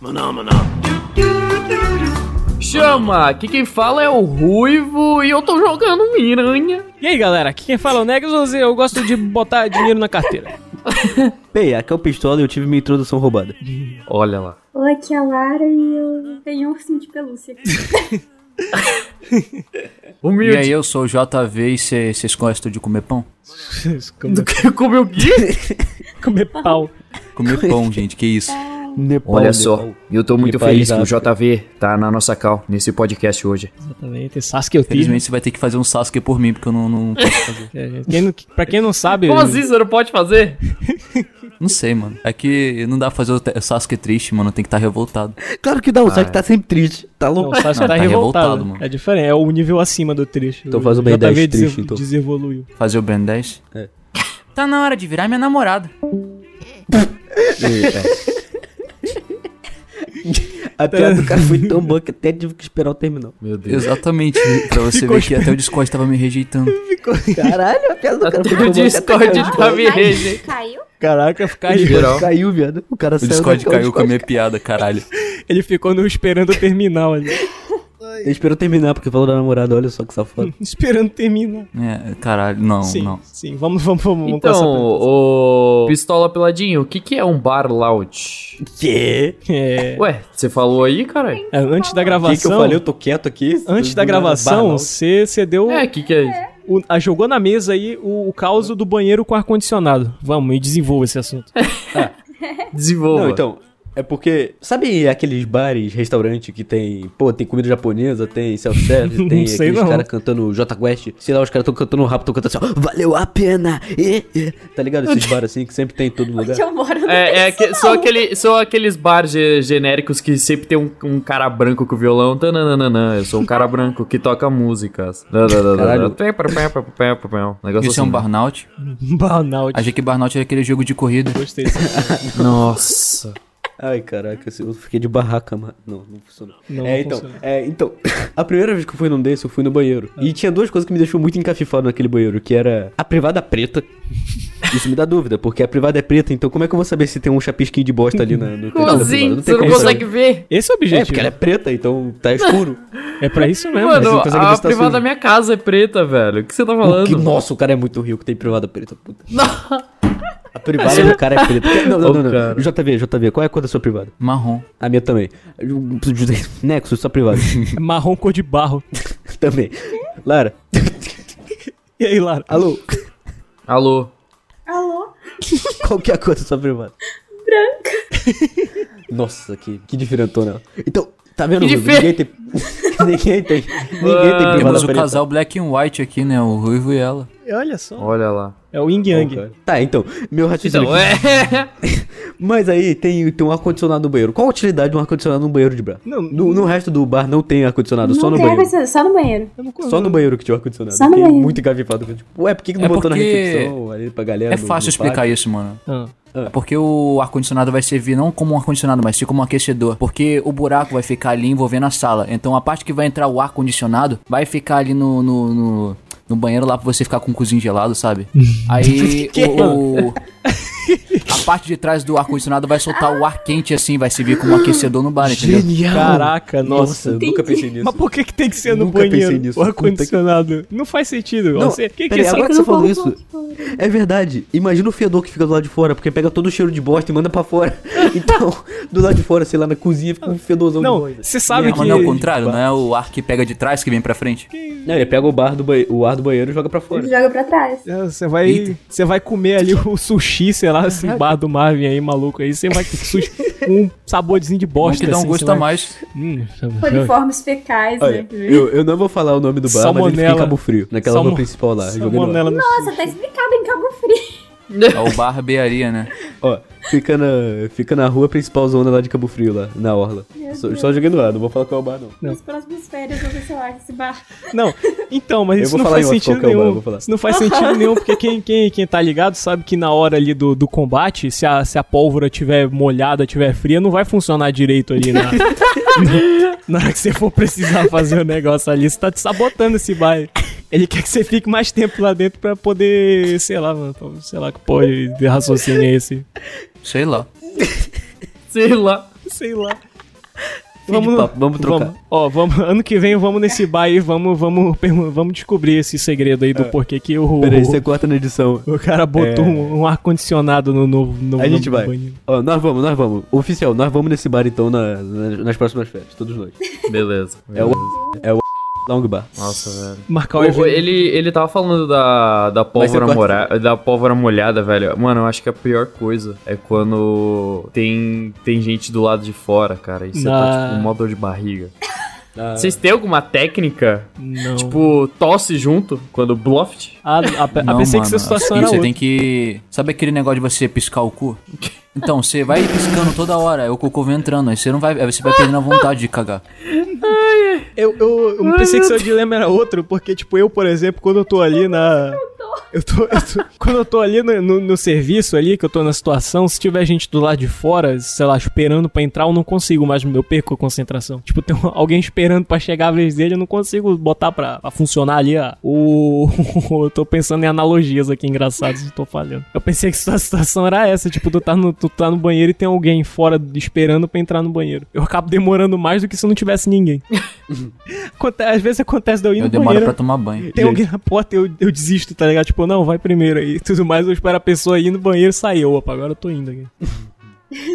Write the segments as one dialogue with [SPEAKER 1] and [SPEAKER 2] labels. [SPEAKER 1] Phenomena.
[SPEAKER 2] Chama! Aqui quem fala é o Ruivo e eu tô jogando um Miranha.
[SPEAKER 3] E aí, galera, aqui quem fala é o Nexus e eu gosto de botar dinheiro na carteira.
[SPEAKER 4] Bem, aqui é o Pistola e eu tive minha introdução roubada.
[SPEAKER 2] Olha lá.
[SPEAKER 5] Oi, aqui é a Lara e eu tenho um ursinho de pelúcia.
[SPEAKER 6] E
[SPEAKER 2] Humilde.
[SPEAKER 6] aí, eu sou o JV e vocês gostam de comer pão?
[SPEAKER 3] é
[SPEAKER 2] Do que comeu o quê?
[SPEAKER 3] Comer pau.
[SPEAKER 6] Comer pão, gente, que isso.
[SPEAKER 4] Nepal,
[SPEAKER 1] Olha só, eu tô muito
[SPEAKER 4] Que
[SPEAKER 1] feliz que o
[SPEAKER 4] país
[SPEAKER 1] JV tá na nossa cal nesse podcast hoje.
[SPEAKER 3] Exatamente, Sasuke eu tive.
[SPEAKER 6] Infelizmente, você vai ter que fazer um Sasuke por mim, porque eu não, não posso fazer.
[SPEAKER 3] É, gente, quem não- pra quem não sabe, né,
[SPEAKER 2] Como assim você não pode fazer?
[SPEAKER 6] Não sei, mano. É que não dá pra fazer o te- o Sasuke triste, mano. Tem que estar revoltado.
[SPEAKER 4] Claro que dá, o Zack tá sempre triste. Tá
[SPEAKER 3] não, o
[SPEAKER 4] louco?
[SPEAKER 3] Sasuke
[SPEAKER 6] Não,
[SPEAKER 3] tá,
[SPEAKER 6] tá
[SPEAKER 3] revoltado.
[SPEAKER 6] revoltado, mano.
[SPEAKER 3] É diferente, é o nível acima do triste.
[SPEAKER 4] Então
[SPEAKER 3] O
[SPEAKER 4] faz o Ben
[SPEAKER 3] JV
[SPEAKER 4] 10 triste,
[SPEAKER 3] dese-
[SPEAKER 4] então.
[SPEAKER 3] Desevoluiu.
[SPEAKER 6] Fazer o Ben 10.
[SPEAKER 4] É.
[SPEAKER 6] Tá na hora de virar minha namorada.
[SPEAKER 4] A piada do cara foi tão boa que até tive que esperar o terminal.
[SPEAKER 1] Meu Deus.
[SPEAKER 6] Exatamente. Pra você ver que até o Discord tava me rejeitando.
[SPEAKER 4] Caralho, a piada do cara foi
[SPEAKER 2] O
[SPEAKER 4] tão boa. que até
[SPEAKER 2] Discord
[SPEAKER 4] caiu.
[SPEAKER 2] tá me rejeitando.
[SPEAKER 5] Caiu?
[SPEAKER 3] Caraca, ficar
[SPEAKER 2] geral.
[SPEAKER 4] Caiu, viado. O cara
[SPEAKER 6] O
[SPEAKER 4] saiu
[SPEAKER 6] é Discord
[SPEAKER 4] daquela
[SPEAKER 6] caiu com a
[SPEAKER 4] Discord.
[SPEAKER 6] minha piada, caralho.
[SPEAKER 3] ele ficou no esperando terminar ali.
[SPEAKER 4] Ele esperou terminar porque falou da namorada, olha só que safado.
[SPEAKER 3] esperando terminar.
[SPEAKER 6] É, caralho, não,
[SPEAKER 3] sim,
[SPEAKER 6] não.
[SPEAKER 3] sim. Vamos, vamos, vamos. vamos
[SPEAKER 2] Então,
[SPEAKER 3] passar
[SPEAKER 2] o Pistola Peladinho, o que, que é um bar lounge?
[SPEAKER 4] Que?
[SPEAKER 3] pra- É,
[SPEAKER 2] Ué, você falou aí, caralho?
[SPEAKER 3] é, antes da
[SPEAKER 4] O que que eu
[SPEAKER 3] gravação...
[SPEAKER 4] falei? Eu tô quieto aqui?
[SPEAKER 3] Antes da
[SPEAKER 4] Do nada,
[SPEAKER 3] gravação,
[SPEAKER 4] barra,
[SPEAKER 3] você você deu.
[SPEAKER 2] É, o que, que é isso?
[SPEAKER 3] o- a- jogou na mesa aí o, o caos do banheiro com ar-condicionado. Vamos, e desenvolva esse assunto.
[SPEAKER 2] Desenvolva.
[SPEAKER 4] Não, então, é porque. Sabe aqueles bares, restaurante que tem. Pô, tem comida japonesa, tem self-service, tem
[SPEAKER 3] sei
[SPEAKER 4] aqueles
[SPEAKER 3] não.
[SPEAKER 4] caras cantando J Quest. Sei lá, os caras tão cantando rap, tão cantando assim, ó, valeu a pena! e, e", Tá ligado? Esses bares assim que sempre tem em todo lugar.
[SPEAKER 5] Que eu moro no
[SPEAKER 2] É, é que, são,
[SPEAKER 5] não.
[SPEAKER 2] aquele, são aqueles bares ge- genéricos que sempre tem um, um cara branco com violão. Tananana, eu sou um cara branco que toca músicas.
[SPEAKER 4] Caralho.
[SPEAKER 2] Negócio
[SPEAKER 6] Isso é um
[SPEAKER 2] assim.
[SPEAKER 6] burnout.
[SPEAKER 3] Banal,
[SPEAKER 6] Achei que burnout era aquele jogo de corrida.
[SPEAKER 3] gostei. disso.
[SPEAKER 4] né?
[SPEAKER 2] Nossa.
[SPEAKER 4] Ai, caraca, esse- eu fiquei de barraca, mano. Não, não funcionou.
[SPEAKER 3] Não,
[SPEAKER 4] é,
[SPEAKER 3] não
[SPEAKER 4] então,
[SPEAKER 3] funcionou.
[SPEAKER 4] é, então, a primeira vez que eu fui num desse, eu fui no banheiro.
[SPEAKER 3] É.
[SPEAKER 4] E tinha duas coisas que me deixou muito encafifado naquele banheiro, que era a privada preta. Isso me dá dúvida, porque a privada é preta, então como é que eu vou saber se tem um chapisquinho de bosta ali na, no canto
[SPEAKER 2] Como
[SPEAKER 4] da
[SPEAKER 2] assim?
[SPEAKER 4] privada?
[SPEAKER 2] Você
[SPEAKER 4] tem
[SPEAKER 2] não
[SPEAKER 4] como saber.
[SPEAKER 2] consegue ver?
[SPEAKER 3] Esse é o
[SPEAKER 4] É,
[SPEAKER 3] objetivo.
[SPEAKER 4] porque ela é preta, então tá escuro.
[SPEAKER 3] é... pra isso mesmo.
[SPEAKER 2] Mano,
[SPEAKER 4] não consegue ver
[SPEAKER 2] a
[SPEAKER 4] se tá
[SPEAKER 2] privada
[SPEAKER 4] sujo.
[SPEAKER 2] da minha casa é preta, velho. O que você tá
[SPEAKER 4] O
[SPEAKER 2] falando?
[SPEAKER 4] que, nossa, o cara é muito rico, tem privada preta, puta. A privada do cara é preta. Não, não,
[SPEAKER 2] Ô,
[SPEAKER 4] não, não.
[SPEAKER 2] cara.
[SPEAKER 4] JV, JV, qual é a cor da sua privada?
[SPEAKER 6] Marrom.
[SPEAKER 4] A minha também. Nexus, sua privada.
[SPEAKER 3] É marrom cor de barro.
[SPEAKER 4] também. Lara,
[SPEAKER 3] E aí, Lara?
[SPEAKER 4] alô,
[SPEAKER 2] Alô?
[SPEAKER 5] Alô?
[SPEAKER 4] qual que é a cor da sua privada? Branca. Nossa, que, que diferentona. Então, tá vendo,
[SPEAKER 2] Que
[SPEAKER 4] Ruivo? Ninguém tem... ninguém tem... Ninguém tem
[SPEAKER 2] Mano,
[SPEAKER 4] privada
[SPEAKER 6] Temos o
[SPEAKER 4] preta.
[SPEAKER 6] casal black and white aqui, né? O Ruivo e ela.
[SPEAKER 3] Olha só.
[SPEAKER 2] Olha lá.
[SPEAKER 3] É o Yin Yang.
[SPEAKER 4] Tá, então, meu raciocínio
[SPEAKER 2] Então, é.
[SPEAKER 4] Mas aí tem, tem um ar-condicionado no banheiro. Qual a utilidade de um ar-condicionado no banheiro de bar?
[SPEAKER 3] Não.
[SPEAKER 4] no, no resto do bar não tem ar-condicionado, só no
[SPEAKER 5] tem
[SPEAKER 4] banheiro.
[SPEAKER 5] coisa- Só no banheiro.
[SPEAKER 3] Eu não
[SPEAKER 4] Só no banheiro que tinha o ar-condicionado.
[SPEAKER 5] Só no
[SPEAKER 4] Fiquei
[SPEAKER 5] banheiro.
[SPEAKER 4] muito engavifado. fiquei Tipo, ué, por que, que não
[SPEAKER 6] É
[SPEAKER 4] botou na
[SPEAKER 6] porque
[SPEAKER 4] recepção ali pra galera?
[SPEAKER 6] É fácil explicar isso, mano.
[SPEAKER 3] Ah,
[SPEAKER 6] É porque o ar-condicionado vai servir não como um ar-condicionado, mas sim como um aquecedor. Porque o buraco vai ficar ali envolvendo a sala. Então a parte que vai entrar o ar-condicionado vai ficar ali no. no, no- no banheiro lá pra você ficar com o cozinho gelado, sabe? Aí o, o- A parte de trás do ar-condicionado vai soltar o ar quente assim, vai servir como um aquecedor no bar, entendeu?
[SPEAKER 4] Genial!
[SPEAKER 3] Caraca, nossa.
[SPEAKER 4] Nossa, eu nunca pensei nisso.
[SPEAKER 3] Mas por que, que tem que ser no
[SPEAKER 4] Nunca
[SPEAKER 3] banheiro?
[SPEAKER 4] pensei nisso.
[SPEAKER 3] O
[SPEAKER 4] Puta que-
[SPEAKER 3] ar-condicionado. Não faz sentido.
[SPEAKER 4] Não,
[SPEAKER 3] você... que que
[SPEAKER 4] peraí,
[SPEAKER 3] é
[SPEAKER 4] agora que você
[SPEAKER 5] Não
[SPEAKER 4] falou
[SPEAKER 5] vou
[SPEAKER 4] isso,
[SPEAKER 5] aqui fora.
[SPEAKER 4] é verdade. Imagina o fedor que fica do lado de fora, porque pega todo o cheiro de bosta e manda pra fora. Então, do lado de fora, sei lá, na cozinha, fica um fedorzão
[SPEAKER 3] Não,
[SPEAKER 4] de bosta.
[SPEAKER 3] você sabe
[SPEAKER 4] Merda.
[SPEAKER 6] Mas não é o contrário, não é o ar que pega de trás que vem pra frente.
[SPEAKER 4] Não, ele pega o, bar do banhe- o ar do banheiro e joga pra fora.
[SPEAKER 5] Ele joga pra trás.
[SPEAKER 3] É, Você vai, você vai comer ali o sushi, sei lá, esse bar do Marvin aí, maluco aí. Você vai ter sushi com um saborzinho de
[SPEAKER 6] Bom,
[SPEAKER 3] bosta.
[SPEAKER 6] que dá um
[SPEAKER 3] assim,
[SPEAKER 6] gosto
[SPEAKER 3] você
[SPEAKER 6] a
[SPEAKER 3] vai-
[SPEAKER 6] mais.
[SPEAKER 3] Hum, sabe-
[SPEAKER 5] Poliformes fecais,
[SPEAKER 4] Olha,
[SPEAKER 5] né?
[SPEAKER 4] eu, eu não vou falar o nome do bar, mas ele fica em
[SPEAKER 3] Salmonella.
[SPEAKER 4] Cabo Frio, naquela
[SPEAKER 3] Salmo-
[SPEAKER 4] rua principal lá. jogando lá.
[SPEAKER 3] Salmonela no
[SPEAKER 5] Nossa, tá explicado em Cabo Frio.
[SPEAKER 6] É o bar bearia, né?
[SPEAKER 4] Ó, fica na, fica na rua principal zona lá de Cabo Frio, lá, na Orla. Só, só joguei no ar, não vou falar qual é o bar, não.
[SPEAKER 3] Uhum.
[SPEAKER 5] Nas próximas férias, eu vou ver se eu acho esse bar.
[SPEAKER 3] Não, então, mas
[SPEAKER 4] Eu
[SPEAKER 3] isso
[SPEAKER 4] vou
[SPEAKER 3] não
[SPEAKER 4] falar
[SPEAKER 3] faz
[SPEAKER 4] em off
[SPEAKER 3] sentido
[SPEAKER 4] qual que é o bar, eu
[SPEAKER 3] nenhum.
[SPEAKER 4] vou falar.
[SPEAKER 3] Isso não faz sentido nenhum, porque quem, quem, quem tá ligado sabe que na hora ali do, do combate, se a, se a pólvora tiver molhada, tiver fria, não vai funcionar direito ali na, na- na hora que você for precisar fazer o negócio ali. Você tá te sabotando esse baile. Ele quer que você fique mais tempo lá dentro pra poder, sei lá, mano, pra- sei lá que pode de raciocínio é esse.
[SPEAKER 6] Sei lá.
[SPEAKER 2] Sei lá.
[SPEAKER 3] Sei lá.
[SPEAKER 4] Fim de papo, vamos trocar.
[SPEAKER 3] ó, vamos, ano que vem vamos nesse bar aí, vamos, vamos, pergun- vamos descobrir esse segredo aí do porquê que o,
[SPEAKER 4] É. Peraí, você corta na edição.
[SPEAKER 3] o cara botou um, um ar-condicionado no novo. No,
[SPEAKER 4] A gente
[SPEAKER 3] no
[SPEAKER 4] vai.
[SPEAKER 3] banheiro.
[SPEAKER 4] Ó, nós vamos, nós vamos. Oficial, nós vamos nesse bar então na- na- nas próximas férias, todos nós.
[SPEAKER 2] Beleza.
[SPEAKER 4] É o é o Long Bar.
[SPEAKER 2] Nossa, velho.
[SPEAKER 3] Marcar o
[SPEAKER 2] O-
[SPEAKER 3] evento.
[SPEAKER 2] Ele, ele tava falando da, da, pólvora
[SPEAKER 4] corta.
[SPEAKER 2] mora, da pólvora molhada, velho. Mano, eu acho que a pior coisa é quando tem, tem gente do lado de fora, cara. E você
[SPEAKER 3] Na-
[SPEAKER 2] tá, tipo, mó dor de barriga. Vocês têm alguma técnica?
[SPEAKER 3] Não.
[SPEAKER 2] Tipo, tosse junto quando bluffed?
[SPEAKER 3] Ah, a, a,
[SPEAKER 6] Não,
[SPEAKER 3] pensei
[SPEAKER 6] mano,
[SPEAKER 3] que essa situação
[SPEAKER 6] e
[SPEAKER 3] era
[SPEAKER 6] Você
[SPEAKER 3] outra.
[SPEAKER 6] tem que... Sabe aquele negócio de você piscar o cu? Então, você vai piscando toda hora, aí o cocô vem entrando, aí você não vai... Aí você vai perdendo a vontade de cagar.
[SPEAKER 3] Eu, eu, eu pensei que seu dilema era outro, porque, tipo, eu, por exemplo, quando eu tô ali na. Eu tô, eu tô- quando eu tô ali no, no- no serviço ali, que eu tô na situação, se tiver gente do lado de fora, sei lá, esperando pra entrar, eu não consigo mais, eu perco a concentração. Tipo, tem um- alguém esperando pra chegar a vez dele, eu não consigo botar pra, pra funcionar ali a, o... eu tô pensando em analogias aqui engraçadas, eu tô falhando. Eu pensei que sua situação era essa, tipo, tu tá, no, tu tá no banheiro e tem alguém fora esperando pra entrar no banheiro. Eu acabo demorando mais do que se não tivesse ninguém. Aconte- Às vezes acontece de eu ir
[SPEAKER 6] Eu
[SPEAKER 3] no
[SPEAKER 6] demoro
[SPEAKER 3] banheiro,
[SPEAKER 6] pra tomar banho.
[SPEAKER 3] tem alguém na porta, eu, eu desisto, tá ligado? Tipo, não, vai primeiro aí. Tudo mais, eu espero a pessoa ir no banheiro e sair. Opa, agora eu tô indo aqui.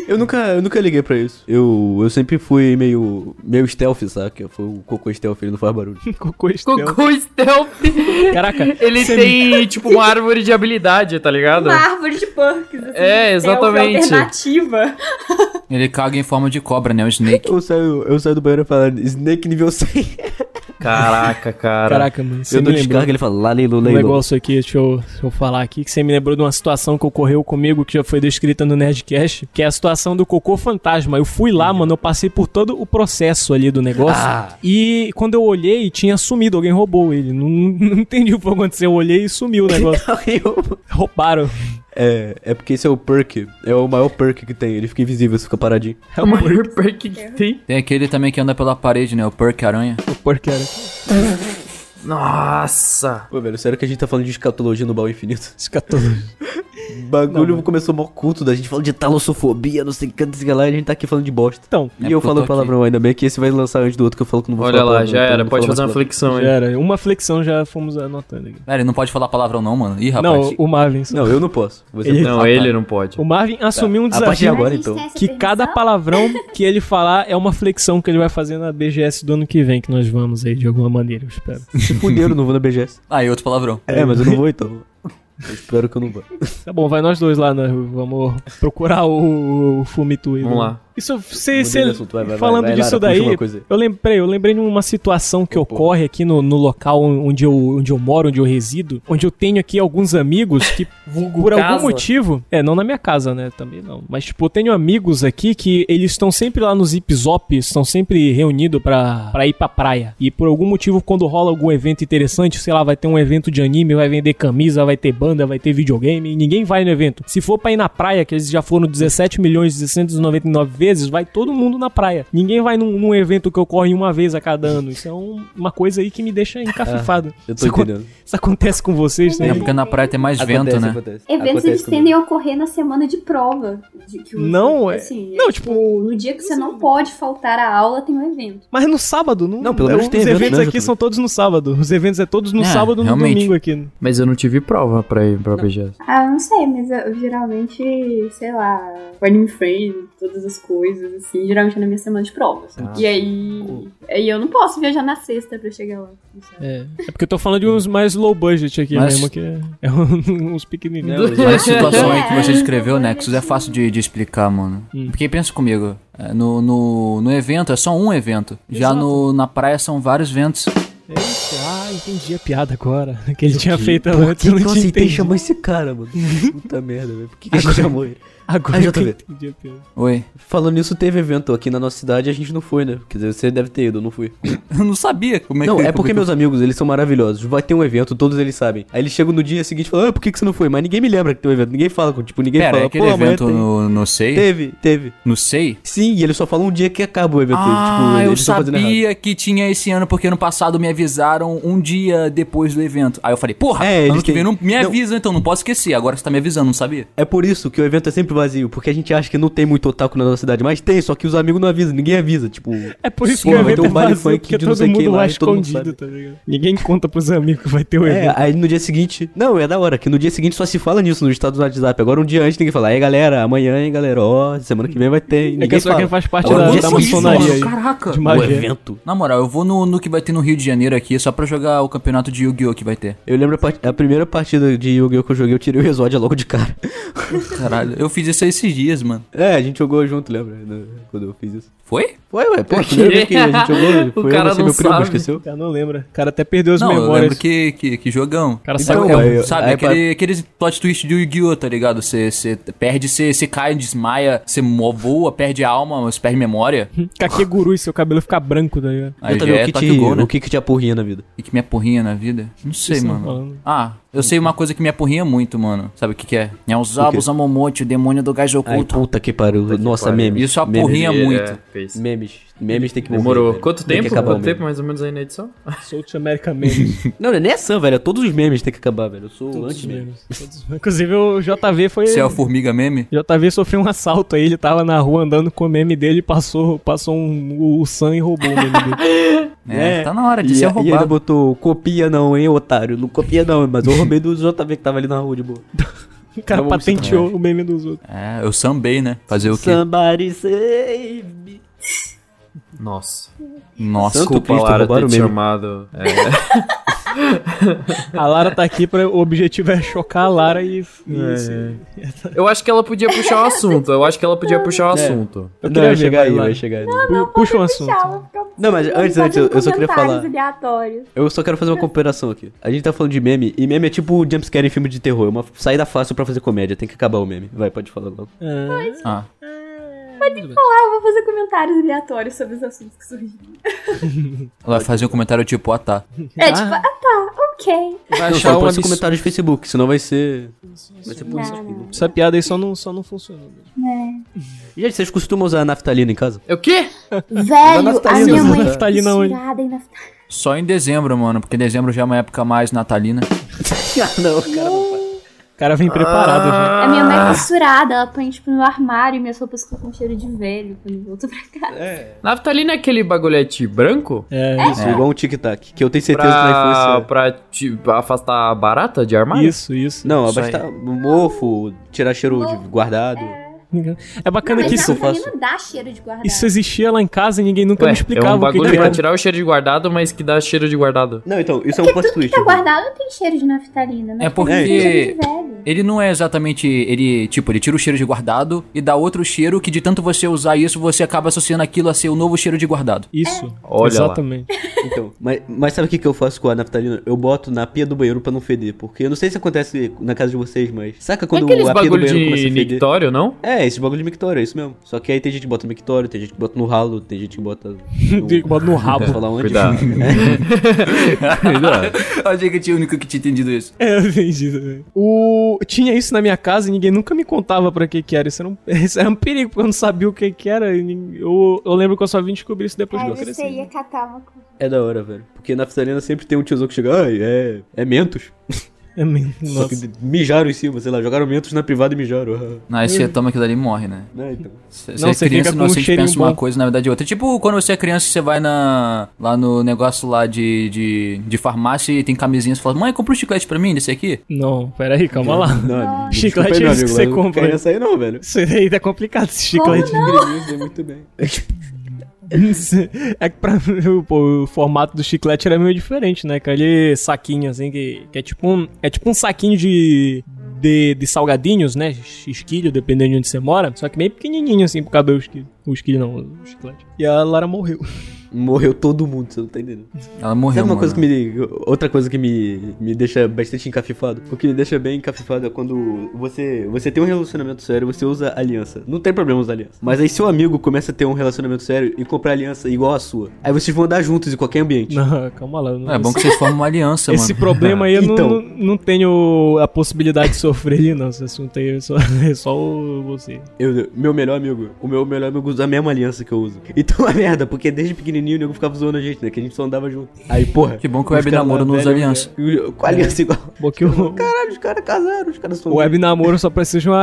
[SPEAKER 4] Eu nunca, eu nunca liguei pra isso. Eu, eu sempre fui meio, meio stealth, saca? Eu fui o cocô stealth, ele não faz barulho.
[SPEAKER 3] Cocô estranho.
[SPEAKER 2] Cocô stealth.
[SPEAKER 3] Caraca,
[SPEAKER 2] Ele
[SPEAKER 3] você-
[SPEAKER 2] tem, tipo, uma árvore de habilidade, tá ligado?
[SPEAKER 5] Uma árvore de punks, assim.
[SPEAKER 2] É, exatamente.
[SPEAKER 5] stealth alternativa.
[SPEAKER 6] Ele caga em forma de cobra, né? O snake.
[SPEAKER 4] Eu saio, eu saio do banheiro e falo, Snake nível 100.
[SPEAKER 2] Caraca, cara.
[SPEAKER 3] Caraca, mano, você
[SPEAKER 4] eu
[SPEAKER 3] me
[SPEAKER 4] dou
[SPEAKER 3] lembrou
[SPEAKER 4] descarga, ele fala, lá leilu,
[SPEAKER 3] um
[SPEAKER 4] leilu.
[SPEAKER 3] negócio aqui, deixa eu, deixa eu falar aqui, que você me lembrou de uma situação que ocorreu comigo, que já foi descrita no Nerdcast, que é a situação do cocô fantasma. Eu fui lá, mano, eu passei por todo o processo ali do negócio, e quando eu olhei, tinha sumido, alguém roubou ele. Não, não entendi o que aconteceu, eu olhei e sumiu o negócio. Roubaram.
[SPEAKER 4] é, é porque esse é o perk, é o maior perk que tem, ele fica invisível, você fica paradinho.
[SPEAKER 2] É o maior perk que tem.
[SPEAKER 6] Tem aquele também que anda pela parede, né? O perk aranha.
[SPEAKER 3] Porquera.
[SPEAKER 2] Nossa.
[SPEAKER 4] Pô, velho, sério que a gente tá falando de escatologia no baú infinito?
[SPEAKER 3] Escatologia.
[SPEAKER 4] Bagulho começou mó culto da gente falando de talossofobia, não sei o que, não sei o que lá, e a gente tá aqui falando de bosta.
[SPEAKER 3] Então,
[SPEAKER 4] E
[SPEAKER 6] É
[SPEAKER 4] eu
[SPEAKER 6] porque eu
[SPEAKER 4] falo
[SPEAKER 6] tô
[SPEAKER 4] palavrão, ainda bem que esse vai lançar antes do outro que eu falo que não vou
[SPEAKER 2] Olha
[SPEAKER 4] falar
[SPEAKER 2] lá,
[SPEAKER 4] palavrão,
[SPEAKER 2] já
[SPEAKER 4] então eu
[SPEAKER 2] era.
[SPEAKER 4] não
[SPEAKER 2] Pode
[SPEAKER 4] falo
[SPEAKER 2] fazer uma
[SPEAKER 4] mais palavrão.
[SPEAKER 2] flexão
[SPEAKER 3] Já
[SPEAKER 2] aí.
[SPEAKER 3] era. Uma flexão já fomos anotando aqui.
[SPEAKER 6] Cara, ele não pode falar palavrão não, mano. Ih, rapaz.
[SPEAKER 3] Não, o Marvin. só.
[SPEAKER 4] Não, eu não posso. Você
[SPEAKER 3] Ele-
[SPEAKER 2] Não, ele não pode.
[SPEAKER 3] O Marvin assumiu um
[SPEAKER 4] A partir de
[SPEAKER 3] desafio
[SPEAKER 4] agora, então.
[SPEAKER 3] que cada palavrão que ele falar é uma flexão que ele vai fazer na BGS do ano que vem, que nós vamos aí de alguma maneira, eu espero.
[SPEAKER 4] Se fuderam, não vou na BGS.
[SPEAKER 6] Ah, e outro palavrão.
[SPEAKER 4] É, mas eu não vou então. Eu espero que eu não vá.
[SPEAKER 3] Tá bom, vai nós dois lá, né? Vamos procurar o, o Fumito aí.
[SPEAKER 2] Vamos
[SPEAKER 3] né?
[SPEAKER 2] lá.
[SPEAKER 3] Isso, você,
[SPEAKER 4] Mudei de
[SPEAKER 3] você-
[SPEAKER 4] assunto, vai, vai, vai,
[SPEAKER 3] falando
[SPEAKER 4] vai,
[SPEAKER 3] disso
[SPEAKER 4] Lara, puxa
[SPEAKER 3] daí,
[SPEAKER 4] uma coisa aí.
[SPEAKER 3] eu lembrei, eu lembrei de uma situação que ocorre aqui no, no local onde eu, onde eu moro, onde eu resido, onde eu tenho aqui alguns amigos que, por algum
[SPEAKER 2] casa.
[SPEAKER 3] motivo, é, não na minha casa, né, também não, mas tipo, eu tenho amigos aqui que eles estão sempre lá nos Zip Zop, estão sempre reunidos pra, pra ir pra praia, e por algum motivo, quando rola algum evento interessante, sei lá, vai ter um evento de anime, vai vender camisa, vai ter banda, vai ter videogame, e ninguém vai no evento. Se for pra ir na praia, que eles já foram 17 milhões 699 vezes, vai todo mundo na praia. Ninguém vai num, num evento que ocorre uma vez a cada ano. Isso é um- uma coisa aí que me deixa encafifado.
[SPEAKER 4] Ah, Eu tô
[SPEAKER 3] isso, acon-
[SPEAKER 4] entendendo.
[SPEAKER 3] isso acontece com vocês, né?
[SPEAKER 6] É porque na praia tem mais vento, né?
[SPEAKER 4] acontece.
[SPEAKER 5] Eventos
[SPEAKER 4] Acontece
[SPEAKER 5] eles
[SPEAKER 4] comigo.
[SPEAKER 5] tendem a ocorrer na semana de prova. De que o-
[SPEAKER 3] Não, é-
[SPEAKER 5] assim,
[SPEAKER 3] Não,
[SPEAKER 5] é
[SPEAKER 3] tipo,
[SPEAKER 5] tipo, no dia que você não pode faltar a aula, tem um evento.
[SPEAKER 3] Mas é no sábado, não.
[SPEAKER 4] Não, pelo menos
[SPEAKER 3] os
[SPEAKER 4] tem evento,
[SPEAKER 3] eventos
[SPEAKER 4] né,
[SPEAKER 3] aqui
[SPEAKER 4] Jotaro?
[SPEAKER 3] são todos no sábado. Os eventos é todos no
[SPEAKER 6] É,
[SPEAKER 3] sábado e no
[SPEAKER 6] realmente.
[SPEAKER 3] domingo aqui. né?
[SPEAKER 2] Mas eu não tive prova pra ir pra BGS.
[SPEAKER 5] Ah, eu não sei, mas eu, eu geralmente, sei lá, o anime frame, todas as coisas, assim, geralmente é na minha semana de provas.
[SPEAKER 4] Ah,
[SPEAKER 5] E aí. Aí eu não posso viajar na sexta pra chegar lá. não sei.
[SPEAKER 3] É. porque eu tô falando de uns mais low budget aqui
[SPEAKER 6] Mas-
[SPEAKER 3] mesmo, que é, é um- uns pequenininhos.
[SPEAKER 6] Mas a situação aí que
[SPEAKER 5] É.
[SPEAKER 6] você escreveu, né? Que isso é fácil de, de explicar, mano.
[SPEAKER 3] Hum.
[SPEAKER 6] Porque pensa comigo. é, No, no, no evento é só um evento. Já
[SPEAKER 3] Exato.
[SPEAKER 6] no, na praia são vários ventos.
[SPEAKER 3] Eita, ah, entendi a piada agora. Que ele tinha feito
[SPEAKER 4] Por
[SPEAKER 3] antes,
[SPEAKER 4] que
[SPEAKER 3] eu não
[SPEAKER 4] que eu
[SPEAKER 3] tinha
[SPEAKER 4] aceitei
[SPEAKER 3] entendido.
[SPEAKER 4] chamar esse cara, mano? Puta merda, velho. Por que, que a gente chamou ele?
[SPEAKER 3] Agora
[SPEAKER 4] Ah,
[SPEAKER 3] eu
[SPEAKER 4] JV.
[SPEAKER 3] entendi a piada.
[SPEAKER 6] Oi.
[SPEAKER 4] Falando nisso, teve evento aqui na nossa cidade e a gente não foi, né? Quer dizer, você deve ter ido, eu não fui.
[SPEAKER 6] Eu não sabia como é
[SPEAKER 4] Não,
[SPEAKER 6] que
[SPEAKER 4] é
[SPEAKER 6] como
[SPEAKER 4] porque
[SPEAKER 6] que eu-
[SPEAKER 4] meus amigos, eles são maravilhosos. Vai ter um evento, todos eles sabem. Aí eles chegam no dia seguinte e falam, ah, por que, que você não foi? Mas ninguém me lembra que tem um evento. Ninguém fala, com- tipo, ninguém
[SPEAKER 6] Pera, é
[SPEAKER 4] fala.
[SPEAKER 6] aquele
[SPEAKER 4] Pô, amanhã
[SPEAKER 6] evento
[SPEAKER 4] tem.
[SPEAKER 6] no, no SEI?
[SPEAKER 4] Teve, teve.
[SPEAKER 6] No SEI?
[SPEAKER 4] Sim, e eles só falam um dia que acaba o evento.
[SPEAKER 6] Ah,
[SPEAKER 4] tipo,
[SPEAKER 6] eu
[SPEAKER 4] eles estão fazendo errado.
[SPEAKER 6] sabia que tinha esse ano, porque ano passado me avisaram um dia depois do evento. Aí eu falei, porra,
[SPEAKER 4] É, eles
[SPEAKER 6] ano que
[SPEAKER 4] têm-
[SPEAKER 6] vem não me
[SPEAKER 4] Não.
[SPEAKER 6] avisa, então não posso esquecer. Agora você tá me avisando, não sabia?
[SPEAKER 4] É por isso que o evento é sempre vazio, porque a gente acha que não tem muito otaku na nossa cidade, mas tem, só que os amigos não avisam, ninguém avisa, tipo...
[SPEAKER 3] É por isso
[SPEAKER 4] Pô,
[SPEAKER 3] que o
[SPEAKER 4] vai
[SPEAKER 3] evento
[SPEAKER 4] ter um
[SPEAKER 3] é
[SPEAKER 4] baile
[SPEAKER 3] vazio,
[SPEAKER 4] funk
[SPEAKER 3] porque
[SPEAKER 4] de não
[SPEAKER 3] todo
[SPEAKER 4] sei quem
[SPEAKER 3] mundo ah,
[SPEAKER 4] lá
[SPEAKER 3] lá
[SPEAKER 4] e todo mundo
[SPEAKER 3] escondido,
[SPEAKER 4] sabe.
[SPEAKER 3] tá ligado? Ninguém conta pros amigos que vai ter o
[SPEAKER 4] É,
[SPEAKER 3] evento.
[SPEAKER 4] aí no dia seguinte... Não, é da hora, que no dia seguinte só se fala nisso nos estados do WhatsApp, agora um dia antes ninguém fala, aí galera, amanhã, hein galera, ó, semana que vem vai ter, e
[SPEAKER 3] É
[SPEAKER 4] ninguém
[SPEAKER 3] que só
[SPEAKER 4] fala.
[SPEAKER 3] quem faz parte
[SPEAKER 4] Agora,
[SPEAKER 3] da,
[SPEAKER 4] dia
[SPEAKER 3] da
[SPEAKER 4] seguinte,
[SPEAKER 3] maçonaria
[SPEAKER 4] mano,
[SPEAKER 3] aí.
[SPEAKER 6] Caraca.
[SPEAKER 3] De
[SPEAKER 4] O
[SPEAKER 3] magia.
[SPEAKER 4] evento.
[SPEAKER 6] Na moral, eu vou no, no que vai ter no Rio de Janeiro aqui só pra jogar o campeonato de Yu-Gi-Oh! que vai ter.
[SPEAKER 4] Eu lembro a, part- a primeira partida de Yu-Gi-Oh! que eu joguei, eu tirei o Exódia logo de cara.
[SPEAKER 6] Caralho, eu fiz isso esses dias, mano.
[SPEAKER 4] É, a gente jogou junto, lembra? né, Quando eu fiz isso.
[SPEAKER 6] Foi?
[SPEAKER 4] Ué, ué, pô, a primeira vez que a gente jogou,
[SPEAKER 2] O
[SPEAKER 4] foi
[SPEAKER 2] cara
[SPEAKER 4] eu, você,
[SPEAKER 2] não
[SPEAKER 4] meu primo,
[SPEAKER 2] sabe.
[SPEAKER 4] esqueceu?
[SPEAKER 3] Cara, não lembra. O cara até perdeu as
[SPEAKER 6] não, eu lembro
[SPEAKER 3] memórias.
[SPEAKER 6] que, que, que jogão.
[SPEAKER 3] cara
[SPEAKER 6] Então,
[SPEAKER 3] saiu
[SPEAKER 6] é um-
[SPEAKER 4] aí,
[SPEAKER 6] sabe,
[SPEAKER 4] aí,
[SPEAKER 6] aquele, aqueles plot twist do Yu-Gi-Oh!, tá ligado? Você você perde, você você cai, desmaia, você mo- voa, perde a alma, você perde memória.
[SPEAKER 3] Kakeguru e seu cabelo fica branco, tá ligado?
[SPEAKER 6] Aí
[SPEAKER 4] Tenta
[SPEAKER 6] já
[SPEAKER 4] ver
[SPEAKER 6] é
[SPEAKER 4] o que,
[SPEAKER 6] toque
[SPEAKER 4] te,
[SPEAKER 6] gol, né?
[SPEAKER 4] o que que te apurrinha na vida.
[SPEAKER 6] E que me apurrinha na vida? Não sei,
[SPEAKER 3] vocês tão
[SPEAKER 6] mano.
[SPEAKER 3] falando?
[SPEAKER 6] Ah, eu sei uma coisa que me apurrinha muito, mano. Sabe o que que é? É os Zabos Amomote, o demônio do gás
[SPEAKER 4] Ai,
[SPEAKER 6] oculto.
[SPEAKER 4] puta que pariu. Nossa, memes.
[SPEAKER 6] Isso
[SPEAKER 4] memes.
[SPEAKER 6] apurrinha muito.
[SPEAKER 2] É, fez.
[SPEAKER 4] Memes. Memes tem que morrer,
[SPEAKER 2] Demorou.
[SPEAKER 4] velho.
[SPEAKER 2] Quanto
[SPEAKER 4] Tem que
[SPEAKER 2] tempo?
[SPEAKER 4] acabar o
[SPEAKER 2] Quanto
[SPEAKER 4] meme.
[SPEAKER 2] tempo mais ou menos aí na edição?
[SPEAKER 3] South America Memes.
[SPEAKER 4] Não, não é nem essa, velho. é Todos os memes tem que acabar, velho. Eu sou
[SPEAKER 3] Todos os
[SPEAKER 4] anti-meme.
[SPEAKER 3] memes. né? Todos- Inclusive o JV foi.
[SPEAKER 6] Você é o formiga meme?
[SPEAKER 3] JV sofreu um assalto aí, ele tava na rua andando com o meme dele e passou, passou um, o, o Sam e roubou o meme dele.
[SPEAKER 6] É, tá na hora de
[SPEAKER 4] E,
[SPEAKER 6] ser
[SPEAKER 4] e ainda
[SPEAKER 6] roubado.
[SPEAKER 4] botou, copia não, hein, otário. Não copia não, mas eu roubei do JV que tava ali na rua de boa.
[SPEAKER 3] O cara
[SPEAKER 4] Tá bom,
[SPEAKER 3] patenteou
[SPEAKER 2] né?
[SPEAKER 3] o meme dos outros.
[SPEAKER 6] É, eu sambei, né? Fazer o quê?
[SPEAKER 4] Somebody save me.
[SPEAKER 2] Nossa.
[SPEAKER 6] Nossa,
[SPEAKER 4] Santo
[SPEAKER 2] Desculpa,
[SPEAKER 4] Cristo,
[SPEAKER 2] Lara,
[SPEAKER 4] roubaram
[SPEAKER 2] ter te
[SPEAKER 4] o meme.
[SPEAKER 2] chamado. É,
[SPEAKER 3] A Lara tá aqui pra. O objetivo é chocar a Lara e. e
[SPEAKER 2] É.
[SPEAKER 3] se-
[SPEAKER 2] Eu acho que ela podia puxar o assunto. Eu acho que ela podia puxar o assunto.
[SPEAKER 3] Eu
[SPEAKER 4] Não,
[SPEAKER 3] queria
[SPEAKER 4] vai
[SPEAKER 3] ver,
[SPEAKER 4] chegar
[SPEAKER 3] vai,
[SPEAKER 4] aí,
[SPEAKER 3] Lara.
[SPEAKER 4] vai chegar aí.
[SPEAKER 3] Pu- Puxa um assunto.
[SPEAKER 4] né? Não, mas antes, antes, eu- eu só queria falar-
[SPEAKER 5] Aleatórios.
[SPEAKER 4] Eu só quero fazer uma comparação aqui. A gente tá falando de meme, e meme é tipo jumpscare em filme de terror. É uma saída fácil pra fazer comédia. Tem que acabar o meme. Vai, pode falar logo.
[SPEAKER 3] Ah,
[SPEAKER 6] Ah,
[SPEAKER 5] Ah, eu vou fazer comentários aleatórios sobre os assuntos que surgiram.
[SPEAKER 6] ela vai fazer um comentário tipo, ah tá.
[SPEAKER 5] É tipo, ah tá, ok.
[SPEAKER 2] Vai
[SPEAKER 4] Não,
[SPEAKER 2] achar um
[SPEAKER 4] só não pode ser
[SPEAKER 2] absurdo.
[SPEAKER 4] comentário de Facebook, senão vai ser... Vai ser punição.
[SPEAKER 5] Não, não.
[SPEAKER 3] essa piada aí só não, só não funcionou.
[SPEAKER 4] Gente, vocês costumam usar naftalina em casa?
[SPEAKER 2] É o quê?
[SPEAKER 5] Velho, a
[SPEAKER 4] naftalina,
[SPEAKER 5] minha
[SPEAKER 4] usa
[SPEAKER 5] mãe é
[SPEAKER 3] naftalina tá onde?
[SPEAKER 5] fissurada em naftalina.
[SPEAKER 6] Só em dezembro, mano, porque dezembro já é uma época mais natalina.
[SPEAKER 4] ah, não, cara.
[SPEAKER 3] O cara vem preparado
[SPEAKER 2] Ah.
[SPEAKER 3] já.
[SPEAKER 5] A minha mãe
[SPEAKER 4] Ah.
[SPEAKER 5] é fissurada, ela põe tipo no armário e minhas roupas ficam com cheiro de velho quando eu volto pra casa.
[SPEAKER 2] Naftalina é aquele bagulhete branco?
[SPEAKER 3] É,
[SPEAKER 4] Isso, igual um tic-tac, que eu tenho certeza que na
[SPEAKER 2] Pra,
[SPEAKER 4] infância...
[SPEAKER 2] pra, te- pra afastar a barata de armário?
[SPEAKER 3] isso, isso.
[SPEAKER 4] Não,
[SPEAKER 6] Isso
[SPEAKER 4] abastar mofo, tirar cheiro de guardado.
[SPEAKER 3] É bacana
[SPEAKER 5] Mas
[SPEAKER 3] que
[SPEAKER 4] isso
[SPEAKER 5] isso
[SPEAKER 3] isso,
[SPEAKER 4] eu faço. é
[SPEAKER 5] naftalina dá cheiro de guardar.
[SPEAKER 3] isso existia lá em casa e ninguém nunca
[SPEAKER 2] Ué,
[SPEAKER 3] me
[SPEAKER 2] é um
[SPEAKER 3] explicava o que
[SPEAKER 2] bagulho
[SPEAKER 3] que
[SPEAKER 2] pra
[SPEAKER 3] era.
[SPEAKER 2] tirar o cheiro de guardado, mas que dá cheiro de guardado.
[SPEAKER 4] Não, então, isso é um plot twist.
[SPEAKER 5] Tá guardado tem cheiro de naftalina, né?
[SPEAKER 6] É porque-
[SPEAKER 5] Tem cheiro de velho.
[SPEAKER 6] Ele não é exatamente. Ele, tipo, ele tira o cheiro de guardado e dá outro cheiro que de tanto você usar isso, você acaba associando aquilo a ser o novo cheiro de guardado.
[SPEAKER 3] Isso,
[SPEAKER 2] Olha lá.
[SPEAKER 3] exatamente.
[SPEAKER 4] Então, mas, mas sabe o que, que eu faço com a naftalina? Eu boto na pia do banheiro pra não feder, porque eu não sei se acontece na casa de vocês, mas... Saca
[SPEAKER 2] É
[SPEAKER 4] quando
[SPEAKER 2] aqueles
[SPEAKER 4] a pia do
[SPEAKER 2] bagulho
[SPEAKER 4] banheiro começa
[SPEAKER 2] de
[SPEAKER 4] a feder?
[SPEAKER 2] nictório, não?
[SPEAKER 4] É, esse bagulho de mictório, é isso mesmo. Só que aí tem gente que bota no mictório, tem gente que bota no ralo, tem gente que bota no...
[SPEAKER 3] Tem que botar no rabo.
[SPEAKER 4] Vou falar onde?
[SPEAKER 2] Cuidado.
[SPEAKER 6] Eu achei que eu tinha o único que tinha entendido isso.
[SPEAKER 3] É, eu entendi também. O... Tinha isso na minha casa e ninguém nunca me contava pra que que era. Isso era um, isso era um perigo, porque eu não sabia o que que era. e nin- Eu, eu lembro que eu só vim descobrir isso
[SPEAKER 7] Ah,
[SPEAKER 3] depois que
[SPEAKER 5] Aí
[SPEAKER 3] eu
[SPEAKER 5] você
[SPEAKER 3] cresci.
[SPEAKER 5] ia catar uma coisa.
[SPEAKER 4] É da hora, velho. Porque na naftalina sempre tem um tiozão que chega, ai, é, é Mentos.
[SPEAKER 3] É mesmo,
[SPEAKER 4] Só que
[SPEAKER 3] nossa.
[SPEAKER 4] mijaram em cima, sei lá, jogaram Mentos na privada e mijaram.
[SPEAKER 6] Não, aí você toma aquilo ali e morre, né?
[SPEAKER 4] Né, então.
[SPEAKER 6] Você
[SPEAKER 3] Não,
[SPEAKER 6] é
[SPEAKER 3] você
[SPEAKER 6] criança
[SPEAKER 3] fica com um
[SPEAKER 6] inocente,
[SPEAKER 3] cheirinho
[SPEAKER 6] pensa uma
[SPEAKER 3] bom.
[SPEAKER 6] coisa, na verdade outra. Tipo, quando você é criança, você vai na, lá no negócio lá de, de, de farmácia e tem camisinhas e fala, mãe, compra um chiclete pra mim desse aqui?
[SPEAKER 3] Não, peraí, calma lá.
[SPEAKER 4] Não,
[SPEAKER 3] Chiclete
[SPEAKER 4] desculpa aí,
[SPEAKER 3] é
[SPEAKER 4] meu
[SPEAKER 3] isso que
[SPEAKER 4] amigo,
[SPEAKER 3] você
[SPEAKER 4] eu não
[SPEAKER 3] compra.
[SPEAKER 4] quero sair não, velho.
[SPEAKER 3] Isso aí tá complicado, esse chiclete.
[SPEAKER 4] Isso é muito bem.
[SPEAKER 3] é que pra mim, pô, o formato do chiclete era meio diferente, né? Aquele saquinho, assim, que, que é, tipo um, é tipo um saquinho de, de, de salgadinhos, né? Esquilho, dependendo de onde você mora. Só que meio pequenininho, assim, pro cabelo esquilho. O esquilho não, o chiclete. E a Lara morreu.
[SPEAKER 4] Morreu todo mundo, você não tá entendendo.
[SPEAKER 6] Ela morreu,
[SPEAKER 4] Sabe uma
[SPEAKER 6] mano.
[SPEAKER 4] coisa que me. Outra coisa que me, me deixa bastante encafifado? O que me deixa bem encafifado é quando você, você tem um relacionamento sério, você usa aliança. Não tem problema usar aliança. Mas aí seu amigo começa a ter um relacionamento sério e comprar aliança igual a sua. Aí vocês vão andar juntos em qualquer ambiente.
[SPEAKER 3] Não, calma lá. eu Não,
[SPEAKER 6] É bom que vocês formam uma aliança,
[SPEAKER 3] esse
[SPEAKER 6] mano.
[SPEAKER 3] problema aí eu
[SPEAKER 4] Então.
[SPEAKER 3] não, não, não tenho a possibilidade de sofrer ele, não. Esse assunto aí é só, é só o- você.
[SPEAKER 4] Eu- meu melhor amigo, o meu melhor amigo usa a mesma aliança que eu uso. Então é merda, porque desde pequenininho, o nego ficava zoando a gente, né? Que a gente só andava junto. Aí, porra.
[SPEAKER 6] Que bom que o
[SPEAKER 4] os
[SPEAKER 6] web
[SPEAKER 4] caras
[SPEAKER 6] namoro
[SPEAKER 4] lá,
[SPEAKER 6] não usa
[SPEAKER 4] velho, é,
[SPEAKER 6] aliança.
[SPEAKER 4] velho, Com aliança igual.
[SPEAKER 3] Bom, que o,
[SPEAKER 4] Caralho, os caras casaram, os caras são.
[SPEAKER 3] o web namoro só precisa de uma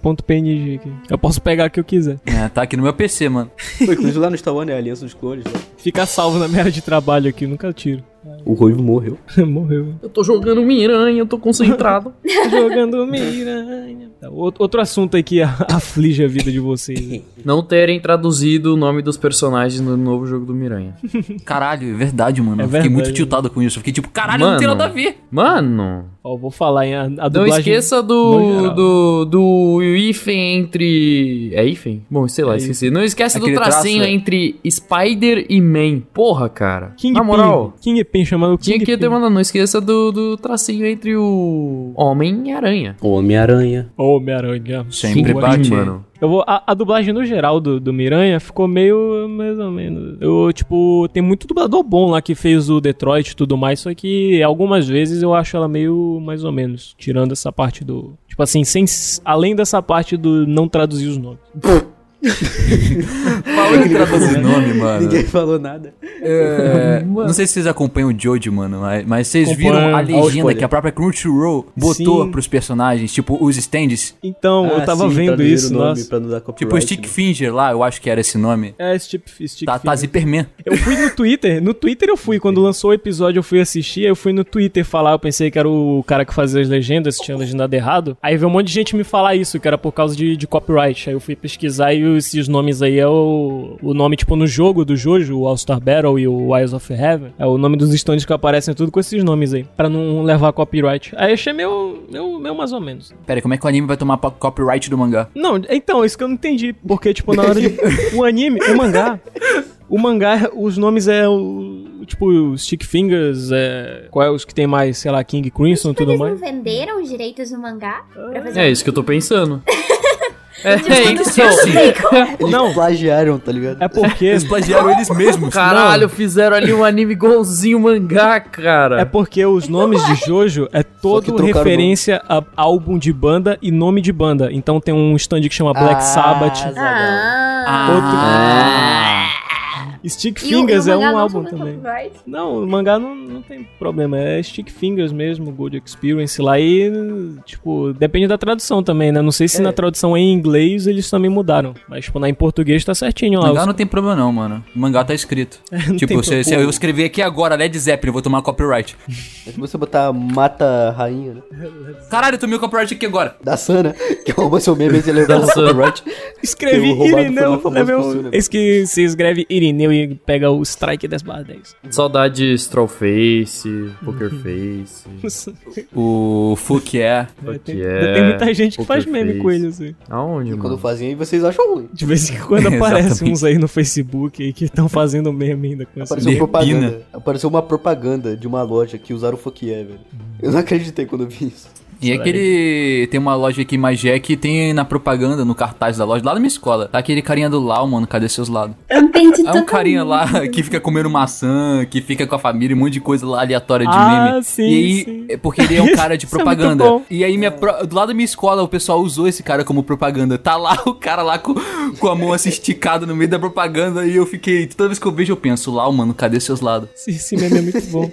[SPEAKER 3] aliança.png aqui. Eu posso pegar o que eu quiser.
[SPEAKER 6] É, tá aqui no meu PC, mano.
[SPEAKER 4] Pô, Inclusive lá no Star Wars, né? A aliança dos clones. né?
[SPEAKER 3] Fica salvo na minha área de trabalho aqui, nunca tiro.
[SPEAKER 4] O Ruivo morreu.
[SPEAKER 3] Morreu.
[SPEAKER 2] Eu tô jogando Miranha, eu tô concentrado.
[SPEAKER 3] Jogando miranha. Tá, out- Outro assunto aí que a- aflige a vida de vocês. né?
[SPEAKER 2] Não terem traduzido o nome dos personagens no novo jogo do Miranha.
[SPEAKER 6] Caralho, é verdade, mano.
[SPEAKER 3] É
[SPEAKER 6] eu fiquei
[SPEAKER 3] verdade,
[SPEAKER 6] muito
[SPEAKER 3] né?
[SPEAKER 6] tiltado com isso. Eu fiquei tipo, caralho, não tem
[SPEAKER 2] Mano.
[SPEAKER 6] nada a ver.
[SPEAKER 2] Mano,
[SPEAKER 3] Ó, eu vou falar, hein? A, a
[SPEAKER 2] não
[SPEAKER 3] dublagem...
[SPEAKER 2] esqueça
[SPEAKER 3] no
[SPEAKER 2] do,
[SPEAKER 3] geral.
[SPEAKER 2] do. do hífen entre. É hífen? Bom, sei lá,
[SPEAKER 3] É
[SPEAKER 2] esqueci. Não esquece do
[SPEAKER 6] Aquele traço,
[SPEAKER 2] tracinho
[SPEAKER 6] é.
[SPEAKER 2] entre Spider e Man. Porra, cara.
[SPEAKER 3] Kingpin.
[SPEAKER 2] Na moral.
[SPEAKER 3] Kingpin, chamando
[SPEAKER 2] Tinha
[SPEAKER 3] Kingpin.
[SPEAKER 2] que ter mandado, não esqueça do, do tracinho entre o Homem e Aranha.
[SPEAKER 4] Homem-Aranha.
[SPEAKER 3] Homem-Aranha.
[SPEAKER 6] Sempre
[SPEAKER 3] Sua-
[SPEAKER 6] bate.
[SPEAKER 3] Eu vou, a, a dublagem no geral do, do Miranha ficou meio mais ou menos. Eu, tipo, tem muito dublador bom lá que fez o Detroit e tudo mais, só que algumas vezes eu acho ela meio mais ou menos, tirando essa parte do. Tipo assim, sem, além dessa parte do não traduzir os nomes.
[SPEAKER 6] Fala que traduzir nome, mano.
[SPEAKER 4] Ninguém falou nada.
[SPEAKER 6] É, não sei se vocês acompanham o Jojo, mano, mas, mas vocês
[SPEAKER 3] Acompanho.
[SPEAKER 6] viram a
[SPEAKER 3] Olha o
[SPEAKER 6] legenda
[SPEAKER 4] spoiler.
[SPEAKER 6] que a própria Crunchyroll botou
[SPEAKER 3] Sim.
[SPEAKER 6] pros personagens, tipo os stands.
[SPEAKER 3] Então, eu
[SPEAKER 4] Ah,
[SPEAKER 3] tava
[SPEAKER 4] sim,
[SPEAKER 3] vendo
[SPEAKER 4] traduziram
[SPEAKER 3] isso,
[SPEAKER 4] o nome
[SPEAKER 3] nossa.
[SPEAKER 4] pra não dar
[SPEAKER 6] Tipo
[SPEAKER 4] copyright,
[SPEAKER 6] Stick
[SPEAKER 4] né?
[SPEAKER 6] Finger lá, eu acho que era esse nome.
[SPEAKER 3] É, Stick, Stick
[SPEAKER 6] Tá, tá
[SPEAKER 3] Figure.
[SPEAKER 6] Zipperman.
[SPEAKER 3] Eu fui no Twitter, no Twitter eu fui, quando lançou o episódio eu fui assistir, aí eu fui no Twitter falar, eu pensei que era o cara que fazia as legendas, tinha legendado errado. Aí veio um monte de gente me falar isso, que era por causa de, de copyright. Aí eu fui pesquisar e esses nomes aí é o, o nome, tipo, no jogo do Jojo, o All-Star Battle e o Eyes of Heaven. É o nome dos stands que aparecem tudo com esses nomes aí, pra não levar copyright. Aí achei meio, meio, meio mais ou menos.
[SPEAKER 6] Pera aí, como é que o anime vai tomar pa- copyright do mangá?
[SPEAKER 3] Não, então, isso que eu não entendi. Porque, tipo, na hora de. o anime, o mangá. O mangá, os nomes é o. Tipo, o Stick Fingers, é. Qual é os que tem mais, sei lá, King Crimson e
[SPEAKER 7] Tipo,
[SPEAKER 3] tudo
[SPEAKER 7] eles não
[SPEAKER 3] mais?
[SPEAKER 7] venderam os direitos do mangá? Pra fazer
[SPEAKER 2] É isso que eu tô pensando. É, é
[SPEAKER 4] Eles
[SPEAKER 3] Não.
[SPEAKER 4] plagiaram, tá ligado?
[SPEAKER 3] É porque.
[SPEAKER 6] Eles plagiaram eles mesmos.
[SPEAKER 2] Caralho, fizeram ali um anime igualzinho mangá, cara.
[SPEAKER 3] É porque os nomes de Jojo é
[SPEAKER 4] que
[SPEAKER 3] todo
[SPEAKER 4] trocaram o nome.
[SPEAKER 3] referência a álbum de banda e nome de banda. Então tem um stand que chama
[SPEAKER 4] Ah.
[SPEAKER 3] Black Sabbath.
[SPEAKER 5] Ah,
[SPEAKER 6] Ah,
[SPEAKER 3] Stick
[SPEAKER 7] E o- e o
[SPEAKER 3] Fingers é
[SPEAKER 7] mangá
[SPEAKER 3] um
[SPEAKER 7] não
[SPEAKER 3] álbum
[SPEAKER 7] tinha
[SPEAKER 3] também.
[SPEAKER 7] copyright?
[SPEAKER 3] Não, o mangá não, não tem problema. É Stick Fingers mesmo, Gold Experience lá. E, tipo, depende da tradução também, né? Não sei se na tradução em inglês eles também mudaram. Mas, tipo, na em português tá certinho lá.
[SPEAKER 6] mangá não tem problema não, mano. O mangá tá escrito.
[SPEAKER 3] tem
[SPEAKER 6] tipo, se, se eu escrever aqui agora Led Zeppelin, eu vou tomar copyright.
[SPEAKER 4] É se você botar Mata Rainha, né?
[SPEAKER 6] Caralho, eu tomei o copyright aqui agora.
[SPEAKER 4] Da Sana, que roubou seu meme assim, antes de levar
[SPEAKER 2] Da Sana.
[SPEAKER 4] copyright.
[SPEAKER 3] Escrevi
[SPEAKER 4] Tem o roubado foi
[SPEAKER 3] Irineu.
[SPEAKER 4] mais famoso
[SPEAKER 3] né, meu?
[SPEAKER 4] que o seu, né?
[SPEAKER 3] Esse que se escreve Irineu e pega o strike 10 barra 10.
[SPEAKER 2] Saudade de Strollface,
[SPEAKER 6] Uhum.
[SPEAKER 2] Pokerface.
[SPEAKER 6] O Fuck é.
[SPEAKER 2] Fuck
[SPEAKER 3] tem,
[SPEAKER 2] yeah,
[SPEAKER 3] tem muita gente que
[SPEAKER 2] poker
[SPEAKER 3] faz meme
[SPEAKER 2] face.
[SPEAKER 3] com ele, assim.
[SPEAKER 2] Aonde,
[SPEAKER 4] E quando
[SPEAKER 2] mano?
[SPEAKER 4] fazem aí, vocês acham ruim.
[SPEAKER 3] De vez em quando aparecem
[SPEAKER 6] Exatamente.
[SPEAKER 3] uns aí no Facebook aí que estão fazendo meme ainda com
[SPEAKER 4] Apareceu
[SPEAKER 6] Lepina.
[SPEAKER 4] propaganda. Apareceu uma propaganda de uma loja que usaram o Foquier, velho.
[SPEAKER 6] Hum.
[SPEAKER 4] Eu não acreditei quando eu vi isso.
[SPEAKER 6] E é aquele. Tem uma loja aqui em Magé que tem na propaganda, no cartaz da loja, lá na minha escola. Tá aquele carinha do Lau, mano, cadê seus lados?
[SPEAKER 5] eu não entendi
[SPEAKER 3] Então tá
[SPEAKER 6] É um
[SPEAKER 5] totalmente.
[SPEAKER 6] carinha lá que fica comendo maçã, que fica com a família, um monte de coisa lá aleatória de
[SPEAKER 3] Ah,
[SPEAKER 6] meme.
[SPEAKER 3] sim,
[SPEAKER 6] e aí,
[SPEAKER 3] sim.
[SPEAKER 6] é porque ele é um cara de
[SPEAKER 3] Isso é muito
[SPEAKER 6] propaganda.
[SPEAKER 3] bom.
[SPEAKER 6] e aí, minha pro- do lado da minha escola, o pessoal usou esse cara como propaganda. Tá lá o cara lá com, com a mão assim esticada no meio da propaganda. E eu fiquei. Toda vez que eu vejo, eu penso, Lau, mano, cadê seus lados?
[SPEAKER 3] Esse, esse meme é muito bom.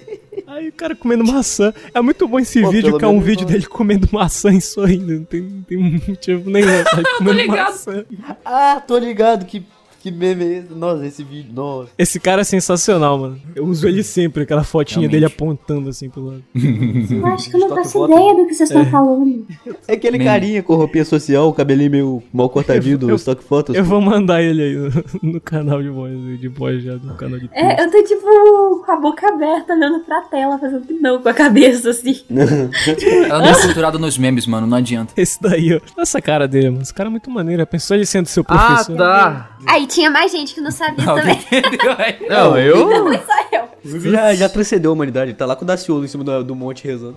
[SPEAKER 3] Aí o cara comendo maçã. É muito bom esse
[SPEAKER 4] Pô,
[SPEAKER 3] vídeo,
[SPEAKER 4] pelo
[SPEAKER 3] que é um
[SPEAKER 4] menos
[SPEAKER 3] vídeo
[SPEAKER 4] não-
[SPEAKER 3] dele comendo maçã e sorrindo. Não tem, não tem motivo nenhum. Tá comendo maçã.
[SPEAKER 4] Ah, tô ligado que, que meme é esse. Nossa, esse vídeo, nossa.
[SPEAKER 3] Esse cara é sensacional, mano. Eu uso ele sempre, aquela fotinha
[SPEAKER 6] Realmente.
[SPEAKER 3] dele apontando assim pro lado.
[SPEAKER 7] Eu acho que eu não
[SPEAKER 4] Estoque
[SPEAKER 7] faço
[SPEAKER 4] foto.
[SPEAKER 5] um-
[SPEAKER 7] ideia do que vocês estão falando.
[SPEAKER 4] É aquele carinha com roupinha social, o cabelinho meio mal cortadinho do
[SPEAKER 3] eu-
[SPEAKER 4] Stock Photos.
[SPEAKER 3] Eu vou mandar ele aí no, no canal de voz, de voz já, no canal de
[SPEAKER 5] É, eu tô tipo com a boca aberta olhando pra tela, fazendo que não com a cabeça assim.
[SPEAKER 6] Ela não é culturada nos memes, mano, não adianta.
[SPEAKER 3] Esse daí, ó. Olha essa cara dele, mano. Esse cara é muito maneiro. Pensou ele sendo seu
[SPEAKER 2] Ah,
[SPEAKER 3] professor?
[SPEAKER 2] tá.
[SPEAKER 7] Aí tinha mais gente que não sabia
[SPEAKER 6] Alguém
[SPEAKER 7] também.
[SPEAKER 6] entendeu aí?
[SPEAKER 2] Não, eu.
[SPEAKER 4] Já, já transcendeu a humanidade, tá lá com o Daciolo em cima do, do monte rezando.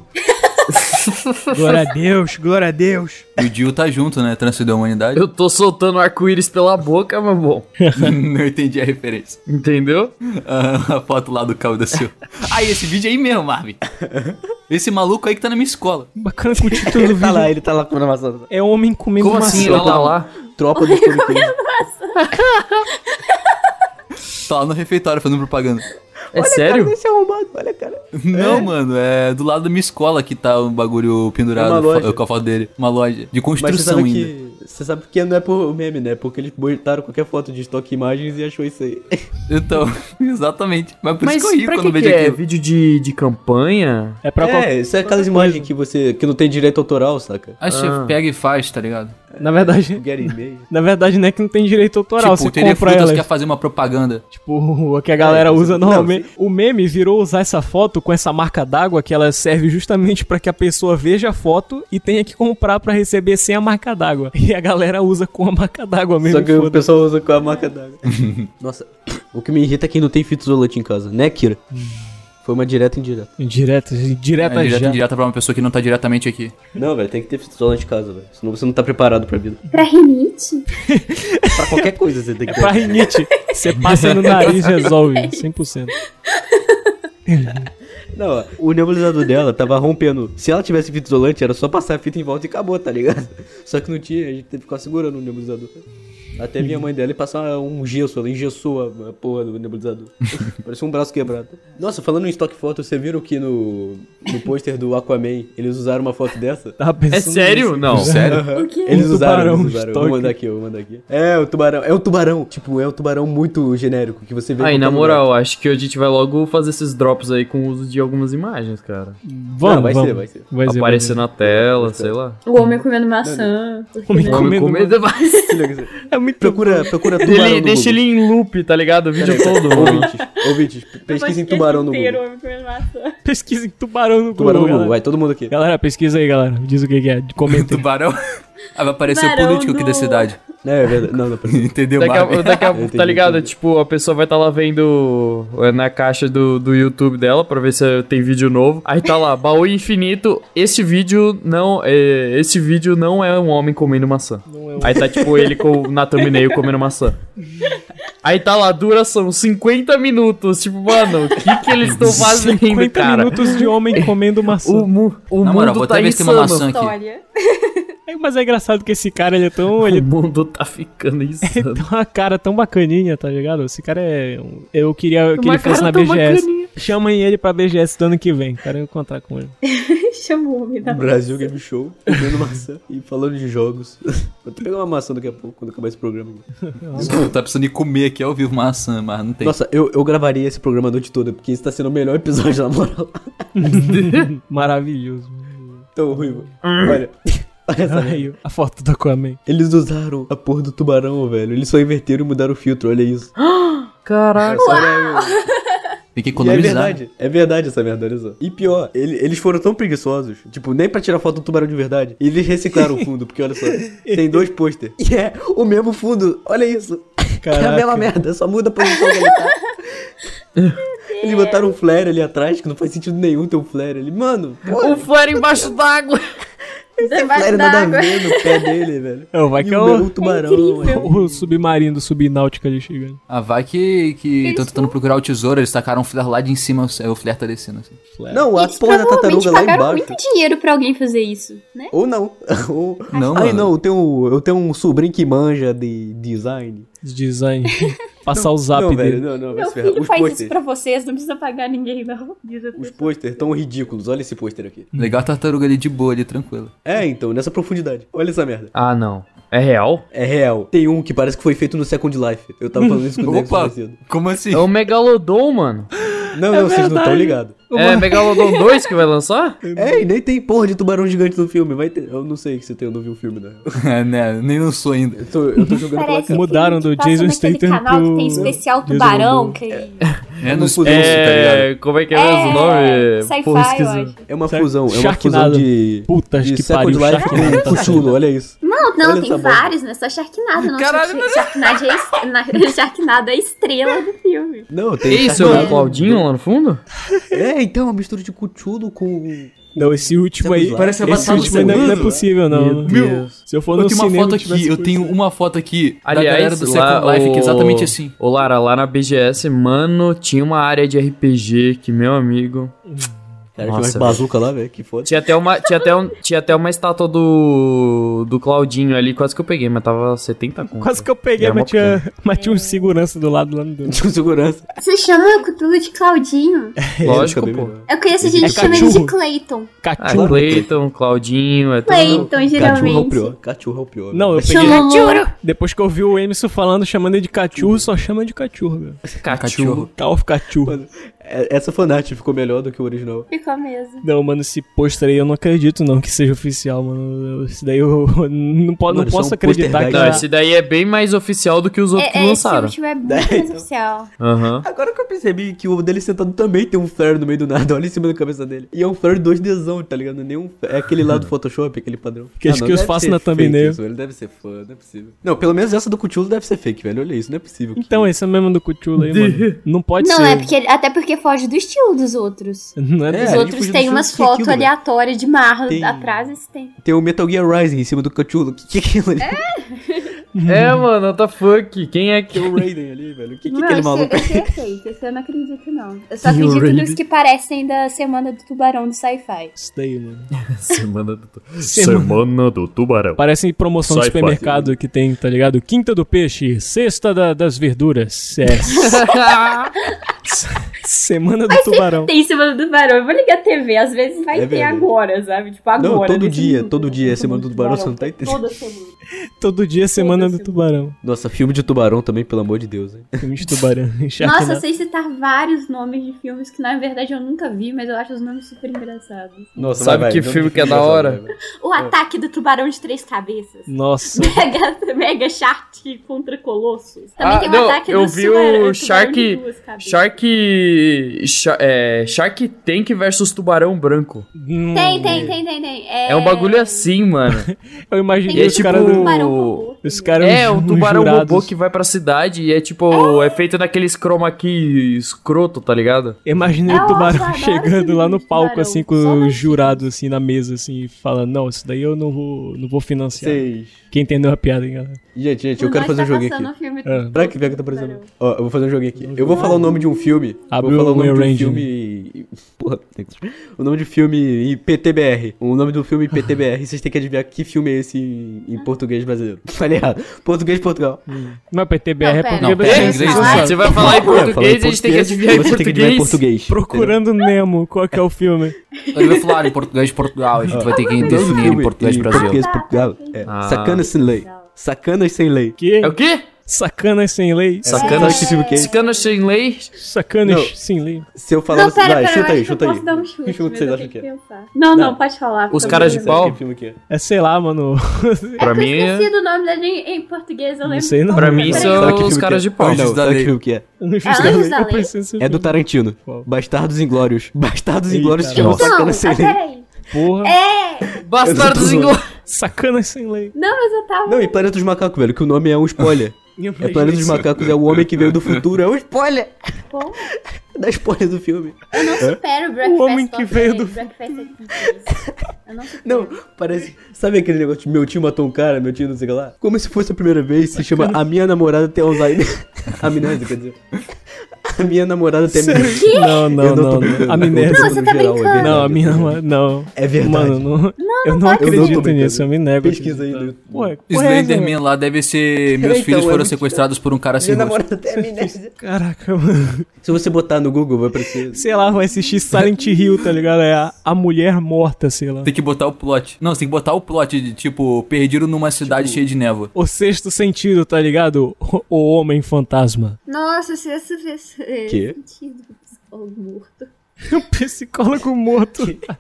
[SPEAKER 3] Glória a Deus, glória a Deus.
[SPEAKER 6] E o Dio tá junto, né? Transcendeu a humanidade.
[SPEAKER 2] Eu tô soltando arco-íris pela boca, meu bom.
[SPEAKER 6] não entendi a referência.
[SPEAKER 2] Entendeu?
[SPEAKER 6] Ah, a foto lá do Cabo da Silva. Aí, esse vídeo é aí mesmo, Marvin. Esse maluco aí que tá na minha escola.
[SPEAKER 3] Bacana que o título do
[SPEAKER 4] Ele tá
[SPEAKER 3] vídeo
[SPEAKER 4] lá, ele tá lá com a maçã.
[SPEAKER 3] é Homem Comendo
[SPEAKER 6] assim,
[SPEAKER 2] Como
[SPEAKER 3] Maçã.
[SPEAKER 2] assim? Olha lá, olha lá.
[SPEAKER 4] Tropa do Stonecujo.
[SPEAKER 6] Tá lá no refeitório fazendo propaganda.
[SPEAKER 2] É sério?
[SPEAKER 4] Esse arrombado, olha, cara.
[SPEAKER 6] Não, mano, é do lado da minha escola que tá um bagulho pendurado
[SPEAKER 4] É uma loja.
[SPEAKER 6] fo- com a foto dele. Uma loja de
[SPEAKER 4] Mas você
[SPEAKER 6] construção
[SPEAKER 4] sabe
[SPEAKER 6] ainda.
[SPEAKER 4] que. Você sabe que não é por meme, né? Porque eles botaram qualquer foto de estoque de imagens e achou isso aí.
[SPEAKER 6] Então, exatamente. Mas por
[SPEAKER 2] Mas
[SPEAKER 6] isso que eu ri
[SPEAKER 2] pra
[SPEAKER 6] quando
[SPEAKER 2] que,
[SPEAKER 6] vejo
[SPEAKER 2] que é?
[SPEAKER 6] aquilo.
[SPEAKER 2] Vídeo de, de campanha?
[SPEAKER 3] É pra qualquer.
[SPEAKER 4] é, isso é aquelas imagens que você. que não tem direito autoral, saca?
[SPEAKER 6] Aí Ah, você pega e faz, tá ligado?
[SPEAKER 3] Na verdade.
[SPEAKER 4] Get e-mail.
[SPEAKER 3] Na verdade, não é que não tem direito autoral,
[SPEAKER 6] tipo, o
[SPEAKER 3] você
[SPEAKER 6] Tere
[SPEAKER 3] compra
[SPEAKER 6] Frutas
[SPEAKER 3] ela.
[SPEAKER 6] quer fazer uma propaganda.
[SPEAKER 3] Tipo, o que a
[SPEAKER 4] É,
[SPEAKER 3] galera usa normalmente. O meme virou usar essa foto com essa marca d'água que ela serve justamente pra que a pessoa veja a foto e tenha que comprar pra receber sem a marca d'água. E a galera usa com a marca d'água mesmo.
[SPEAKER 4] Só que o
[SPEAKER 3] foda-se.
[SPEAKER 4] pessoal usa com a marca d'água. Nossa, o que me irrita é quem não tem fita isolante em casa, né, Kira? Foi uma direta indireta.
[SPEAKER 3] Direto, direta,
[SPEAKER 6] É, direta,
[SPEAKER 3] já.
[SPEAKER 6] direta pra uma pessoa que não tá diretamente aqui.
[SPEAKER 4] Não, velho, tem que ter fita isolante em casa, velho. Senão você não tá preparado pra vida.
[SPEAKER 7] Pra rinite?
[SPEAKER 4] Pra qualquer coisa você tem que
[SPEAKER 3] Pra rinite, você passa no nariz e resolve 100%.
[SPEAKER 4] Não, ó, o nebulizador dela tava rompendo. Se ela tivesse fita isolante, era só passar a fita em volta e acabou, tá ligado? Só que não tinha, a gente teve que ficar segurando o nebulizador. Até minha mãe dela e passar um gesso, ela engessou a a porra do nebulizador. Parecia um braço quebrado. Nossa, falando em estoque foto, você viram que no, no pôster do Aquaman eles usaram uma foto dessa?
[SPEAKER 3] Tava pensando
[SPEAKER 2] É sério?
[SPEAKER 3] nisso.
[SPEAKER 2] Não.
[SPEAKER 6] Sério?
[SPEAKER 5] O que
[SPEAKER 4] Eles
[SPEAKER 3] Um
[SPEAKER 4] usaram,
[SPEAKER 3] tubarão
[SPEAKER 4] eles usaram. Vou
[SPEAKER 3] estoque.
[SPEAKER 4] mandar aqui, eu vou mandar aqui. É, o tubarão. É o tubarão. Tipo, é um tubarão muito genérico que você vê. em
[SPEAKER 2] Aí, na
[SPEAKER 4] qualquer lugar.
[SPEAKER 2] moral, acho que a gente vai logo fazer esses drops aí com o uso de algumas imagens, cara.
[SPEAKER 3] Vamos,
[SPEAKER 4] Não, vai
[SPEAKER 3] vamos.
[SPEAKER 4] ser, vai ser.
[SPEAKER 3] Vai
[SPEAKER 6] é
[SPEAKER 3] ser,
[SPEAKER 2] Aparecer
[SPEAKER 3] vai
[SPEAKER 2] na tela, sei lá.
[SPEAKER 5] O homem comendo maçã. porque,
[SPEAKER 3] Homem
[SPEAKER 5] né?
[SPEAKER 2] Come-
[SPEAKER 3] comendo-
[SPEAKER 2] come-
[SPEAKER 3] ser. É muito
[SPEAKER 4] Procura, procura tubarão.
[SPEAKER 2] Ele,
[SPEAKER 4] no
[SPEAKER 2] deixa
[SPEAKER 4] Google.
[SPEAKER 2] ele em loop, tá ligado? O vídeo todo, mano.
[SPEAKER 4] Ouvintes, ouvintes,
[SPEAKER 5] Eu
[SPEAKER 4] pesquisem
[SPEAKER 5] podcast
[SPEAKER 4] tubarão no
[SPEAKER 5] inteiro,
[SPEAKER 4] Google.
[SPEAKER 5] homem comendo maçã.
[SPEAKER 3] pesquisa em tubarão no
[SPEAKER 4] Tubarão no
[SPEAKER 3] Google.
[SPEAKER 4] Google,
[SPEAKER 3] galera.
[SPEAKER 4] vai, todo mundo aqui.
[SPEAKER 3] Galera, pesquisa aí, galera. Diz o que que é. Comenta aí.
[SPEAKER 6] Tubarão? Aí vai aparecer o
[SPEAKER 5] Tubarão
[SPEAKER 6] político aqui da
[SPEAKER 5] do-
[SPEAKER 6] cidade.
[SPEAKER 4] É, é verdade. Não, não, pera.
[SPEAKER 6] Entendeu,
[SPEAKER 2] Daqui
[SPEAKER 6] Marvel?
[SPEAKER 2] a, daqui a-
[SPEAKER 4] Eu entendi,
[SPEAKER 2] tá ligado?
[SPEAKER 4] entendi.
[SPEAKER 2] Tipo, a pessoa vai estar tá lá vendo é, na caixa do, do YouTube dela pra ver se tem vídeo novo. Aí tá lá, baú infinito. Esse vídeo não é, esse vídeo não é um homem comendo maçã. Aí tá tipo ele com, na thumbnail comendo maçã. Aí tá lá, duração 50 minutos. Tipo, mano, o que que eles estão fazendo,
[SPEAKER 3] 50
[SPEAKER 2] cara?
[SPEAKER 3] minutos de homem comendo maçã.
[SPEAKER 2] O, mu o
[SPEAKER 6] Na
[SPEAKER 2] mundo
[SPEAKER 6] moral, vou
[SPEAKER 2] tá
[SPEAKER 6] até ver se tem uma
[SPEAKER 2] insano.
[SPEAKER 6] maçã aqui.
[SPEAKER 5] História.
[SPEAKER 3] É, Mas é engraçado que esse cara, ele é tão. Ele
[SPEAKER 2] O mundo tá ficando insano.
[SPEAKER 3] tem uma cara tão bacaninha, tá ligado? Esse cara é. um- Eu queria que
[SPEAKER 2] Uma
[SPEAKER 3] ele fosse
[SPEAKER 2] cara
[SPEAKER 3] na
[SPEAKER 2] tão
[SPEAKER 3] BGS.
[SPEAKER 2] bacaninha.
[SPEAKER 3] Chamem ele pra BGS do ano que vem. Quero encontrar com ele.
[SPEAKER 5] Chama o homem tá? da
[SPEAKER 4] Brasil Game Show, comendo maçã e falando de jogos. Vou até pegar uma maçã daqui a pouco, quando acabar esse programa.
[SPEAKER 6] Tá precisando ir comer aqui ao vivo maçã, mas não tem.
[SPEAKER 4] Nossa, eu, eu gravaria esse programa a noite toda, porque esse tá sendo o melhor episódio, na moral.
[SPEAKER 3] Maravilhoso.
[SPEAKER 4] Tão ruim, mano. Olha, olha essa merda.
[SPEAKER 3] Aí, a foto do Aquaman.
[SPEAKER 4] Eles usaram a porra do tubarão, velho. Eles só inverteram e mudaram o filtro, olha isso. é
[SPEAKER 2] Caraca.
[SPEAKER 6] Tem
[SPEAKER 4] E
[SPEAKER 6] que
[SPEAKER 4] é
[SPEAKER 6] economizar.
[SPEAKER 4] verdade, é verdade essa merda, olha só. E pior, ele- eles foram tão preguiçosos, tipo, nem pra tirar foto do tubarão de verdade, e eles reciclaram o fundo, porque olha só, tem dois pôster. E é o mesmo fundo, olha isso. É a
[SPEAKER 3] Caraca.
[SPEAKER 4] mesma merda, só muda a posição que ele tá. Eles botaram um flare ali atrás, que não faz sentido nenhum ter um flare ali. Mano, pô,
[SPEAKER 2] O flare embaixo d'água.
[SPEAKER 4] flare
[SPEAKER 5] Debaixo
[SPEAKER 4] nada a
[SPEAKER 5] d'água.
[SPEAKER 4] ver no pé dele, velho.
[SPEAKER 3] É, vai
[SPEAKER 4] E
[SPEAKER 3] que é
[SPEAKER 4] o
[SPEAKER 3] o,
[SPEAKER 4] mesmo tubarão, velho.
[SPEAKER 3] o submarino do Subnáutica ali chegando.
[SPEAKER 6] Ah, vai que,
[SPEAKER 2] É
[SPEAKER 6] que estão tentando procurar o tesouro, eles tacaram um flare lá de em cima, o flare tá descendo. Assim.
[SPEAKER 4] Não, a
[SPEAKER 7] Eles
[SPEAKER 4] porra da
[SPEAKER 7] provavelmente
[SPEAKER 4] tartaruga lá
[SPEAKER 7] pagaram
[SPEAKER 4] embaixo.
[SPEAKER 7] muito dinheiro pra alguém fazer isso, né?
[SPEAKER 4] Ou não. Ou...
[SPEAKER 6] Não,
[SPEAKER 4] Ai,
[SPEAKER 6] mano.
[SPEAKER 4] não, eu tenho, eu tenho um sobrinho que manja de design.
[SPEAKER 3] De design. Passar o zap
[SPEAKER 4] não,
[SPEAKER 3] dele.
[SPEAKER 4] velho, não, não, vai
[SPEAKER 5] Meu
[SPEAKER 4] se ferrar.
[SPEAKER 5] filho
[SPEAKER 4] Os
[SPEAKER 5] faz
[SPEAKER 4] posters,
[SPEAKER 5] isso pra vocês, não precisa pagar ninguém, não. Diz a
[SPEAKER 4] os
[SPEAKER 5] pessoa.
[SPEAKER 4] posters tão ridículos. Olha esse pôster aqui.
[SPEAKER 6] Legal a tartaruga ali de boa, ali tranquila.
[SPEAKER 4] É, então, nessa profundidade. Olha essa merda.
[SPEAKER 2] Ah, não. É real?
[SPEAKER 4] É real. Tem um que parece que foi feito no Second Life. Eu tava falando isso com o Dex
[SPEAKER 6] Opa,
[SPEAKER 4] mais cedo.
[SPEAKER 6] como assim?
[SPEAKER 2] É o Megalodon, mano.
[SPEAKER 4] Não, não, vocês não estão ligados.
[SPEAKER 2] É Megalodon 2 que vai lançar?
[SPEAKER 4] É, e nem tem porra de tubarão gigante no filme. Vai ter... Eu não sei se tem, eu não vi o filme, né?
[SPEAKER 6] É, né, nem lançou ainda.
[SPEAKER 4] Eu tô, eu tô jogando pela
[SPEAKER 7] Parece
[SPEAKER 4] cara.
[SPEAKER 3] Mudaram
[SPEAKER 7] que
[SPEAKER 3] do
[SPEAKER 7] passa
[SPEAKER 3] Jason
[SPEAKER 7] naquele
[SPEAKER 3] Statham
[SPEAKER 7] canal que
[SPEAKER 3] pro-
[SPEAKER 7] tem especial
[SPEAKER 3] Jason
[SPEAKER 7] tubarão,
[SPEAKER 3] Bourne.
[SPEAKER 7] que...
[SPEAKER 6] É no
[SPEAKER 4] fudeu.
[SPEAKER 6] espaço, tá ligado?
[SPEAKER 2] É, como é que é mesmo o
[SPEAKER 7] É,
[SPEAKER 2] nome? Porra,
[SPEAKER 7] sci-fi, eu
[SPEAKER 2] esquisito.
[SPEAKER 7] acho.
[SPEAKER 4] É uma
[SPEAKER 3] Shark-
[SPEAKER 4] fusão, é uma fusão
[SPEAKER 3] Sharknado.
[SPEAKER 4] de...
[SPEAKER 3] Puta,
[SPEAKER 4] é de
[SPEAKER 3] que pariu.
[SPEAKER 4] Second Life
[SPEAKER 3] Sharknado
[SPEAKER 4] com
[SPEAKER 3] tá chegando.
[SPEAKER 4] Cthulhu, olha isso.
[SPEAKER 7] Não, não,
[SPEAKER 4] Olha tá
[SPEAKER 7] tem
[SPEAKER 4] essa bosta.
[SPEAKER 7] vários, não é só Sharknado, não.
[SPEAKER 6] Caralho,
[SPEAKER 7] Shark- Sharknado é, est- na- Sharknado é estrela do filme.
[SPEAKER 4] Não,
[SPEAKER 2] Que
[SPEAKER 4] tem...
[SPEAKER 2] isso, é o
[SPEAKER 4] Sharknado.
[SPEAKER 2] Claudinho lá no fundo?
[SPEAKER 4] É, então, uma mistura de Cthulhu com...
[SPEAKER 3] Não, esse último aí.
[SPEAKER 6] Parece
[SPEAKER 3] Esse
[SPEAKER 6] avatar do
[SPEAKER 3] último
[SPEAKER 6] seu
[SPEAKER 3] não é- não é
[SPEAKER 6] mundo.
[SPEAKER 3] possível, não.
[SPEAKER 2] Meu
[SPEAKER 6] Deus.
[SPEAKER 3] Se eu for
[SPEAKER 6] Eu
[SPEAKER 3] no
[SPEAKER 6] tenho uma
[SPEAKER 3] cinema.
[SPEAKER 6] foto
[SPEAKER 3] e tivesse
[SPEAKER 6] aqui, eu
[SPEAKER 3] coisa-
[SPEAKER 6] tenho uma foto aqui da galera
[SPEAKER 2] Aliás,
[SPEAKER 6] do
[SPEAKER 2] lá,
[SPEAKER 6] Second Life, que é
[SPEAKER 2] o-
[SPEAKER 6] exatamente assim.
[SPEAKER 2] Ô Lara, lá na BGS, mano, tinha uma área de RPG que, meu amigo.
[SPEAKER 4] Cara,
[SPEAKER 1] Nossa,
[SPEAKER 4] tinha umas
[SPEAKER 1] velho.
[SPEAKER 4] bazuca lá, velho. Que foda.
[SPEAKER 2] Tinha até uma, tinha até um, tinha até uma estátua do, do Claudinho ali, quase que eu peguei, mas tava 70 conto.
[SPEAKER 3] Quase que eu peguei,
[SPEAKER 2] Era
[SPEAKER 3] mas
[SPEAKER 2] uma
[SPEAKER 3] tinha, mas
[SPEAKER 7] É.
[SPEAKER 3] tinha um segurança do lado lá no deu.
[SPEAKER 4] Com segurança.
[SPEAKER 7] Você chama o Cthulhu de Claudinho?
[SPEAKER 2] Lógico,
[SPEAKER 4] Também,
[SPEAKER 2] pô.
[SPEAKER 4] velho.
[SPEAKER 7] Eu conheço gente
[SPEAKER 3] É
[SPEAKER 7] que chama ele
[SPEAKER 3] cachorro.
[SPEAKER 7] de Clayton.
[SPEAKER 2] Ah,
[SPEAKER 3] Cachorro.
[SPEAKER 2] um Cleiton, Claudinho, é tudo.
[SPEAKER 7] Clayton,
[SPEAKER 4] Cachorro é o
[SPEAKER 7] geralmente.
[SPEAKER 4] pior. Cachorro é o pior.
[SPEAKER 3] Não, eu
[SPEAKER 4] velho.
[SPEAKER 3] peguei.
[SPEAKER 7] Chama
[SPEAKER 3] Depois que eu vi o Emerson falando, chamando ele de cachorro, só chama de cachorro, velho.
[SPEAKER 2] Cachorro.
[SPEAKER 3] Call of cachorro.
[SPEAKER 4] Mano, é- Essa fanart ficou melhor do que o original.
[SPEAKER 7] Ficou mesmo.
[SPEAKER 3] Não, mano, esse pôster aí eu não acredito não que seja oficial, mano. Esse daí eu não, po- não
[SPEAKER 4] Mano, isso é um
[SPEAKER 3] posso
[SPEAKER 4] pôster
[SPEAKER 3] acreditar
[SPEAKER 4] da
[SPEAKER 3] que...
[SPEAKER 2] Não, esse daí é bem mais oficial do que os outros
[SPEAKER 7] É,
[SPEAKER 2] que
[SPEAKER 7] é, esse
[SPEAKER 2] lançaram.
[SPEAKER 7] último é muito
[SPEAKER 4] Então.
[SPEAKER 7] mais oficial.
[SPEAKER 2] Aham.
[SPEAKER 4] Agora que eu percebi que o dele sentado também tem um flare no meio do nada, olha em cima da cabeça dele. E é um flare 2Dzão, tá ligado? Nem um, é aquele lá do Photoshop, aquele padrão. Ah,
[SPEAKER 3] Que acho
[SPEAKER 4] não,
[SPEAKER 3] que os
[SPEAKER 4] deve
[SPEAKER 3] faço
[SPEAKER 4] ser
[SPEAKER 3] na
[SPEAKER 4] fake
[SPEAKER 3] thumbnail.
[SPEAKER 4] Isso, ele deve ser fã, não é possível. Não, pelo menos essa do Cthulhu deve ser fake, velho. Olha isso, não é possível. que-
[SPEAKER 3] Então, esse é mesmo do Cthulhu aí, mano. Não pode
[SPEAKER 7] Não,
[SPEAKER 3] ser.
[SPEAKER 7] é porque, até porque foge do estilo dos outros.
[SPEAKER 3] Não é
[SPEAKER 4] É,
[SPEAKER 7] Os
[SPEAKER 4] ele
[SPEAKER 7] outros
[SPEAKER 4] fugiu do
[SPEAKER 7] têm
[SPEAKER 4] estilo
[SPEAKER 7] umas
[SPEAKER 4] do Kill
[SPEAKER 7] fotos
[SPEAKER 4] Kill, velho.
[SPEAKER 7] aleatórias de Marvel
[SPEAKER 4] Tem.
[SPEAKER 7] atrás, esse né? tem.
[SPEAKER 4] Tem o Metal Gear Rising em cima do Cthulhu. Que que é aquilo ali? É,
[SPEAKER 2] É, mano, what the fuck? Quem é que.
[SPEAKER 4] o Raiden ali, velho. Que que é
[SPEAKER 7] Não,
[SPEAKER 4] aquele
[SPEAKER 7] esse,
[SPEAKER 4] maluco?
[SPEAKER 7] esse é fake, esse eu não acredito, não. Eu só acredito nos que parecem da Semana do Tubarão do Sci-Fi.
[SPEAKER 3] Isso daí, mano.
[SPEAKER 2] Semana do,
[SPEAKER 3] Semana-
[SPEAKER 2] do Tubarão.
[SPEAKER 3] Parece promoção de
[SPEAKER 2] Sai fora.
[SPEAKER 3] supermercado que tem, tá ligado? Quinta do peixe, sexta da- das verduras, é, semana do tubarão.
[SPEAKER 5] Tem semana do barão. Eu vou ligar a TV. Às vezes vai
[SPEAKER 4] É
[SPEAKER 5] ter
[SPEAKER 4] verdade.
[SPEAKER 5] agora, sabe? Tipo, agora.
[SPEAKER 4] Não, todo
[SPEAKER 5] nesse
[SPEAKER 4] dia,
[SPEAKER 5] minuto.
[SPEAKER 4] todo dia é semana do tubarão, você não tá entendendo.
[SPEAKER 5] Toda semana.
[SPEAKER 3] Todo dia é semana do
[SPEAKER 5] semana.
[SPEAKER 3] tubarão.
[SPEAKER 4] Nossa, filme de tubarão também, pelo amor de Deus, hein?
[SPEAKER 3] Filme de tubarão.
[SPEAKER 5] Nossa,
[SPEAKER 3] Sharknado.
[SPEAKER 5] eu sei citar vários nomes de filmes que na verdade eu nunca vi, mas eu acho os nomes super engraçados.
[SPEAKER 4] Nossa,
[SPEAKER 2] Sabe
[SPEAKER 4] vai, vai,
[SPEAKER 2] que
[SPEAKER 4] vamos
[SPEAKER 2] filme
[SPEAKER 4] de
[SPEAKER 2] que é da
[SPEAKER 4] engraçado,
[SPEAKER 2] hora?
[SPEAKER 4] vai, vai.
[SPEAKER 5] O
[SPEAKER 7] É.
[SPEAKER 5] Ataque do Tubarão de Três Cabeças.
[SPEAKER 3] Nossa.
[SPEAKER 5] Mega, mega Shark contra Colossus. Também
[SPEAKER 2] Ah,
[SPEAKER 5] tem o
[SPEAKER 2] não,
[SPEAKER 5] ataque
[SPEAKER 2] eu
[SPEAKER 5] do
[SPEAKER 2] vi
[SPEAKER 5] tubarão-
[SPEAKER 2] o
[SPEAKER 5] tubarão de
[SPEAKER 2] Shark-
[SPEAKER 5] duas cabeças.
[SPEAKER 2] Shark. Sha- é, Shark Tank versus Tubarão Branco.
[SPEAKER 3] Hum,
[SPEAKER 5] Tem, tem, tem, tem, tem. É,
[SPEAKER 2] É um bagulho assim, mano.
[SPEAKER 3] Eu
[SPEAKER 5] Tem
[SPEAKER 3] imaginei
[SPEAKER 2] é
[SPEAKER 3] os
[SPEAKER 5] um
[SPEAKER 2] tipo-
[SPEAKER 3] caras do...
[SPEAKER 5] tubarão robô.
[SPEAKER 3] Os caras
[SPEAKER 2] É,
[SPEAKER 3] os
[SPEAKER 2] um tubarão
[SPEAKER 3] jurados.
[SPEAKER 2] robô que vai pra cidade e é tipo. É feito naqueles chroma key escroto, tá ligado?
[SPEAKER 3] Eu Imaginei
[SPEAKER 5] É
[SPEAKER 3] o
[SPEAKER 5] ótimo, eu
[SPEAKER 3] tubarão
[SPEAKER 5] adoro
[SPEAKER 3] chegando lá no
[SPEAKER 5] filme de
[SPEAKER 3] palco,
[SPEAKER 5] tubarão.
[SPEAKER 3] assim, com
[SPEAKER 5] Só
[SPEAKER 3] os
[SPEAKER 5] mais
[SPEAKER 3] jurados, assim, na mesa, assim, e falando, não, isso daí eu não vou, não vou financiar.
[SPEAKER 4] Seis.
[SPEAKER 3] Quem entendeu a piada, hein, galera?
[SPEAKER 4] Gente, gente, eu
[SPEAKER 5] Por nós
[SPEAKER 4] quero fazer
[SPEAKER 5] tá
[SPEAKER 4] um joguinho aqui.
[SPEAKER 5] passando o filme
[SPEAKER 3] É.
[SPEAKER 4] Pra que ver que tá aparecendo? Ó, eu vou fazer um joguinho aqui. Eu
[SPEAKER 2] Uhum.
[SPEAKER 4] vou falar o nome de um filme.
[SPEAKER 3] Abre
[SPEAKER 4] vou falar
[SPEAKER 3] o Rearrange,
[SPEAKER 4] um filme. e- Porra, tem que- o nome de filme em PTBR. O nome do filme em PTBR. Vocês têm que adivinhar que filme é esse em, em português brasileiro. Falei errado. Português de Portugal.
[SPEAKER 3] Não é PTBR, é
[SPEAKER 7] Não, pera.
[SPEAKER 3] porque
[SPEAKER 6] Não, pera,
[SPEAKER 3] é
[SPEAKER 6] em inglês
[SPEAKER 3] você
[SPEAKER 6] não.
[SPEAKER 3] sabe.
[SPEAKER 2] né? Você vai falar em
[SPEAKER 4] Eu falei
[SPEAKER 2] português e a gente tem que adivinhar em
[SPEAKER 4] Você tem que adivinhar em
[SPEAKER 2] português.
[SPEAKER 4] português.
[SPEAKER 3] Procurando Nemo, qual que é o filme?
[SPEAKER 6] Ele vai falar em português de Portugal, a gente vai ter que
[SPEAKER 4] entendeu? Todo
[SPEAKER 6] definir
[SPEAKER 4] filme
[SPEAKER 6] em português
[SPEAKER 4] em
[SPEAKER 6] do Brasil.
[SPEAKER 4] Português de Portugal. É.
[SPEAKER 2] Ah.
[SPEAKER 4] Sacanas sem lei. Sacanas sem lei.
[SPEAKER 3] Que?
[SPEAKER 2] É o quê?
[SPEAKER 3] Sacanas sem lei?
[SPEAKER 2] Sacana,
[SPEAKER 4] Sabe esse filme que é?
[SPEAKER 2] Sacana sem lei?
[SPEAKER 3] Sacanas
[SPEAKER 4] Não.
[SPEAKER 3] sem lei.
[SPEAKER 4] Se eu falar,
[SPEAKER 5] Não,
[SPEAKER 4] você-
[SPEAKER 5] pera,
[SPEAKER 4] vai,
[SPEAKER 5] pera,
[SPEAKER 4] chuta
[SPEAKER 5] eu
[SPEAKER 4] aí,
[SPEAKER 5] acho
[SPEAKER 4] chuta
[SPEAKER 5] que eu
[SPEAKER 4] aí.
[SPEAKER 5] posso dar um chute,
[SPEAKER 4] Que filme que
[SPEAKER 5] mas
[SPEAKER 4] vocês
[SPEAKER 5] eu
[SPEAKER 4] acham
[SPEAKER 5] tenho
[SPEAKER 4] que é?
[SPEAKER 5] pensar. Não, não,
[SPEAKER 4] Não.
[SPEAKER 5] pode falar.
[SPEAKER 2] Os
[SPEAKER 5] porque
[SPEAKER 2] caras
[SPEAKER 5] eu
[SPEAKER 2] de
[SPEAKER 4] Vocês acham
[SPEAKER 2] pau.
[SPEAKER 4] que filme que é?
[SPEAKER 3] É, sei lá, mano.
[SPEAKER 2] Pra mim
[SPEAKER 5] Eu
[SPEAKER 2] é.
[SPEAKER 5] esqueci do nome dele em, em português, eu lembro.
[SPEAKER 3] sei não.
[SPEAKER 2] Pra mim
[SPEAKER 5] Peraí.
[SPEAKER 4] Sabe que
[SPEAKER 2] são os
[SPEAKER 4] filme
[SPEAKER 2] caras
[SPEAKER 4] que
[SPEAKER 2] de
[SPEAKER 4] é?
[SPEAKER 2] pau.
[SPEAKER 4] Não,
[SPEAKER 6] da
[SPEAKER 4] sabe que
[SPEAKER 6] lei.
[SPEAKER 4] filme que é?
[SPEAKER 5] Anjos da
[SPEAKER 3] Eu
[SPEAKER 5] Lei.
[SPEAKER 3] pensei assim. nesse
[SPEAKER 4] É do
[SPEAKER 3] filme.
[SPEAKER 4] Tarantino.
[SPEAKER 3] Qual?
[SPEAKER 4] Bastardos Inglórios. Bastardos
[SPEAKER 3] Ih,
[SPEAKER 4] Inglórios
[SPEAKER 3] cara.
[SPEAKER 4] tinha uma
[SPEAKER 5] Então,
[SPEAKER 4] sacana sem
[SPEAKER 5] ah,
[SPEAKER 4] lei.
[SPEAKER 5] peraí.
[SPEAKER 3] Porra.
[SPEAKER 2] é Bastardos
[SPEAKER 4] Eu tô
[SPEAKER 2] ingleses.
[SPEAKER 3] Sacanas sem lei.
[SPEAKER 5] Não, mas eu tava.
[SPEAKER 4] Não, e Planeta dos Macacos, velho, que o nome é um spoiler.
[SPEAKER 3] Eu
[SPEAKER 4] É
[SPEAKER 3] imaginei
[SPEAKER 4] Planeta dos
[SPEAKER 3] isso.
[SPEAKER 4] Macacos, é o homem que veio do futuro, é um spoiler.
[SPEAKER 5] Pô.
[SPEAKER 4] Dá spoiler do filme.
[SPEAKER 5] Supera o Breakfast
[SPEAKER 3] homem que
[SPEAKER 5] Club,
[SPEAKER 3] veio
[SPEAKER 5] né?
[SPEAKER 3] do-
[SPEAKER 5] Breakfast at Tiffany's. Eu não supero.
[SPEAKER 4] Não, parece. Sabe aquele negócio de meu tio matou um cara, meu tio não sei o que lá? Como se fosse a primeira vez, se chama A Minha Namorada Tem Alzheimer. Amnésia, quer dizer. A Minha Namorada Tem
[SPEAKER 3] Sério?
[SPEAKER 4] Amnésia.
[SPEAKER 3] Não, não,
[SPEAKER 4] Eu não tô
[SPEAKER 3] não.
[SPEAKER 4] brincando.
[SPEAKER 3] não.
[SPEAKER 4] Eu
[SPEAKER 3] Amnésia.
[SPEAKER 4] tô
[SPEAKER 5] você
[SPEAKER 4] falando
[SPEAKER 5] tá
[SPEAKER 4] no geral, é
[SPEAKER 5] brincando.
[SPEAKER 4] verdade,
[SPEAKER 3] Não, a
[SPEAKER 4] eu tô
[SPEAKER 3] minha
[SPEAKER 4] brincando.
[SPEAKER 3] não. Não,
[SPEAKER 4] É verdade.
[SPEAKER 3] Mano, não, é eu não tá
[SPEAKER 4] Eu não tô
[SPEAKER 3] acredito
[SPEAKER 4] brincando.
[SPEAKER 3] nisso, eu me nego. é- a
[SPEAKER 4] Pesquisa aí
[SPEAKER 3] acreditar.
[SPEAKER 4] no-
[SPEAKER 3] Ué,
[SPEAKER 6] Slenderman
[SPEAKER 3] Slenderman.
[SPEAKER 6] lá deve
[SPEAKER 4] Meus
[SPEAKER 6] ser meus
[SPEAKER 4] Então, filhos
[SPEAKER 6] filhos
[SPEAKER 4] é foram
[SPEAKER 6] foram
[SPEAKER 4] muito-
[SPEAKER 6] sequestrados por um cara sem
[SPEAKER 4] Minha
[SPEAKER 6] rosto.
[SPEAKER 4] namorada tem amnésia.
[SPEAKER 3] Caraca, mano.
[SPEAKER 4] Se você botar no Google, vai aparecer.
[SPEAKER 3] Sei lá, vai assistir Silent Hill, tá ligado? É a, a mulher morta, sei lá.
[SPEAKER 6] Tem que botar o plot. Não, você tem que botar o plot de tipo, perdido numa cidade cheia de névoa.
[SPEAKER 3] O sexto sentido, tá ligado? O, o homem fantasma.
[SPEAKER 7] Nossa, se essa vez.
[SPEAKER 4] Quê?
[SPEAKER 7] Sentido do psicólogo morto.
[SPEAKER 3] O psicólogo morto. Ah.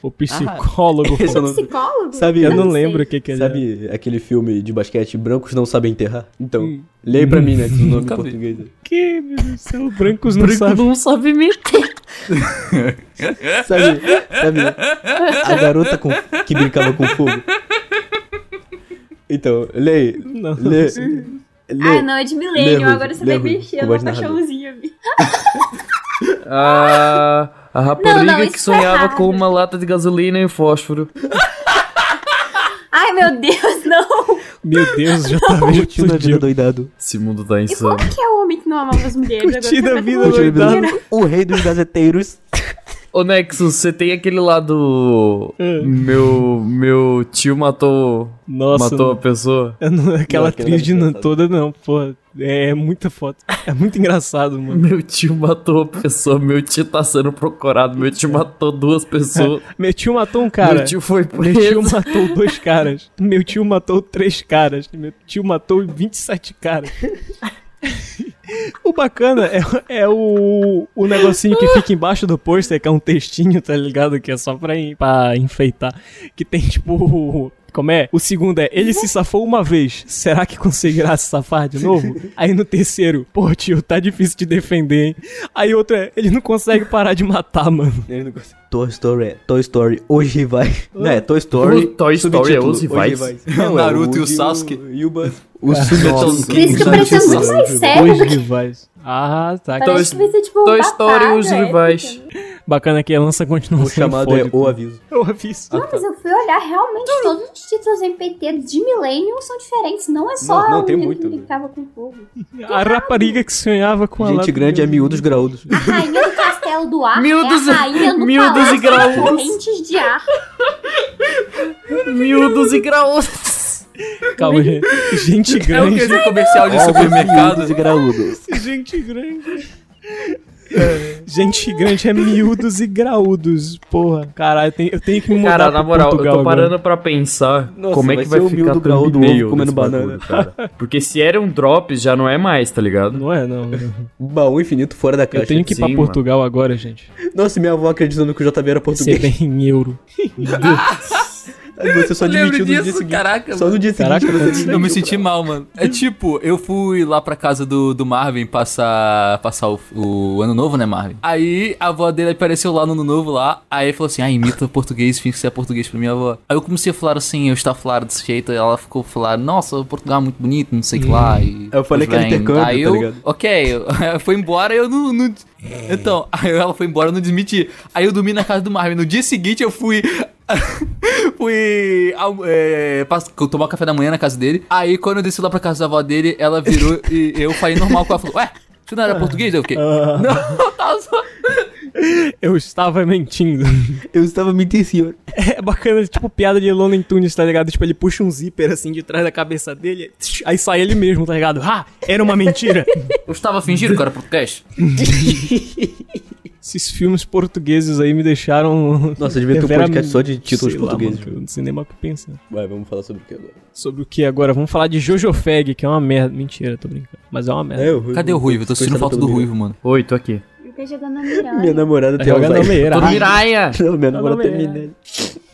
[SPEAKER 3] o psicólogo
[SPEAKER 4] Esse é o
[SPEAKER 3] fantasma.
[SPEAKER 4] nome.
[SPEAKER 7] Psicólogo?
[SPEAKER 4] Sabe,
[SPEAKER 3] Eu não lembro o que que é.
[SPEAKER 4] Sabe aquele filme de basquete Brancos Não Sabem Enterrar? Então, leia pra mim, né? Que o nome em
[SPEAKER 6] Nunca vi.
[SPEAKER 4] português. é.
[SPEAKER 3] Que, meu Deus do céu, brancos não sabem.
[SPEAKER 2] não sabe meter.
[SPEAKER 4] Sabe, sabe a garota com- que brincava com fogo? Então, leia.
[SPEAKER 3] Não,
[SPEAKER 4] Lê,
[SPEAKER 3] não sei.
[SPEAKER 4] lê.
[SPEAKER 5] Ah, não, é de
[SPEAKER 4] Lê,
[SPEAKER 5] Millennium.
[SPEAKER 4] Ruivo,
[SPEAKER 5] Agora você
[SPEAKER 4] lê,
[SPEAKER 5] vai
[SPEAKER 4] Ruivo,
[SPEAKER 5] mexer
[SPEAKER 4] com voz
[SPEAKER 5] uma
[SPEAKER 4] narradora.
[SPEAKER 5] paixãozinha. minha.
[SPEAKER 2] Ah, a rapariga
[SPEAKER 5] Não, não,
[SPEAKER 2] que
[SPEAKER 5] isso é
[SPEAKER 2] sonhava
[SPEAKER 5] errado.
[SPEAKER 2] com uma lata de gasolina e um fósforo.
[SPEAKER 5] Ai, meu Deus, não.
[SPEAKER 3] Meu Deus, já tá meio
[SPEAKER 4] Curtindo a vida
[SPEAKER 3] explodiu.
[SPEAKER 4] doidado.
[SPEAKER 2] Esse mundo tá
[SPEAKER 5] E como
[SPEAKER 2] insano.
[SPEAKER 7] é
[SPEAKER 5] que é o homem que não amava as mulheres? Agora
[SPEAKER 3] Curtindo
[SPEAKER 5] você
[SPEAKER 3] a
[SPEAKER 5] vai
[SPEAKER 3] vida
[SPEAKER 4] tá?
[SPEAKER 5] falar.
[SPEAKER 4] Curtindo a vida
[SPEAKER 3] doidado.
[SPEAKER 4] doidado. O rei dos gazeteiros.
[SPEAKER 2] Ô Nexus, você tem aquele lá do.
[SPEAKER 3] É.
[SPEAKER 2] Meu, meu tio matou.
[SPEAKER 3] Nossa. né?
[SPEAKER 2] matou a pessoa.
[SPEAKER 3] eu não- aquela
[SPEAKER 4] Não, aquele
[SPEAKER 3] atriz de
[SPEAKER 4] não é
[SPEAKER 3] não-
[SPEAKER 4] engraçado.
[SPEAKER 3] toda não, porra. É, muita foto. É muito engraçado, mano.
[SPEAKER 2] Meu tio matou a pessoa. Meu tio tá sendo procurado. Meu tio matou duas pessoas.
[SPEAKER 3] Meu tio matou um cara.
[SPEAKER 2] meu tio foi
[SPEAKER 3] Meu
[SPEAKER 2] preso.
[SPEAKER 3] tio matou dois caras. Meu tio matou três caras. Meu tio matou 27 caras. O bacana é, é o, o negocinho que fica embaixo do pôster, que é um textinho, tá ligado? Que é só pra, en- pra enfeitar. Que tem tipo. o- Como é? O segundo é, ele se safou uma vez. Será que conseguirá se safar de novo? Aí no terceiro, pô, tio, tá difícil de defender, hein? Aí outro é, ele não consegue parar de matar, mano.
[SPEAKER 4] Eu não gosto. Toy Story é Toy Story, os rivais. Não, é Toy Story.
[SPEAKER 2] O Toy Story é
[SPEAKER 4] subtítulo,
[SPEAKER 2] Os Rivais?
[SPEAKER 4] Não, é
[SPEAKER 8] Naruto e o
[SPEAKER 4] de-
[SPEAKER 8] Sasuke.
[SPEAKER 4] E o Buzz.
[SPEAKER 8] O Então,
[SPEAKER 5] Por isso que pareceu muito mais sério.
[SPEAKER 3] Os
[SPEAKER 5] porque
[SPEAKER 3] rivais. Ah, tá.
[SPEAKER 4] Então
[SPEAKER 2] Toy-
[SPEAKER 5] Parece que vai ser tipo um
[SPEAKER 2] Toy Story e
[SPEAKER 5] babado,
[SPEAKER 2] os
[SPEAKER 7] né?
[SPEAKER 5] é,
[SPEAKER 2] rivais.
[SPEAKER 5] fica-
[SPEAKER 3] Bacana é que a lança continua
[SPEAKER 4] O chamado é O Aviso.
[SPEAKER 3] Eu aviso.
[SPEAKER 7] Não, mas eu fui olhar realmente todos os títulos MPT de Millennium são diferentes. Não é só
[SPEAKER 4] Não, não,
[SPEAKER 7] o
[SPEAKER 4] tem
[SPEAKER 7] menino
[SPEAKER 4] muito,
[SPEAKER 7] que
[SPEAKER 4] né?
[SPEAKER 7] ficava com o povo.
[SPEAKER 3] A rapariga que sonhava com a
[SPEAKER 4] Gente
[SPEAKER 3] lata-
[SPEAKER 4] grande é miúdos graúdos.
[SPEAKER 7] A rainha do castelo do ar
[SPEAKER 2] Mildos e-
[SPEAKER 7] é a rainha do
[SPEAKER 2] Mildos e
[SPEAKER 7] palácio
[SPEAKER 2] graúdos.
[SPEAKER 7] das correntes de ar.
[SPEAKER 2] Miúdos e graúdos.
[SPEAKER 3] Calma, gente. Gente
[SPEAKER 8] É o que
[SPEAKER 3] grande.
[SPEAKER 8] de comercial de
[SPEAKER 4] Miúdos
[SPEAKER 8] supermercado.
[SPEAKER 4] e graúdos.
[SPEAKER 3] gente grande. É, gente grande é miúdos e graúdos, porra. Caralho, eu tenho, eu tenho que me mudar
[SPEAKER 2] Cara, na
[SPEAKER 3] pra
[SPEAKER 2] moral, eu
[SPEAKER 3] Portugal
[SPEAKER 2] tô
[SPEAKER 3] agora.
[SPEAKER 2] parando pra pensar
[SPEAKER 4] Nossa,
[SPEAKER 2] como é
[SPEAKER 4] vai
[SPEAKER 2] que vai
[SPEAKER 4] ser o
[SPEAKER 2] ficar
[SPEAKER 4] miúdo
[SPEAKER 2] o
[SPEAKER 4] grau do ovo
[SPEAKER 2] thumbnail
[SPEAKER 4] comendo
[SPEAKER 2] desse bagulho, cara. Porque se era um drop, já não é mais, tá ligado?
[SPEAKER 3] Não é, não.
[SPEAKER 4] Baú infinito fora da caixa.
[SPEAKER 3] Eu tenho que ir pra
[SPEAKER 2] sim,
[SPEAKER 3] Portugal agora, gente.
[SPEAKER 4] Nossa, minha avó acreditando que o JB era
[SPEAKER 3] Você
[SPEAKER 4] português.
[SPEAKER 3] tem em euro.
[SPEAKER 4] Aí você só
[SPEAKER 8] Lembro
[SPEAKER 4] admitiu no dia
[SPEAKER 8] disso,
[SPEAKER 4] seguinte.
[SPEAKER 8] caraca.
[SPEAKER 4] Só no dia
[SPEAKER 3] Caraca,
[SPEAKER 4] seguinte. você
[SPEAKER 8] Eu me
[SPEAKER 4] admitiu,
[SPEAKER 8] senti mal, mano. É tipo, eu fui lá pra casa do, do Marvin passar, passar o, o ano novo, né, Marvin? Aí a avó dele apareceu lá no ano novo lá, aí falou assim, ah, imita português, finge que você é português pra minha avó. Aí eu comecei a falar assim, eu estava falando desse jeito, aí ela ficou falando, nossa, Portugal é muito bonito, não sei o que lá. E,
[SPEAKER 4] Eu falei que era
[SPEAKER 8] Vem.
[SPEAKER 4] intercâmbio,
[SPEAKER 8] aí
[SPEAKER 4] tá
[SPEAKER 8] eu,
[SPEAKER 4] ligado?
[SPEAKER 8] Ok, eu- foi embora eu não, não- Então, aí ela foi embora, eu não desmiti. Aí eu dormi na casa do Marvin. No dia seguinte eu fui. fui. almo- É, pass- tomar café da manhã na casa dele. Aí quando eu desci lá pra casa da avó dele, ela virou e eu falei normal com ela. Falou, ué, você não era
[SPEAKER 4] Ah.
[SPEAKER 8] português? Eu fiquei. Não, eu tava só.
[SPEAKER 3] Eu estava mentindo.
[SPEAKER 4] Eu estava mentindo, senhor.
[SPEAKER 3] É bacana, tipo piada de Looney Tunes, tá ligado? Tipo, ele puxa um zíper assim de trás da cabeça dele, aí sai ele mesmo, tá ligado? Ah, era uma mentira.
[SPEAKER 8] Eu estava fingindo que eu era português.
[SPEAKER 3] Esses filmes portugueses aí me deixaram.
[SPEAKER 4] Nossa, devia ter um
[SPEAKER 3] Devera-
[SPEAKER 4] podcast só de títulos
[SPEAKER 3] Sei lá,
[SPEAKER 4] portugueses.
[SPEAKER 3] mano, que eu não sei nem mais o que pensar.
[SPEAKER 4] Vai, vamos falar sobre o que agora?
[SPEAKER 3] Sobre o que agora? Vamos falar de Jojo Fag, que é uma merda. Mentira, tô brincando. Mas é uma merda.
[SPEAKER 4] É, o Ruivo.
[SPEAKER 8] Cadê o Ruivo? Eu tô sentindo
[SPEAKER 4] Coitado
[SPEAKER 8] falta
[SPEAKER 4] pelo
[SPEAKER 8] do
[SPEAKER 4] Miguel.
[SPEAKER 8] Ruivo, mano.
[SPEAKER 2] Oi, tô aqui.
[SPEAKER 7] Ele tá jogando a
[SPEAKER 4] Minha
[SPEAKER 7] Miranha.
[SPEAKER 4] namorada
[SPEAKER 3] Tá
[SPEAKER 4] tem
[SPEAKER 3] jogando a
[SPEAKER 4] Alzheimer.
[SPEAKER 3] meia.
[SPEAKER 2] Tô no Miraia.
[SPEAKER 4] Não, minha namorada tem
[SPEAKER 3] meia.
[SPEAKER 4] Minério.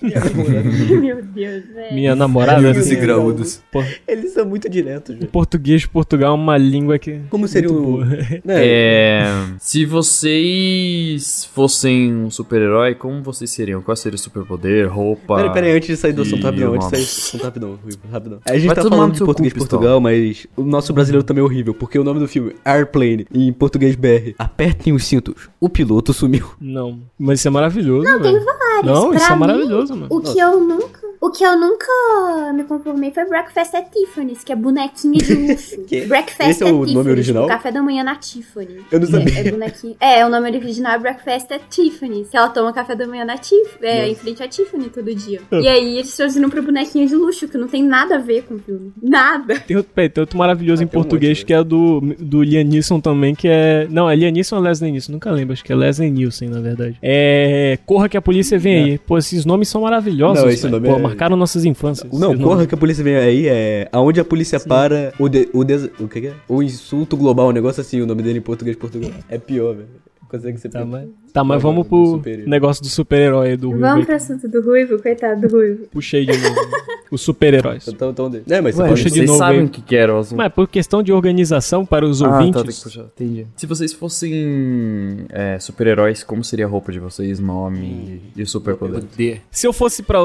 [SPEAKER 5] Meu Deus, velho.
[SPEAKER 3] Minha namorada.
[SPEAKER 8] Miúdos e
[SPEAKER 3] assim,
[SPEAKER 8] graúdos.
[SPEAKER 3] pô,
[SPEAKER 4] Eles são muito diretos, velho.
[SPEAKER 3] português de Portugal é uma língua que.
[SPEAKER 4] Como seria
[SPEAKER 3] muito
[SPEAKER 4] o...
[SPEAKER 3] boa.
[SPEAKER 4] Né?
[SPEAKER 2] É, se vocês fossem um super-herói, como vocês seriam? Qual seria o superpoder, roupa?
[SPEAKER 4] Peraí, peraí, antes de sair do assunto
[SPEAKER 2] Ih,
[SPEAKER 4] rapidão, antes de
[SPEAKER 2] mano.
[SPEAKER 4] sair do assunto rapidão, Ruivo, rapidão. A gente
[SPEAKER 2] Vai
[SPEAKER 4] tá
[SPEAKER 2] tomar no
[SPEAKER 4] falando de
[SPEAKER 2] seu cu,
[SPEAKER 4] português de
[SPEAKER 2] pistola.
[SPEAKER 4] Portugal, mas o nosso brasileiro também é horrível, porque o nome do filme é Airplane, em português BR. Apertem os cintos, o piloto sumiu.
[SPEAKER 3] Não. Mas isso é maravilhoso. Não,
[SPEAKER 7] tem
[SPEAKER 3] vários. Não,
[SPEAKER 7] Pra
[SPEAKER 3] isso é
[SPEAKER 7] mim,
[SPEAKER 3] maravilhoso, mano.
[SPEAKER 7] O que eu nunca. O que eu nunca me conformei foi Breakfast at Tiffany's, que é bonequinha de luxo.
[SPEAKER 4] Que?
[SPEAKER 7] Breakfast
[SPEAKER 4] Esse é
[SPEAKER 7] at
[SPEAKER 4] o nome
[SPEAKER 7] Tiffany's,
[SPEAKER 4] original?
[SPEAKER 7] tipo, café da manhã na Tiffany.
[SPEAKER 4] Eu não sabia.
[SPEAKER 7] É, é bonequinha. É, o nome original é Breakfast at Tiffany's, que ela toma café da manhã na Tiff, é, em frente à Tiffany todo dia.
[SPEAKER 4] Ah.
[SPEAKER 7] E aí eles traduziram pra bonequinha de luxo, que não tem nada a ver com o filme. Nada.
[SPEAKER 3] Tem outro, peraí, tem outro maravilhoso
[SPEAKER 4] Ah,
[SPEAKER 3] em
[SPEAKER 4] tem um
[SPEAKER 3] português
[SPEAKER 4] monte,
[SPEAKER 3] que é do, do Liam Neeson também, que é. Não, é Liam Neeson ou Leslie Nielsen? Nunca lembro, acho que é Leslie Nielsen, na verdade. É. Corra que a polícia vem aí. Pô, esses nomes são maravilhosos.
[SPEAKER 4] É. Não, esse
[SPEAKER 3] velho.
[SPEAKER 4] nome
[SPEAKER 3] Pô,
[SPEAKER 4] é-
[SPEAKER 3] marcaram nossas infâncias.
[SPEAKER 4] Não,
[SPEAKER 3] esses
[SPEAKER 4] corra
[SPEAKER 3] nomes.
[SPEAKER 4] que a polícia vem aí, é... Aonde a polícia para, o, de, o, des, o que que é? O insulto global, um negócio assim, o nome dele em português de Portugal. É pior, velho. Consegue ser
[SPEAKER 3] Tá,
[SPEAKER 4] pior.
[SPEAKER 3] mas, tá, mas
[SPEAKER 4] Não,
[SPEAKER 3] vamos
[SPEAKER 4] do
[SPEAKER 3] pro
[SPEAKER 4] é um super-herói.
[SPEAKER 3] negócio do super-herói do Ruivo.
[SPEAKER 5] Vamos
[SPEAKER 3] aí.
[SPEAKER 5] pro assunto do Ruivo, coitado do Ruivo.
[SPEAKER 3] Puxei de novo. Os super-heróis.
[SPEAKER 4] Então, então, dele. É, mas você
[SPEAKER 2] Ué,
[SPEAKER 4] pode...
[SPEAKER 3] puxa de
[SPEAKER 2] vocês
[SPEAKER 3] novo
[SPEAKER 2] sabem
[SPEAKER 3] aí.
[SPEAKER 2] o que que era o assunto.
[SPEAKER 3] Mas é por questão de organização para os
[SPEAKER 2] Ah, tá, tem que
[SPEAKER 3] ouvintes.
[SPEAKER 2] puxar, entendi. Se vocês fossem é, super-heróis, como seria a roupa de vocês, nome e o superpoder?
[SPEAKER 8] Poder.
[SPEAKER 3] Se eu fosse pra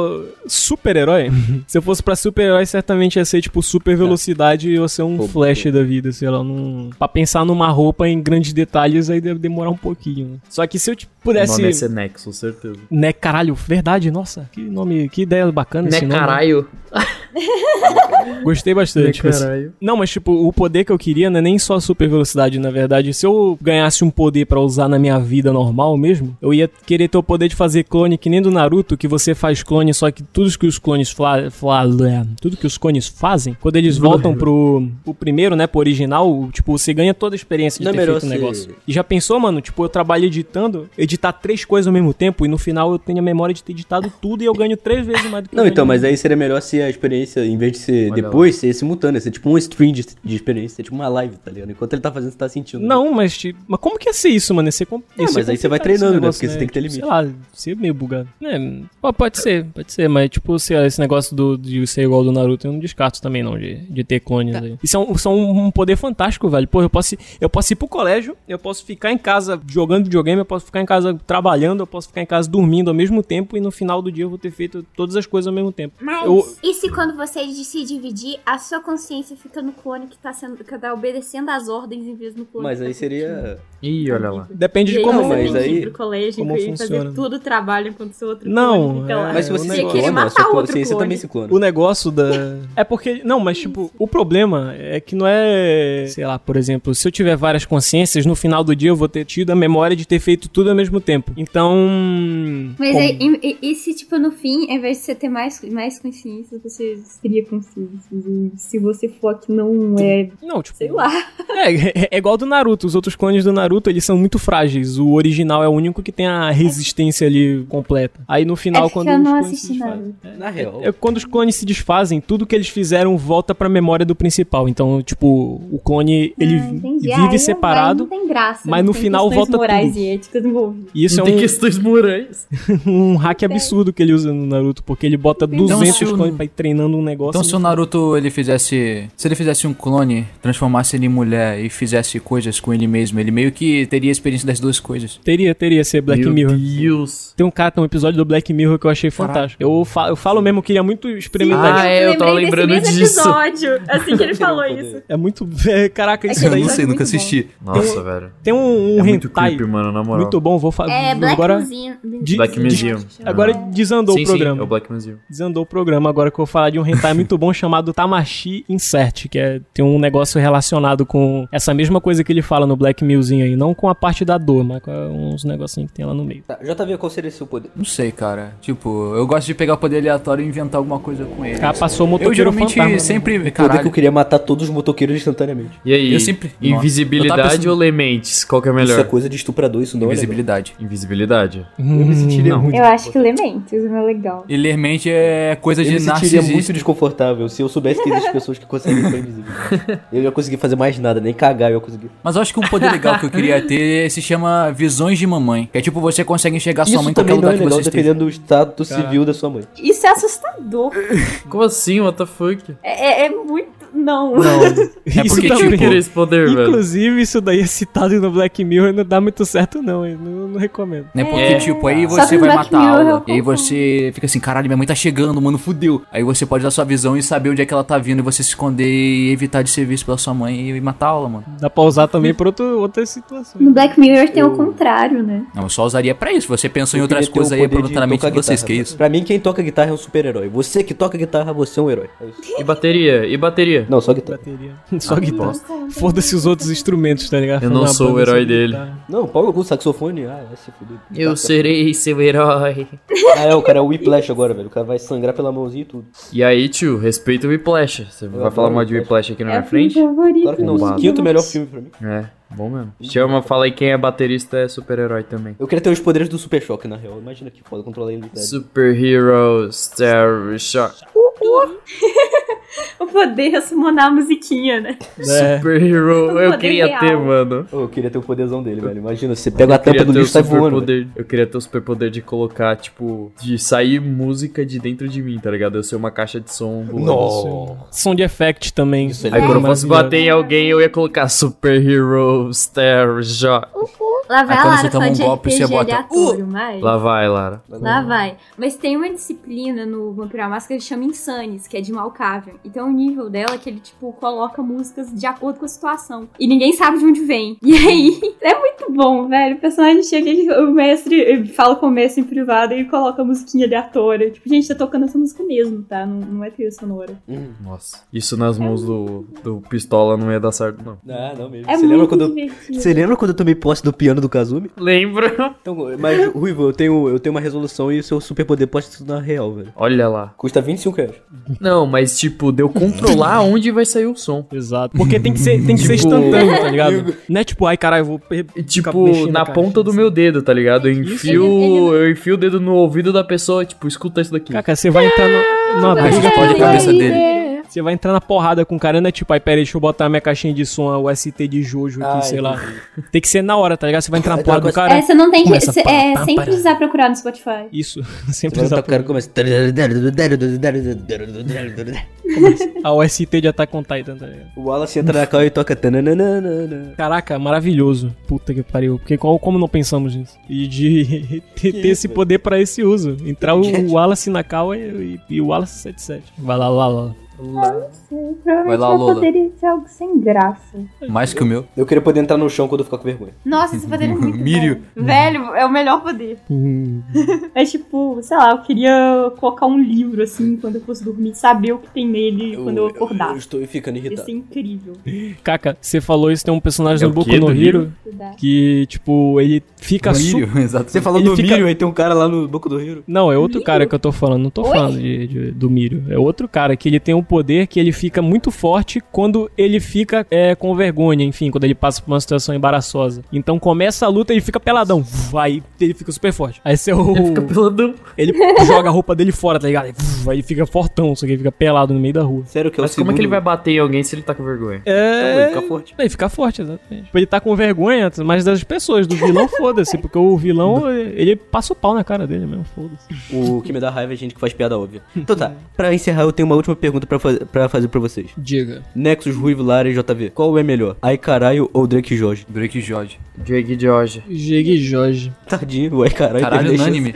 [SPEAKER 3] super-herói,
[SPEAKER 2] Uhum.
[SPEAKER 3] se eu fosse pra super-herói, certamente ia ser tipo
[SPEAKER 2] É.
[SPEAKER 3] super velocidade ou ser um flash da vida, sei lá, num... pra pensar numa roupa em grandes detalhes aí deve demorar um pouquinho. né? Só que se eu gente pudesse.
[SPEAKER 2] O nome é Senexo, certeza.
[SPEAKER 3] Né, caralho, verdade, nossa, que nome, que ideia bacana esse
[SPEAKER 2] Né,
[SPEAKER 3] nome. é
[SPEAKER 2] caralho.
[SPEAKER 3] Gostei
[SPEAKER 2] Né,
[SPEAKER 3] bastante. mas-
[SPEAKER 2] caralho.
[SPEAKER 3] Não, mas tipo, o poder que eu queria não é nem só a super velocidade, na verdade. Se eu ganhasse um poder pra usar na minha vida normal mesmo, eu ia querer ter o poder de fazer clone que nem do Naruto, que você faz clone, só que tudo que os clones fla, fla- é, tudo que os clones fazem, quando eles voltam pro, pro primeiro, né, pro original, tipo, você ganha toda a experiência de
[SPEAKER 4] Não é
[SPEAKER 3] ter
[SPEAKER 4] melhor
[SPEAKER 3] feito o
[SPEAKER 4] se-
[SPEAKER 3] negócio. E já pensou, mano, tipo, eu trabalho editando, editar três coisas ao mesmo tempo e no final eu tenho a memória de ter editado tudo e eu ganho três vezes mais do que eu
[SPEAKER 4] Não, então,
[SPEAKER 3] ganho.
[SPEAKER 4] mas aí seria melhor se a experiência, em vez de ser depois, ser simultânea, ser tipo um stream de, de experiência, ser tipo uma live, tá ligado? Enquanto ele tá fazendo, você tá sentindo.
[SPEAKER 3] Não, mas, tipo, mas como que ia ser isso, mano? Ia ser com...
[SPEAKER 4] É,
[SPEAKER 3] ia ser
[SPEAKER 4] mas aí você vai
[SPEAKER 3] complicado
[SPEAKER 4] treinando,
[SPEAKER 3] esse
[SPEAKER 4] né? Porque você tem que ter
[SPEAKER 3] Tipo,
[SPEAKER 4] limite.
[SPEAKER 3] Sei lá, ser meio bugado. É, pô, pode ser, pode ser, mas tipo, sei lá, esse negócio do, de ser igual ao do Naruto, eu não descarto também, não, de, de ter clones
[SPEAKER 4] Tá.
[SPEAKER 3] aí. Isso é um, isso é um um poder fantástico, velho. Pô, eu posso, ir- eu posso ir pro colégio, eu posso ficar em casa jogando videogame, eu posso ficar em casa trabalhando, eu posso ficar em casa dormindo ao mesmo tempo e no final do dia eu vou ter feito todas as coisas ao mesmo tempo.
[SPEAKER 7] Mas
[SPEAKER 3] Eu-
[SPEAKER 7] e se quando você de- se dividir, a sua consciência fica no clone que tá, sendo, que tá obedecendo às ordens em vez do clone?
[SPEAKER 4] Mas
[SPEAKER 7] que tá
[SPEAKER 4] aí
[SPEAKER 7] curtindo?
[SPEAKER 4] seria.
[SPEAKER 2] Ih, olha lá.
[SPEAKER 3] Depende
[SPEAKER 7] E
[SPEAKER 3] de
[SPEAKER 7] aí
[SPEAKER 3] como.
[SPEAKER 7] você
[SPEAKER 4] mas
[SPEAKER 7] tem que
[SPEAKER 4] aí-
[SPEAKER 7] ir pro colégio
[SPEAKER 3] como
[SPEAKER 7] e
[SPEAKER 3] funciona?
[SPEAKER 7] fazer tudo o trabalho enquanto seu outro
[SPEAKER 3] Não,
[SPEAKER 7] clone fica
[SPEAKER 3] é-
[SPEAKER 7] lá.
[SPEAKER 4] Mas se
[SPEAKER 3] o
[SPEAKER 4] você se
[SPEAKER 3] negócio-
[SPEAKER 4] clona, a
[SPEAKER 7] matar
[SPEAKER 4] sua
[SPEAKER 7] outro
[SPEAKER 4] consciência
[SPEAKER 7] clone.
[SPEAKER 4] também se clona.
[SPEAKER 3] O negócio da. É porque. Não, mas tipo, o problema é que não é. Sei lá, por exemplo, se eu tiver várias consciências, no final do dia eu vou ter tido a memória de ter feito tudo ao mesmo tempo. Então.
[SPEAKER 7] Mas
[SPEAKER 3] como-
[SPEAKER 7] aí, e, e- e se, tipo, no fim, ao invés de você ter mais, mais consciência, você cria consciência. E se você for que não é,
[SPEAKER 3] Não, tipo.
[SPEAKER 7] sei lá.
[SPEAKER 3] É, é, é igual do Naruto. Os outros clones do Naruto, eles são muito frágeis. O original é o único que tem a resistência ali completa. Aí no final,
[SPEAKER 7] é porque
[SPEAKER 3] quando.
[SPEAKER 7] eu
[SPEAKER 3] os
[SPEAKER 7] não
[SPEAKER 3] clones se
[SPEAKER 7] assisti
[SPEAKER 3] desfazem-
[SPEAKER 7] nada.
[SPEAKER 4] Na real.
[SPEAKER 3] É quando os clones se desfazem, tudo que eles fizeram volta pra memória do principal. Então, tipo, o clone, ele
[SPEAKER 7] Ah, entendi. Ah, aí
[SPEAKER 3] vive
[SPEAKER 7] não-
[SPEAKER 3] separado.
[SPEAKER 7] aí Não tem graça.
[SPEAKER 3] mas
[SPEAKER 7] não
[SPEAKER 3] no
[SPEAKER 7] tem
[SPEAKER 3] final
[SPEAKER 7] questões
[SPEAKER 3] volta
[SPEAKER 7] morais
[SPEAKER 3] tudo.
[SPEAKER 7] e éticas envolvidas.
[SPEAKER 3] E isso é
[SPEAKER 2] Tem
[SPEAKER 3] um,
[SPEAKER 2] questões morais.
[SPEAKER 3] um hack absurdo que ele usa no Naruto, porque ele bota
[SPEAKER 7] Entendi.
[SPEAKER 3] 200
[SPEAKER 6] Então, se o-
[SPEAKER 3] clones pra ir treinando um negócio.
[SPEAKER 6] Então se o Naruto ele fizesse, se ele fizesse um clone, transformasse ele em mulher e fizesse coisas com ele mesmo, ele meio que teria a experiência das duas coisas.
[SPEAKER 3] Teria, teria ser Black
[SPEAKER 2] Meu
[SPEAKER 3] Mirror.
[SPEAKER 2] Deus.
[SPEAKER 3] Tem um cara, tem um episódio do Black Mirror que eu achei fantástico. Eu falo, eu falo mesmo, eu queria muito experimentar
[SPEAKER 2] Ah,
[SPEAKER 3] isso.
[SPEAKER 2] é, eu tava
[SPEAKER 7] lembrei
[SPEAKER 2] lembrando
[SPEAKER 7] desse
[SPEAKER 2] disso.
[SPEAKER 7] mesmo episódio, assim que ele falou isso.
[SPEAKER 3] É muito. é, caraca, isso
[SPEAKER 8] Eu
[SPEAKER 3] daí.
[SPEAKER 8] não sei,
[SPEAKER 7] é muito
[SPEAKER 8] nunca
[SPEAKER 7] bom.
[SPEAKER 8] assisti.
[SPEAKER 1] Nossa, velho.
[SPEAKER 3] Tem um, um
[SPEAKER 2] É muito
[SPEAKER 3] hentai.
[SPEAKER 2] creepy, mano, na moral.
[SPEAKER 3] muito Tá bom, vou falar.
[SPEAKER 7] É, Black
[SPEAKER 3] agora,
[SPEAKER 7] Museum.
[SPEAKER 3] de-
[SPEAKER 2] Black Museum.
[SPEAKER 3] agora desandou
[SPEAKER 2] sim,
[SPEAKER 3] o
[SPEAKER 2] sim, é
[SPEAKER 3] programa.
[SPEAKER 2] o Black Museum.
[SPEAKER 3] Desandou o programa agora que eu vou falar de um hentai muito bom chamado Tamashi Insert, que é, tem um negócio relacionado com essa mesma coisa que ele fala no Black Millzinho aí, não com a parte da dor, mas com uns negocinhos que tem lá no meio.
[SPEAKER 4] Tá, JV, qual seria o seu poder?
[SPEAKER 6] Não sei, cara. Tipo, eu gosto de pegar o poder aleatório e inventar alguma coisa com ele.
[SPEAKER 3] O cara passou o
[SPEAKER 6] Eu
[SPEAKER 3] motoqueiro
[SPEAKER 6] geralmente
[SPEAKER 3] fantasma, né?
[SPEAKER 6] sempre,
[SPEAKER 4] O poder que eu
[SPEAKER 6] caralho,
[SPEAKER 4] queria é matar todos os motoqueiros instantaamente.
[SPEAKER 2] E aí,
[SPEAKER 6] Eu sempre-
[SPEAKER 2] invisibilidade
[SPEAKER 6] Nossa, eu tava pensando-
[SPEAKER 2] ou lementes? Qual que é
[SPEAKER 4] Isso é
[SPEAKER 2] melhor?
[SPEAKER 4] coisa de estuprador, isso não é. legal.
[SPEAKER 6] invisibilidade.
[SPEAKER 2] Invisibilidade.
[SPEAKER 3] Hum, não.
[SPEAKER 7] Eu acho que Lementos, meu legal.
[SPEAKER 6] E ler mente é coisa
[SPEAKER 4] Eu
[SPEAKER 6] de
[SPEAKER 4] me sentiria muito
[SPEAKER 6] narcisista.
[SPEAKER 4] desconfortável se eu soubesse que existem pessoas que conseguem ficar invisível. Eu ia conseguir fazer mais nada, nem cagar eu ia conseguir.
[SPEAKER 6] Mas eu acho que um poder legal que eu queria ter se chama visões de mamãe. Que é tipo, você consegue enxergar sua mãe em
[SPEAKER 4] Isso
[SPEAKER 6] qualquer
[SPEAKER 4] também não
[SPEAKER 6] lugar
[SPEAKER 4] é
[SPEAKER 6] que
[SPEAKER 4] legal,
[SPEAKER 6] você esteja.
[SPEAKER 4] dependendo do estado civil da sua mãe.
[SPEAKER 7] Isso é assustador.
[SPEAKER 2] Como assim, what the fuck?
[SPEAKER 7] É, é- é muito. Não.
[SPEAKER 6] É
[SPEAKER 3] Isso
[SPEAKER 6] porque,
[SPEAKER 2] Eu
[SPEAKER 3] também.
[SPEAKER 2] queria esse poder, velho.
[SPEAKER 3] tipo, Inclusive, isso daí é citado no Black Mirror e não dá muito certo, não, hein? Não, não recomendo.
[SPEAKER 6] Né? Porque, tipo, aí
[SPEAKER 7] É. Só que
[SPEAKER 6] você
[SPEAKER 7] no
[SPEAKER 6] vai
[SPEAKER 7] Black
[SPEAKER 6] matar a
[SPEAKER 7] Mirror eu
[SPEAKER 6] aula. E aí
[SPEAKER 7] confundo.
[SPEAKER 6] você fica assim, caralho, minha mãe tá chegando, mano, fudeu. Aí você pode dar sua visão e saber onde é que ela tá vindo e você se esconder e evitar de ser visto pela sua mãe e matar a aula, mano.
[SPEAKER 3] Dá pra usar também pra outro, outras situações.
[SPEAKER 7] No Black Mirror tem o contrário, né?
[SPEAKER 6] Não, eu só usaria pra isso. Você pensou em
[SPEAKER 4] Eu
[SPEAKER 6] outras
[SPEAKER 4] queria ter
[SPEAKER 6] coisas
[SPEAKER 4] o
[SPEAKER 6] aí, é
[SPEAKER 4] poder de
[SPEAKER 6] voluntariamente de
[SPEAKER 4] tocar
[SPEAKER 6] vocês,
[SPEAKER 4] guitarra.
[SPEAKER 6] que é isso.
[SPEAKER 4] Pra mim, quem toca guitarra é um super-herói. Você que toca guitarra, você é um herói. É isso.
[SPEAKER 2] E bateria, e bateria.
[SPEAKER 4] Não, só guitarra.
[SPEAKER 3] Bateria. Só guitarra. Foda-se os outros instrumentos, tá ligado?
[SPEAKER 2] Eu não
[SPEAKER 3] Fazer uma
[SPEAKER 2] sou o
[SPEAKER 3] banda tá?
[SPEAKER 2] herói
[SPEAKER 3] só de
[SPEAKER 2] dele.
[SPEAKER 3] guitarra.
[SPEAKER 4] Não, Paulo no cu, saxofone, ah, vai se fuder.
[SPEAKER 2] Eu
[SPEAKER 4] Tá,
[SPEAKER 2] serei seu herói.
[SPEAKER 4] tá. Ah, é, o cara é o Whiplash agora, velho. O cara vai sangrar pela mãozinha e tudo.
[SPEAKER 2] E aí, tio, respeita o Whiplash. Você vai
[SPEAKER 4] adoro
[SPEAKER 2] falar mal de
[SPEAKER 4] Whiplash.
[SPEAKER 2] Whiplash aqui na
[SPEAKER 7] É
[SPEAKER 2] minha
[SPEAKER 7] o filme
[SPEAKER 2] frente?
[SPEAKER 7] favorito.
[SPEAKER 4] Claro que não,
[SPEAKER 2] Bombado.
[SPEAKER 4] o quinto melhor filme pra mim.
[SPEAKER 2] É, bom mesmo. Chama, fala aí quem é baterista é super-herói também.
[SPEAKER 4] Eu queria ter os poderes do Super Choque, na real. Imagina que foda, controlar ele. velho.
[SPEAKER 2] Superhero Star Shock.
[SPEAKER 7] O poder é summonar a musiquinha, né?
[SPEAKER 3] É.
[SPEAKER 2] Superhero,
[SPEAKER 7] Um
[SPEAKER 2] eu
[SPEAKER 7] poder
[SPEAKER 2] queria
[SPEAKER 7] real.
[SPEAKER 2] ter, mano.
[SPEAKER 4] Ô, eu queria ter o poderzão dele, velho. Imagina, você pega a
[SPEAKER 2] Eu queria
[SPEAKER 4] tampa do
[SPEAKER 2] ter o
[SPEAKER 4] lixo e sai voando. velho.
[SPEAKER 2] superpoder. Eu queria ter o superpoder de colocar, tipo, de sair música de dentro de mim, tá ligado? Eu ser uma caixa de som. voando.
[SPEAKER 3] Sound effect também.
[SPEAKER 2] é
[SPEAKER 3] Isso
[SPEAKER 2] Aí quando eu fosse bater em alguém, eu ia colocar Superhero Star Shock.
[SPEAKER 7] Lá vai a
[SPEAKER 6] Aí quando
[SPEAKER 2] tá
[SPEAKER 7] Lara
[SPEAKER 6] você toma
[SPEAKER 7] falar
[SPEAKER 6] um
[SPEAKER 7] de
[SPEAKER 6] golpe,
[SPEAKER 7] RPG
[SPEAKER 6] você bota,
[SPEAKER 7] aleatório,
[SPEAKER 2] Uh!
[SPEAKER 7] mas...
[SPEAKER 2] Lá vai, Lara.
[SPEAKER 7] Lá vai. Mas tem uma disciplina no Vampiro à Máscara que chama Insanes, que é de Malkavian. Então o nível dela é que ele, tipo, coloca músicas de acordo com a situação. E ninguém sabe de onde vem. E aí, é muito bom, velho. O personagem chega e o mestre eh, fala com o mestre em privado e coloca a musiquinha aleatória. Tipo, gente, tá tocando essa música mesmo, tá? Não, não é trilha sonora.
[SPEAKER 4] Hum.
[SPEAKER 2] Nossa. Isso nas mãos do, do pistola não ia dar certo, não.
[SPEAKER 4] Ah, não mesmo.
[SPEAKER 7] É
[SPEAKER 4] Você lembra
[SPEAKER 7] muito
[SPEAKER 4] quando eu...
[SPEAKER 7] divertido.
[SPEAKER 4] Você lembra quando eu tomei posse do piano do Kazumi?
[SPEAKER 2] Lembro.
[SPEAKER 4] Então, mas, Ruivo, eu tenho, eu tenho uma resolução e o seu superpoder pode ser na real, velho.
[SPEAKER 2] Olha lá.
[SPEAKER 4] Custa 25 euros.
[SPEAKER 2] Não, mas tipo, deu controlar onde vai sair o som.
[SPEAKER 3] Exato. Porque tem que ser, tem que ser
[SPEAKER 2] Tipo-
[SPEAKER 3] instantâneo, tá ligado? Não é tipo, ai caralho, eu vou. per-
[SPEAKER 2] E,
[SPEAKER 3] ficar
[SPEAKER 2] tipo,
[SPEAKER 3] mexendo
[SPEAKER 2] na
[SPEAKER 3] a caixa,
[SPEAKER 2] ponta do
[SPEAKER 3] assim.
[SPEAKER 2] meu dedo, tá ligado? Eu enfio,
[SPEAKER 7] Ele- ele-
[SPEAKER 2] eu enfio o dedo no ouvido da pessoa, tipo, escuta isso daqui.
[SPEAKER 3] Cara, você vai entrar no, numa
[SPEAKER 6] Aí
[SPEAKER 3] briga
[SPEAKER 6] explode a cabeça dele.
[SPEAKER 3] Você vai entrar na porrada com o cara, não é tipo, ai, peraí, deixa eu botar minha caixinha de som, o ST de Jojo aqui,
[SPEAKER 4] Ai,
[SPEAKER 3] sei lá. Tem que ser na hora, tá ligado? Você vai entrar na porrada do cara.
[SPEAKER 7] É, você não tem que...
[SPEAKER 3] começa
[SPEAKER 7] cê-
[SPEAKER 3] pá,
[SPEAKER 7] é,
[SPEAKER 3] pá,
[SPEAKER 7] sem
[SPEAKER 3] pá.
[SPEAKER 7] precisar procurar no Spotify.
[SPEAKER 3] Isso, sempre
[SPEAKER 4] Você vai
[SPEAKER 3] usar
[SPEAKER 4] o cara e começa...
[SPEAKER 3] a OST de Attack on Titan, tá ligado?
[SPEAKER 4] O Wallace entra na cal e toca... tananana.
[SPEAKER 3] Caraca, maravilhoso. Puta que pariu. Porque qual- como não pensamos nisso? E de ter, ter esse poder pra esse uso. Entrar o, o Wallace na cal e, e- e o Wallace 77. Vai lá, lá, lá.
[SPEAKER 5] Sim,
[SPEAKER 8] Vai
[SPEAKER 5] provavelmente
[SPEAKER 8] lá,
[SPEAKER 5] vai,
[SPEAKER 8] Lola.
[SPEAKER 5] poderia ser algo sem graça.
[SPEAKER 8] Mais que o meu.
[SPEAKER 4] Eu queria poder entrar no chão quando eu ficar com vergonha.
[SPEAKER 5] Nossa, esse poder é muito
[SPEAKER 8] Mírio.
[SPEAKER 5] bom. Velho, é o melhor poder.
[SPEAKER 3] Hum,
[SPEAKER 5] É tipo, sei lá, eu queria colocar um livro assim quando eu fosse dormir, saber o que tem nele quando eu
[SPEAKER 4] Eu,
[SPEAKER 5] acordar.
[SPEAKER 4] estou ficando
[SPEAKER 5] Ia ser
[SPEAKER 4] irritado.
[SPEAKER 5] incrível.
[SPEAKER 3] Caca, você falou isso, tem um
[SPEAKER 2] É
[SPEAKER 3] personagem no
[SPEAKER 2] o
[SPEAKER 3] Boku
[SPEAKER 2] quê?
[SPEAKER 3] no
[SPEAKER 2] Do
[SPEAKER 3] Hero que, tipo, ele fica super.
[SPEAKER 8] Mírio, exato.
[SPEAKER 4] Você falou
[SPEAKER 3] Ele
[SPEAKER 4] do
[SPEAKER 3] fica-
[SPEAKER 4] Mírio, aí tem um cara lá no Boco do Rio.
[SPEAKER 3] Não, é outro cara que eu tô falando, não tô
[SPEAKER 7] Oi?
[SPEAKER 3] falando de, de- do Mírio. É outro cara que ele tem um poder que ele fica muito forte quando ele fica é, com vergonha, enfim, quando ele passa por uma situação embaraçosa. Então começa a luta, ele fica peladão. Vai, ele fica super forte. Aí você o-
[SPEAKER 2] Peladão.
[SPEAKER 3] ele joga a roupa dele fora, tá ligado? Aí, Aí ele fica fortão, só que ele fica pelado no meio da rua.
[SPEAKER 4] Sério que é o
[SPEAKER 2] Mas como é
[SPEAKER 4] segundo-
[SPEAKER 2] que ele vai bater em alguém se ele tá com vergonha?
[SPEAKER 4] Então, ele
[SPEAKER 3] É.
[SPEAKER 4] fica forte.
[SPEAKER 3] Ele fica forte, exatamente. Tipo, Ele tá com vergonha, mas das pessoas, do vilão, foda-se, porque o vilão, ele passa o pau na cara dele mesmo, foda-se.
[SPEAKER 4] O que me dá raiva é gente que faz piada óbvia. Então tá, pra encerrar, eu tenho uma última pergunta pra, faz... pra fazer pra vocês.
[SPEAKER 3] Diga.
[SPEAKER 4] Nexus, Ruivo, Lara e JV, qual é melhor? Ai caralho ou Drake e Jorge?
[SPEAKER 8] Drake e Jorge.
[SPEAKER 2] Drake e George.
[SPEAKER 3] Jegue Jorge.
[SPEAKER 4] Tadinho, o ai caralho.
[SPEAKER 8] Caralho,
[SPEAKER 4] teve deixa-
[SPEAKER 8] unânime.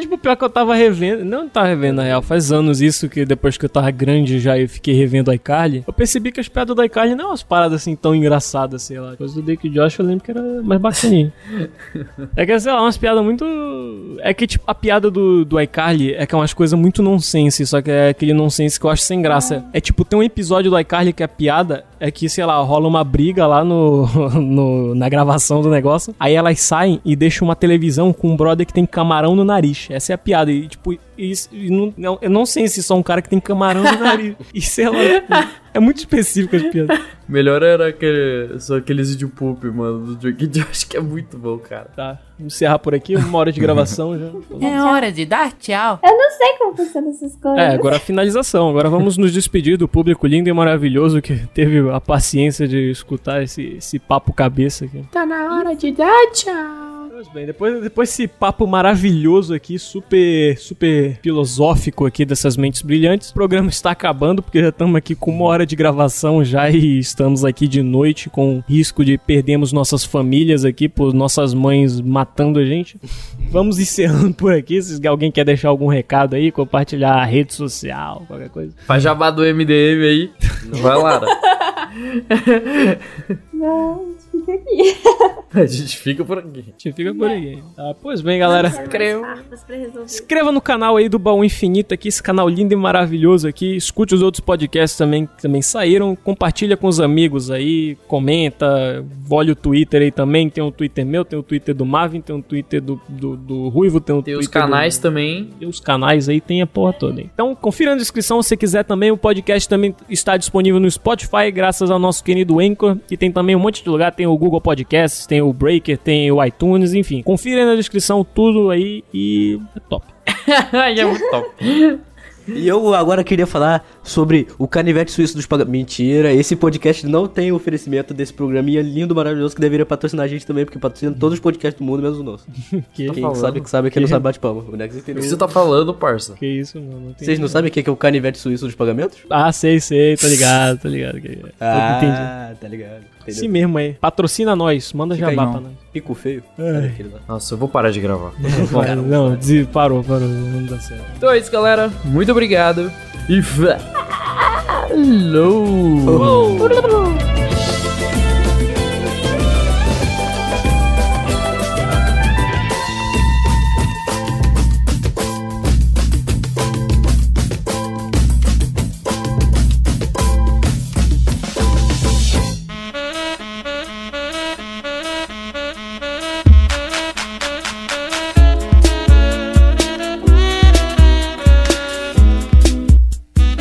[SPEAKER 3] Tipo, pior que eu tava revendo. Não, não tava revendo, na real. Faz anos isso que depois que eu tava grande já eu fiquei revendo iCarly. Eu percebi que as piadas do iCarly não eram umas paradas assim tão engraçadas, sei lá. Coisa do Drake e Josh eu lembro que era mais bacaninha. é que, sei lá, umas piadas muito. É que, tipo, a piada do, do iCarly é que é umas coisas muito nonsense, só que é aquele nonsense que eu acho sem graça. É tipo, tem um episódio do iCarly que a piada é que, sei lá, rola uma briga lá no, no- na gravação do negócio. Aí elas saem e deixam uma televisão com um brother que tem camarão no nariz. Essa é a piada. E, tipo, isso, e não, não- eu não sei se só um cara que tem camarão no nariz. E sei lá, tipo, é muito específico as piadas.
[SPEAKER 2] Melhor era aquele, só aqueles de poop, mano, do Drake e George, que é muito bom, cara.
[SPEAKER 3] Tá, vamos encerrar por aqui, uma hora de gravação já.
[SPEAKER 6] É hora de dar tchau.
[SPEAKER 5] Sei como funcionam essas coisas.
[SPEAKER 3] É, agora a finalização. Agora vamos nos despedir do público lindo e maravilhoso que teve a paciência de escutar esse, esse papo cabeça aqui. Tá na hora de dar tchau. Pois bem, depois, depois desse papo maravilhoso aqui, super, super filosófico aqui dessas mentes brilhantes, o programa está acabando porque já estamos aqui com uma hora de gravação já e estamos aqui de noite com risco de perdermos nossas famílias aqui por nossas mães matando a gente. Vamos encerrando por aqui. Se alguém quer deixar algum recado aí, compartilhar a rede social, qualquer coisa.
[SPEAKER 2] Faz jabá do MDM aí. Vai, né? Lara.
[SPEAKER 5] Não, fica aqui.
[SPEAKER 2] A gente fica por aqui.
[SPEAKER 3] A gente fica por aí. Tá? Pois bem, galera.
[SPEAKER 7] Creio. Ah, Pra resolver.
[SPEAKER 3] Inscreva no canal aí do Baú Infinito aqui, esse canal lindo e maravilhoso aqui. Escute os outros podcasts também que também saíram. Compartilha com os amigos aí, comenta, olha o Twitter aí também. Tem um Twitter meu, tem o Twitter do Marvin, tem o Twitter do, do, do Ruivo, tem o
[SPEAKER 2] Tem
[SPEAKER 3] Twitter
[SPEAKER 2] os
[SPEAKER 3] do-
[SPEAKER 2] canais também.
[SPEAKER 3] E os canais aí tem a porra toda. hein? Então, confira na descrição se você quiser também. O podcast também está disponível no Spotify, graças ao nosso querido Anchor, que tem também um monte de lugar. Tem o Google Podcasts, tem o Breaker, tem o iTunes, enfim. Confira aí na descrição tudo aí e é top.
[SPEAKER 2] Ai, é muito top.
[SPEAKER 4] E eu agora queria falar sobre o canivete suíço dos pagamentos. Mentira, esse podcast não tem oferecimento desse programinha lindo, maravilhoso, que deveria patrocinar a gente também, porque patrocina todos os podcasts do mundo, menos o nosso.
[SPEAKER 3] Que,
[SPEAKER 4] Quem sabe que sabe, quem não sabe bate palma. O
[SPEAKER 2] O
[SPEAKER 4] Nex entendeu.
[SPEAKER 2] que você tá falando, parça?
[SPEAKER 3] que isso, mano? Não tem-
[SPEAKER 4] Vocês não sabem o que é o canivete suíço dos pagamentos?
[SPEAKER 3] Ah, sei, sei, tá ligado, tá ligado. que- entendi.
[SPEAKER 4] tá ligado. Entendeu?
[SPEAKER 3] Sim mesmo aí. Patrocina nós, manda
[SPEAKER 4] Fica aí,
[SPEAKER 3] jabá
[SPEAKER 4] não.
[SPEAKER 3] pra nós.
[SPEAKER 4] Pico feio.
[SPEAKER 3] É.
[SPEAKER 4] Aquele lá.
[SPEAKER 2] Nossa, eu vou parar de gravar.
[SPEAKER 3] Não, não, des- parou, parou, não dá certo.
[SPEAKER 2] Então é isso, galera. Muito obrigado. E falou!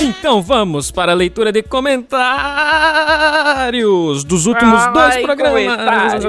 [SPEAKER 3] Então vamos para a leitura de comentários dos últimos dois programas.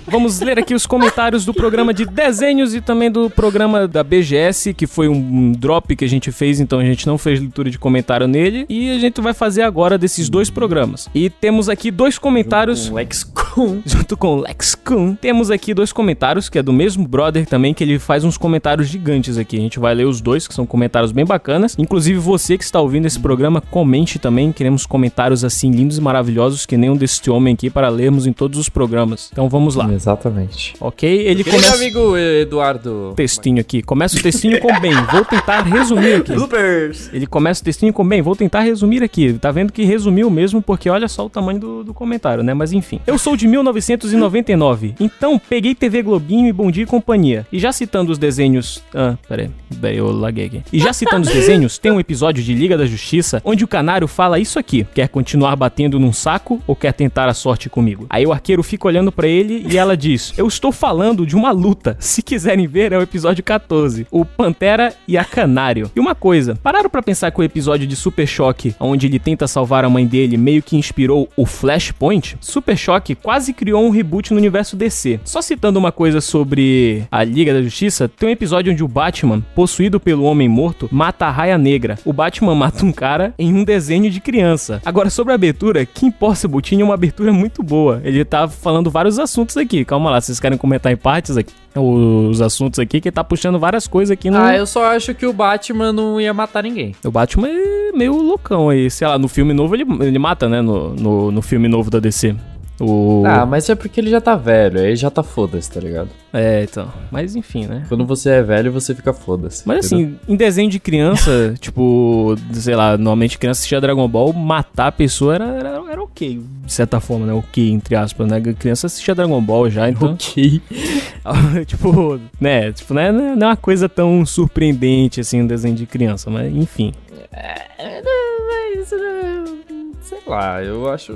[SPEAKER 3] Vamos ler aqui os comentários do programa de desenhos e também do programa da BGS, que foi um- um drop que a gente fez, então a gente não fez leitura de comentário nele. E a gente vai fazer agora desses dois programas. E temos aqui dois comentários.
[SPEAKER 2] LexCon.
[SPEAKER 3] junto com o Lex Kun. Temos aqui dois comentários, que é do mesmo brother também, que ele faz uns comentários gigantes aqui. A gente vai ler os dois, que são comentários bem bacanas. Inclusive, você que está ouvindo esse programa, comente também. Queremos comentários assim lindos e maravilhosos, que nem um deste homem aqui, para lermos em todos os programas. Então vamos lá,
[SPEAKER 2] Exatamente.
[SPEAKER 3] ok? Ele
[SPEAKER 2] Querido
[SPEAKER 3] começa
[SPEAKER 2] amigo Eduardo.
[SPEAKER 3] o textinho aqui. Começa o textinho com bem. Vou tentar resumir aqui.
[SPEAKER 4] Bloopers!
[SPEAKER 3] Ele começa o textinho com bem, vou tentar resumir aqui. Tá vendo que resumiu mesmo, porque olha só o tamanho do, do comentário, né? Mas enfim. Eu sou de 1999, então peguei TV Globinho e Bom Dia e Companhia. E já citando os desenhos. Ah, peraí. Peraí, eu laguei aqui. E já citando os desenhos, tem um episódio de Liga da Justiça onde o canário fala isso aqui: quer continuar batendo num saco ou quer tentar a sorte comigo? Aí o arqueiro fica olhando pra ele e ela diz: Eu estou falando de uma luta. Se quiserem ver, é o episódio 14. O Pantera e a Canário. E uma coisa, pararam pra pensar que o episódio de Super Choque, onde ele tenta salvar a mãe dele, meio que inspirou o Flashpoint? Super Choque quase criou um reboot no universo DC. Só citando uma coisa sobre a Liga da Justiça, tem um episódio onde o Batman, possuído pelo Homem Morto, mata a Raia Negra. O Batman mata um cara em um desenho de criança. Agora, sobre a abertura, Kim Possible tinha uma abertura muito boa. Ele tá falando vários assuntos aqui. Calma lá, vocês querem comentar em partes aqui? Os assuntos aqui que ele tá puxando várias coisas aqui no.
[SPEAKER 2] Ah, eu só acho que o Batman não ia matar ninguém.
[SPEAKER 3] O Batman é meio loucão aí. Sei lá, no filme novo ele, ele mata, né? No, no, no filme novo da DC. O...
[SPEAKER 2] Ah, mas é porque ele já tá velho, aí já tá foda-se, tá ligado?
[SPEAKER 3] É, então. Mas enfim, né?
[SPEAKER 2] Quando você é velho, você fica foda-se.
[SPEAKER 3] Mas
[SPEAKER 2] entendeu?
[SPEAKER 3] assim, em desenho de criança, tipo, sei lá, normalmente criança assistia Dragon Ball, matar a pessoa era, era, era ok, de certa forma, né? Ok, entre aspas, né? Criança assistia Dragon Ball já, então.
[SPEAKER 2] Ok.
[SPEAKER 3] tipo, né? Tipo, não é, não é uma coisa tão surpreendente assim um desenho de criança, mas enfim.
[SPEAKER 2] Sei lá, eu acho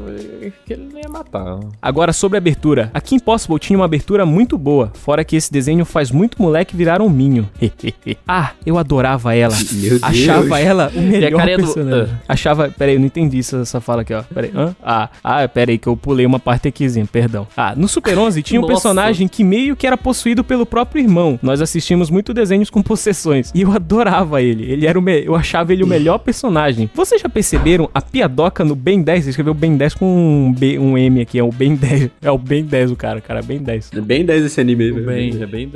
[SPEAKER 2] que ele não ia matar.
[SPEAKER 3] Agora sobre a abertura. A Kim Possible tinha uma abertura muito boa, fora que esse desenho faz muito moleque virar um minho. ah, eu adorava ela.
[SPEAKER 4] Meu Deus.
[SPEAKER 3] Achava ela
[SPEAKER 2] E
[SPEAKER 3] o
[SPEAKER 2] a
[SPEAKER 3] melhor
[SPEAKER 2] carinha do-
[SPEAKER 3] personagem. é ah, Achava... Peraí, eu não entendi essa, essa fala aqui, ó. Peraí, hã? Ah, ah, peraí que eu pulei uma parte aquizinha, perdão. Ah, no Super 11 tinha um
[SPEAKER 2] Nossa.
[SPEAKER 3] personagem que meio que era possuído pelo próprio irmão. Nós assistimos muito desenhos com possessões. E eu adorava ele. Ele era o me... Eu achava ele o melhor personagem. Vocês já perceberam a piadoca no Ben 10? Ele escreveu Ben 10 com um, B- um M aqui. É o Ben 10. É o Ben 10 o cara, cara. é Ben 10.
[SPEAKER 4] É Bem 10 esse anime, velho.
[SPEAKER 2] Bem, é bem.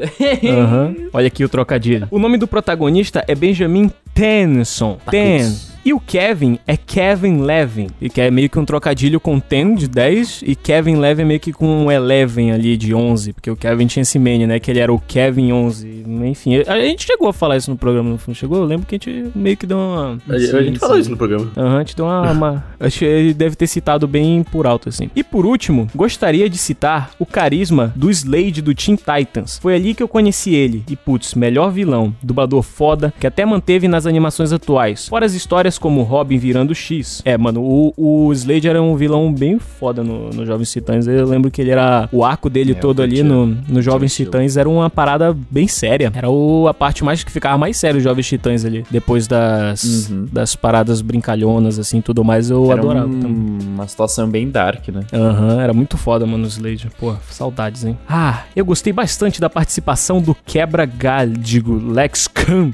[SPEAKER 3] Aham. Olha aqui o trocadilho. O nome do protagonista é Benjamin Tennyson. Ten. E o Kevin é Kevin Levin. Tá E que é meio que um trocadilho com Ten de 10 e Kevin Levin meio que com um Eleven ali de 11. Porque o Kevin tinha esse mania, né? Que ele era o Kevin 11. Enfim, a gente chegou a falar isso no programa, não chegou? Eu lembro que a gente meio que deu uma...
[SPEAKER 4] A, a gente falou isso no programa.
[SPEAKER 3] Aham, te deu uma. uma- Acho que ele deve ter citado bem por alto, assim. E por último, gostaria de citar o carisma do Slade do Teen Titans. Foi ali que eu conheci ele. E putz, melhor vilão, dublador foda, que até manteve nas animações atuais. Fora as histórias como Robin virando X. É, mano, o, o Slade era um vilão bem foda no, no Jovens Titãs. Eu lembro que ele era. O arco dele todo ali no, no Jovens Titãs era uma parada bem séria. Era o, a parte mais que ficava mais séria, os Jovens Titãs ali. Depois das, das paradas brincalhonas, assim, tudo mais, eu
[SPEAKER 2] Uhum. Era
[SPEAKER 3] adorava.
[SPEAKER 2] um-
[SPEAKER 3] também.
[SPEAKER 2] uma situação bem dark, né?
[SPEAKER 3] Aham, era muito foda, mano, o Slade. Pô, saudades, hein? Ah, eu gostei bastante da participação do quebra-galho, digo, Lex Khan.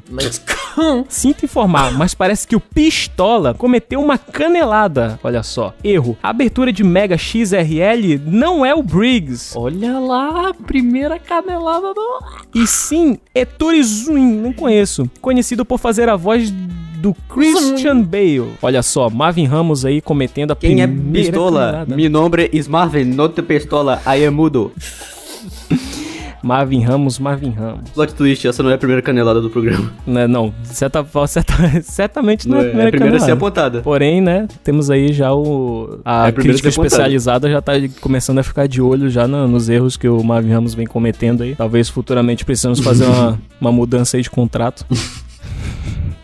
[SPEAKER 3] Sinto informar, mas parece que o P pistola, cometeu uma canelada. Olha só, erro. A abertura de Mega XRL não é o Briggs.
[SPEAKER 8] Olha lá, primeira canelada do.
[SPEAKER 3] E sim, é Torizuin, não conheço. Conhecido por fazer a voz do Christian Bale. Olha só, Marvin Ramos aí cometendo a
[SPEAKER 4] Quem é
[SPEAKER 3] primeira
[SPEAKER 4] pistola?
[SPEAKER 3] canelada.
[SPEAKER 4] Mi nombre is Marvin, not pistola, I am mudo.
[SPEAKER 3] Marvin Ramos, Marvin Ramos.
[SPEAKER 4] Plot twist, essa não é a primeira canelada do programa.
[SPEAKER 3] Né, Não, certa, certa, certamente não é a primeira,
[SPEAKER 4] é a primeira a ser
[SPEAKER 3] canelada.
[SPEAKER 4] apontada.
[SPEAKER 3] Porém, né, temos aí já o...
[SPEAKER 4] É
[SPEAKER 3] A
[SPEAKER 4] a primeira
[SPEAKER 3] crítica
[SPEAKER 4] a ser apontada.
[SPEAKER 3] especializada já tá começando a ficar de olho já na- nos erros que o Marvin Ramos vem cometendo aí. Talvez futuramente precisamos fazer uma, uma mudança aí de contrato.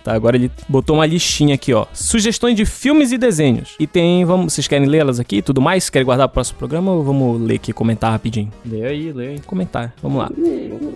[SPEAKER 3] Tá, agora ele botou uma listinha aqui, ó. Sugestões de filmes e desenhos. E tem, vamos, vocês querem lê-las aqui e tudo mais? Querem guardar pro próximo programa ou vamos ler aqui, e comentar rapidinho?
[SPEAKER 2] Lê aí, lê aí.
[SPEAKER 3] comentar. Vamos lá.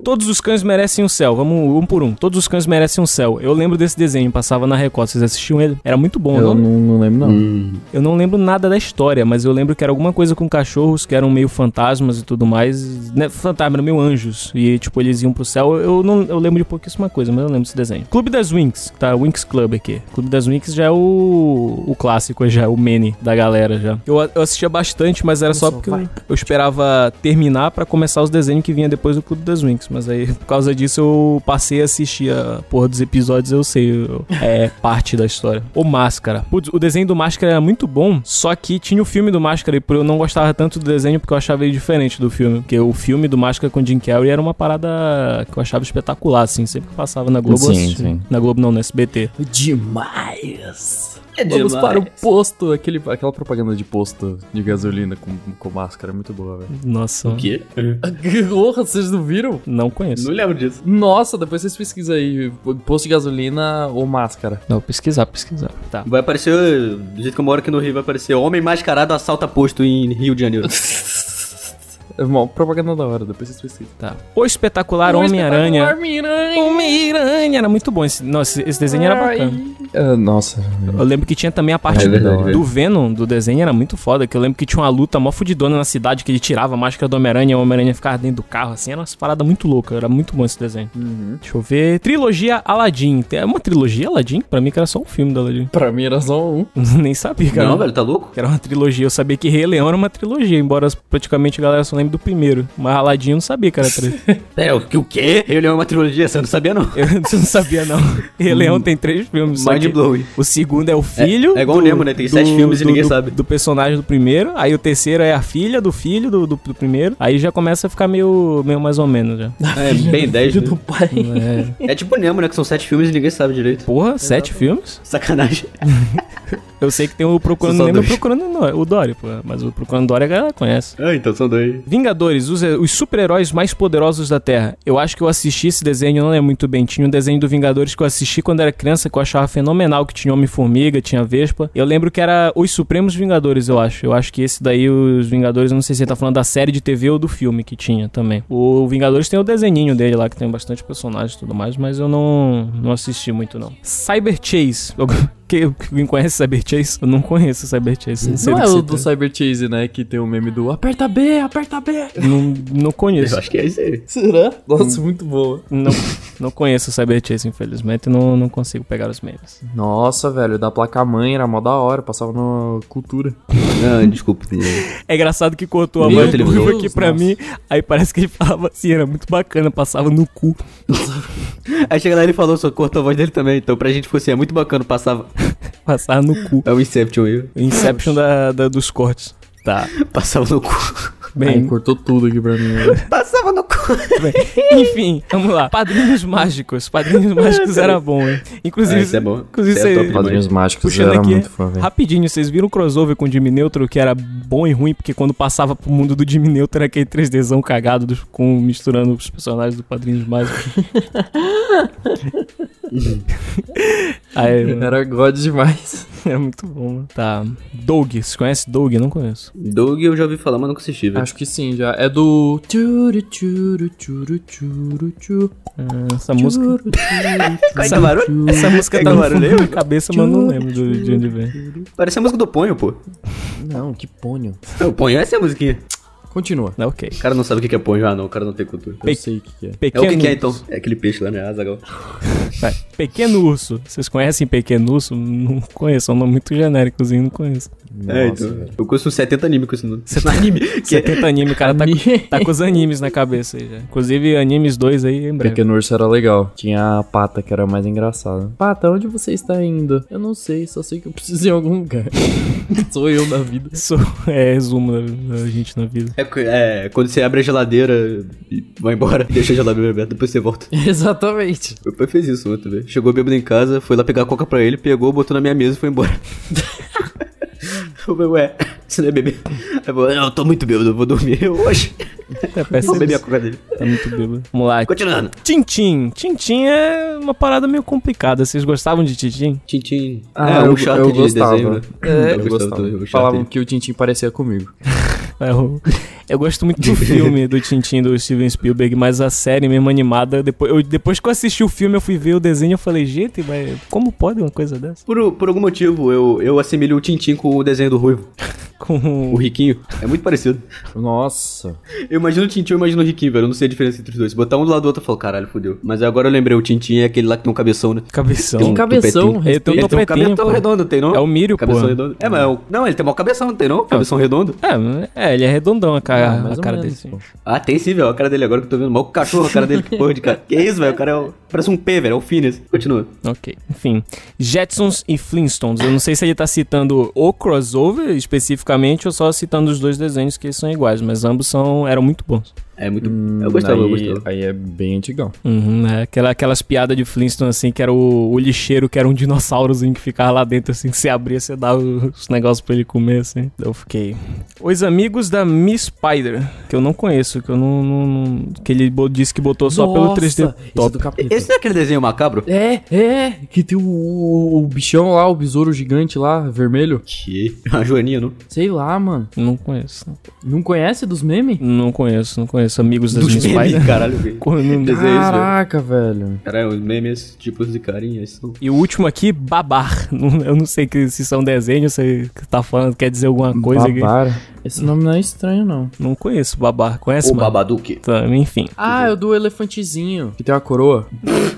[SPEAKER 3] Todos os cães merecem um céu. Vamos um por um. Todos os cães merecem um céu. Eu lembro desse desenho, passava na Record. Vocês assistiam ele? Era muito bom,
[SPEAKER 2] Eu
[SPEAKER 3] não?
[SPEAKER 2] não, não lembro, não.
[SPEAKER 3] Eu não lembro nada da história, mas eu lembro que era alguma coisa com cachorros que eram meio fantasmas e tudo mais. Né? Fantasma, eram meio anjos. E, tipo, eles iam pro céu. Eu, não, eu lembro de pouquíssima coisa, mas eu lembro desse desenho. Clube das Winx, tá? Winx Club aqui. Clube das Winx já é o, o clássico, já é o mini da galera já. Eu, eu assistia bastante, mas era só porque eu, eu esperava terminar pra começar os desenhos que vinha depois do Clube das Winx. Mas aí, por causa disso, eu passei a assistir a porra dos episódios, eu sei. eu- é parte da história. O Máscara. Putz, o desenho do Máscara era muito bom, só que tinha o filme do Máscara e por eu não gostava tanto do desenho porque eu achava ele diferente do filme. Porque o filme do Máscara com o Jim Carrey era uma parada que eu achava espetacular, assim. Sempre que passava na Globo, eu
[SPEAKER 1] Sim,
[SPEAKER 3] assistia.
[SPEAKER 1] sim.
[SPEAKER 3] Na Globo não, no SBT.
[SPEAKER 2] Demais! Vamos para o posto, aquele, aquela propaganda de posto de gasolina com, com máscara, é muito boa, velho.
[SPEAKER 3] Nossa,
[SPEAKER 4] quê?
[SPEAKER 2] Porra, vocês não viram?
[SPEAKER 3] não conheço.
[SPEAKER 4] Não lembro disso.
[SPEAKER 2] Nossa, depois vocês pesquisam aí, posto de gasolina ou máscara.
[SPEAKER 3] Não, pesquisar, pesquisar. Tá.
[SPEAKER 4] Vai aparecer, do jeito que eu moro aqui no Rio, vai aparecer Homem Mascarado Assalta Posto em Rio de Janeiro.
[SPEAKER 2] É uma propaganda da hora, depois vocês pesquisam. Tá.
[SPEAKER 3] O espetacular Homem-Aranha. Homem-Aranha era muito bom. Esse, nossa, esse desenho era bacana.
[SPEAKER 2] É, nossa.
[SPEAKER 3] Eu lembro que tinha também a parte
[SPEAKER 4] É verdade,
[SPEAKER 3] do,
[SPEAKER 4] velho.
[SPEAKER 3] do Venom, do desenho, era muito foda. Que eu lembro que tinha uma luta mó fudidona na cidade, que ele tirava a máscara do Homem-Aranha, o Homem-Aranha ficava dentro do carro, assim. Era umas paradas muito loucas, era muito bom esse desenho.
[SPEAKER 4] Uhum.
[SPEAKER 3] Deixa eu ver. Trilogia Aladdin. Tem- É uma trilogia Aladdin? Pra mim que era só um filme do Aladdin.
[SPEAKER 2] Pra mim era só um.
[SPEAKER 3] Nem sabia, cara.
[SPEAKER 4] Não, velho, tá louco?
[SPEAKER 3] Que era uma trilogia. Eu sabia que Rei Leão era uma trilogia, embora praticamente a galera só lembre do primeiro. Mas Aladdin eu não sabia que era três.
[SPEAKER 4] Pera, o que- o quê? Ele é uma trilogia, você não sabia não.
[SPEAKER 3] eu não sabia, não. Rei Leão tem três filmes. só que-
[SPEAKER 4] Mind blowing.
[SPEAKER 3] O segundo é o filho.
[SPEAKER 4] é igual o Nemo, né? Tem sete filmes e ninguém
[SPEAKER 3] do-
[SPEAKER 4] sabe.
[SPEAKER 3] Do personagem do primeiro. Aí o terceiro é a filha do filho do, do, do primeiro. Aí já começa a ficar meio, meio mais ou menos já.
[SPEAKER 4] É, bem 10. né?
[SPEAKER 3] É.
[SPEAKER 4] É tipo o Nemo, né? Que são sete filmes e ninguém sabe direito.
[SPEAKER 3] Porra, sete filmes?
[SPEAKER 4] Sacanagem.
[SPEAKER 3] Eu sei que tem o Procurando
[SPEAKER 4] Só
[SPEAKER 3] Nemo e o
[SPEAKER 4] dois.
[SPEAKER 3] Procurando Nor- o Dory, pô. Mas o Procurando Dory a galera conhece.
[SPEAKER 4] Ah, então são dois.
[SPEAKER 3] Vingadores, os, os super-heróis mais poderosos da Terra. Eu acho que eu assisti esse desenho, não é muito bem. Tinha um desenho do Vingadores que eu assisti quando era criança, que eu achava fenomenal, que tinha Homem-Formiga, tinha Vespa. Eu lembro que era Os Supremos Vingadores, eu acho. Eu acho que esse daí, os Vingadores, eu não sei se ele tá falando da série de TV ou do filme que tinha também. O Vingadores tem o desenhinho dele lá, que tem bastante personagens e tudo mais, mas eu não, não assisti muito, não. Cyber Chase. Quem quem conhece Cyber Chase? Eu não conheço Cyber Chase. Não, sei
[SPEAKER 2] Não é
[SPEAKER 3] do que
[SPEAKER 2] o
[SPEAKER 3] se
[SPEAKER 2] do
[SPEAKER 3] trata.
[SPEAKER 2] Cyber Chase, né? Que tem o meme do aperta B, aperta B.
[SPEAKER 3] não, não conheço.
[SPEAKER 4] Eu acho que é isso aí.
[SPEAKER 2] Será? Nossa, muito boa.
[SPEAKER 3] Não, não conheço o Cyber Chase, infelizmente, não, não consigo pegar os memes.
[SPEAKER 2] Nossa, velho, da placa mãe era mó da hora, passava na cultura.
[SPEAKER 4] Ah, desculpa.
[SPEAKER 3] É engraçado que cortou a
[SPEAKER 4] Meu
[SPEAKER 3] mãe do
[SPEAKER 4] televisor.
[SPEAKER 3] Ruivo aqui pra
[SPEAKER 2] Nossa.
[SPEAKER 3] mim, aí parece que ele falava assim, era muito bacana, passava no cu.
[SPEAKER 4] Aí chega lá ele falou, só corta a voz dele também. Então pra gente ficou assim, é muito bacana, passava.
[SPEAKER 3] Passava no cu.
[SPEAKER 4] É o Inception aí.
[SPEAKER 3] Inception da, da- dos cortes. Tá.
[SPEAKER 4] Passava no cu.
[SPEAKER 3] Bem,
[SPEAKER 2] cortou tudo aqui pra mim. velho.
[SPEAKER 4] Passava no cu.
[SPEAKER 3] bem. Enfim, vamos lá. Padrinhos mágicos. Padrinhos mágicos era bom, hein? Inclusive.
[SPEAKER 4] Ah, isso é bom.
[SPEAKER 3] Inclusive,
[SPEAKER 4] Isso é
[SPEAKER 3] você-
[SPEAKER 4] top.
[SPEAKER 1] Padrinhos Mágicos, eu
[SPEAKER 3] Puxando
[SPEAKER 1] era
[SPEAKER 3] aqui,
[SPEAKER 1] muito fã, velho.
[SPEAKER 3] rapidinho, vocês viram o crossover com o Jimmy Neutron, que era bom e ruim, porque quando passava pro mundo do Jimmy Neutron era aquele 3Dzão cagado dos- com, misturando os personagens do Padrinhos Mágicos. Aí, mano,
[SPEAKER 2] Era god demais.
[SPEAKER 3] era muito bom, mano. Tá. Doug, você conhece Doug? Não conheço.
[SPEAKER 4] Doug eu já ouvi falar, mas nunca assisti, velho.
[SPEAKER 2] Acho que sim, já. É do. Tchuru, tchuru, tchuru, tchuru, tchuru.
[SPEAKER 3] Ah, Essa música.
[SPEAKER 4] Essa, barulho?
[SPEAKER 3] Essa música tá
[SPEAKER 4] Tem
[SPEAKER 3] no
[SPEAKER 4] barulho
[SPEAKER 3] fundo
[SPEAKER 4] aí,
[SPEAKER 3] da minha cabeça, mas eu não lembro do- de onde vem.
[SPEAKER 4] Parece a música do Ponho, pô.
[SPEAKER 1] Não, que pônio.
[SPEAKER 4] O Ponho é essa musiquinha.
[SPEAKER 2] Continua.
[SPEAKER 3] É ok.
[SPEAKER 4] O cara não sabe o que que é ponjo. Ah, não, o cara não tem cultura.
[SPEAKER 2] Eu sei o que, que é.
[SPEAKER 4] É o que que é, então? É aquele peixe lá, né? Azagal.
[SPEAKER 3] Vai. Pequeno Urso. Vocês conhecem Pequeno Urso? Não conheço. É um nome muito genéricozinho, não conheço.
[SPEAKER 4] É, então. Eu conheço uns assim, 70 anime com esse nome. 70 anime? Que é
[SPEAKER 3] 70 tá anime, o cara tá, com- tá com os animes na cabeça aí já. Inclusive, animes 2 aí em breve.
[SPEAKER 2] Pequeno urso era legal. Tinha a pata que era mais engraçada. Pata, onde você está indo? Eu não sei, só sei que eu preciso ir em algum lugar. Sou eu da vida.
[SPEAKER 3] Isso é resumo da, da gente na vida.
[SPEAKER 4] É, co- é, quando você abre a geladeira e vai embora, deixa a geladeira aberta, depois você volta.
[SPEAKER 2] Exatamente.
[SPEAKER 4] Meu pai fez isso ontem, velho. Chegou bêbado em casa, foi lá pegar a coca pra ele, pegou, botou na minha mesa e foi embora. Eu falei, ué, você não é bebê? Aí eu falei, não, eu tô muito bêbado, eu vou dormir hoje.
[SPEAKER 3] Até É, parece
[SPEAKER 4] Vou beber a
[SPEAKER 3] que
[SPEAKER 4] coca dele.
[SPEAKER 3] tá muito bêbado. Vamos lá.
[SPEAKER 4] Continuando.
[SPEAKER 3] Tintim. Tintim é uma parada meio complicada. Vocês gostavam de Tintim?
[SPEAKER 4] Tintin.
[SPEAKER 2] Ah, eu, eu gostava. É, eu, gostava.
[SPEAKER 4] né? também, o Uncharted.
[SPEAKER 2] Falavam que o Tintin parecia comigo.
[SPEAKER 3] Eu, eu gosto muito do filme do Tintin do Steven Spielberg, mas a série mesmo animada, depois, eu- depois que eu assisti o filme, eu fui ver o desenho e falei, gente, mas como pode uma coisa dessa?
[SPEAKER 4] Por, por algum motivo, eu, eu assemelho o Tintin com o desenho do Ruivo,
[SPEAKER 3] Com
[SPEAKER 4] o Riquinho. É muito parecido.
[SPEAKER 2] Nossa.
[SPEAKER 4] Eu imagino o Tintin, eu imagino o Riquinho, velho. Eu não sei a diferença entre os dois. Botar um do lado do outro, eu falo, caralho, fodeu. Mas agora eu lembrei, o Tintin é aquele lá que tem um cabeção, né?
[SPEAKER 2] Tem um
[SPEAKER 3] cabeção.
[SPEAKER 2] cabeção.
[SPEAKER 3] Ele tem um
[SPEAKER 2] respeito.
[SPEAKER 4] Ele tem um
[SPEAKER 3] Topetinho,
[SPEAKER 4] cabeção
[SPEAKER 3] pô.
[SPEAKER 4] redondo, tem não?
[SPEAKER 3] É o Mírio, pô.
[SPEAKER 4] Cabeção redondo. É, mas é o... Não, ele tem uma cabeção, não tem não? Cabeção redondo.
[SPEAKER 3] É, é, ele é redondão a
[SPEAKER 2] Ah,
[SPEAKER 3] cara,
[SPEAKER 2] mais
[SPEAKER 3] a
[SPEAKER 2] ou
[SPEAKER 3] cara
[SPEAKER 2] menos,
[SPEAKER 3] desse.
[SPEAKER 2] pô.
[SPEAKER 4] Ah, tem sim, velho. A cara dele agora que eu tô vendo. Mal que cachorro, a cara dele. Que porra de cara. Que isso, velho? O cara é o... parece um P, velho. É o Phineas. Continua.
[SPEAKER 3] Ok, enfim. Jetsons e Flintstones. Eu não sei se ele tá citando o crossover especificamente ou só citando os dois desenhos que são iguais, mas ambos são eram muito bons.
[SPEAKER 4] É muito...
[SPEAKER 3] Hum,
[SPEAKER 4] eu gostava,
[SPEAKER 2] aí,
[SPEAKER 4] eu gostava.
[SPEAKER 2] Aí é bem antigão.
[SPEAKER 3] Uhum, é, aquela, aquelas piadas de Flintstone assim, que era o, o lixeiro, que era um dinossaurozinho que ficava lá dentro, assim, que você abria, você dava os negócios pra ele comer, assim. Eu fiquei. Os amigos da Miss Spider, que eu não conheço, que eu não. não- não- que ele bo- disse que botou só pelo 3D.
[SPEAKER 2] Esse é
[SPEAKER 3] Top.
[SPEAKER 2] do capeta.
[SPEAKER 4] Esse é aquele desenho macabro?
[SPEAKER 2] É, é, que tem o, o- o bichão lá, o besouro gigante lá, vermelho.
[SPEAKER 4] Que... A Joaninha, não?
[SPEAKER 2] Sei lá, mano.
[SPEAKER 3] Não conheço.
[SPEAKER 2] Não conhece dos memes?
[SPEAKER 3] Não conheço, não conheço. Amigos da
[SPEAKER 4] Dos
[SPEAKER 3] Miss
[SPEAKER 4] memes,
[SPEAKER 3] Spider.
[SPEAKER 4] caralho, velho.
[SPEAKER 3] Qual o nome dele?
[SPEAKER 4] Desenho é isso, velho.
[SPEAKER 2] Caraca, velho.
[SPEAKER 4] Caralho, os memes, tipos de carinha, isso.
[SPEAKER 3] E o último aqui, babar. Não- Eu não sei que- se são desenhos, se tá falando, quer dizer alguma coisa. que-
[SPEAKER 2] Babara. Esse nome não é estranho, não.
[SPEAKER 3] Não conheço babar. Conhece,
[SPEAKER 4] O
[SPEAKER 3] mano?
[SPEAKER 4] Babadook.
[SPEAKER 3] Tá, enfim,
[SPEAKER 2] Ah, é o do elefantezinho. Que tem uma coroa.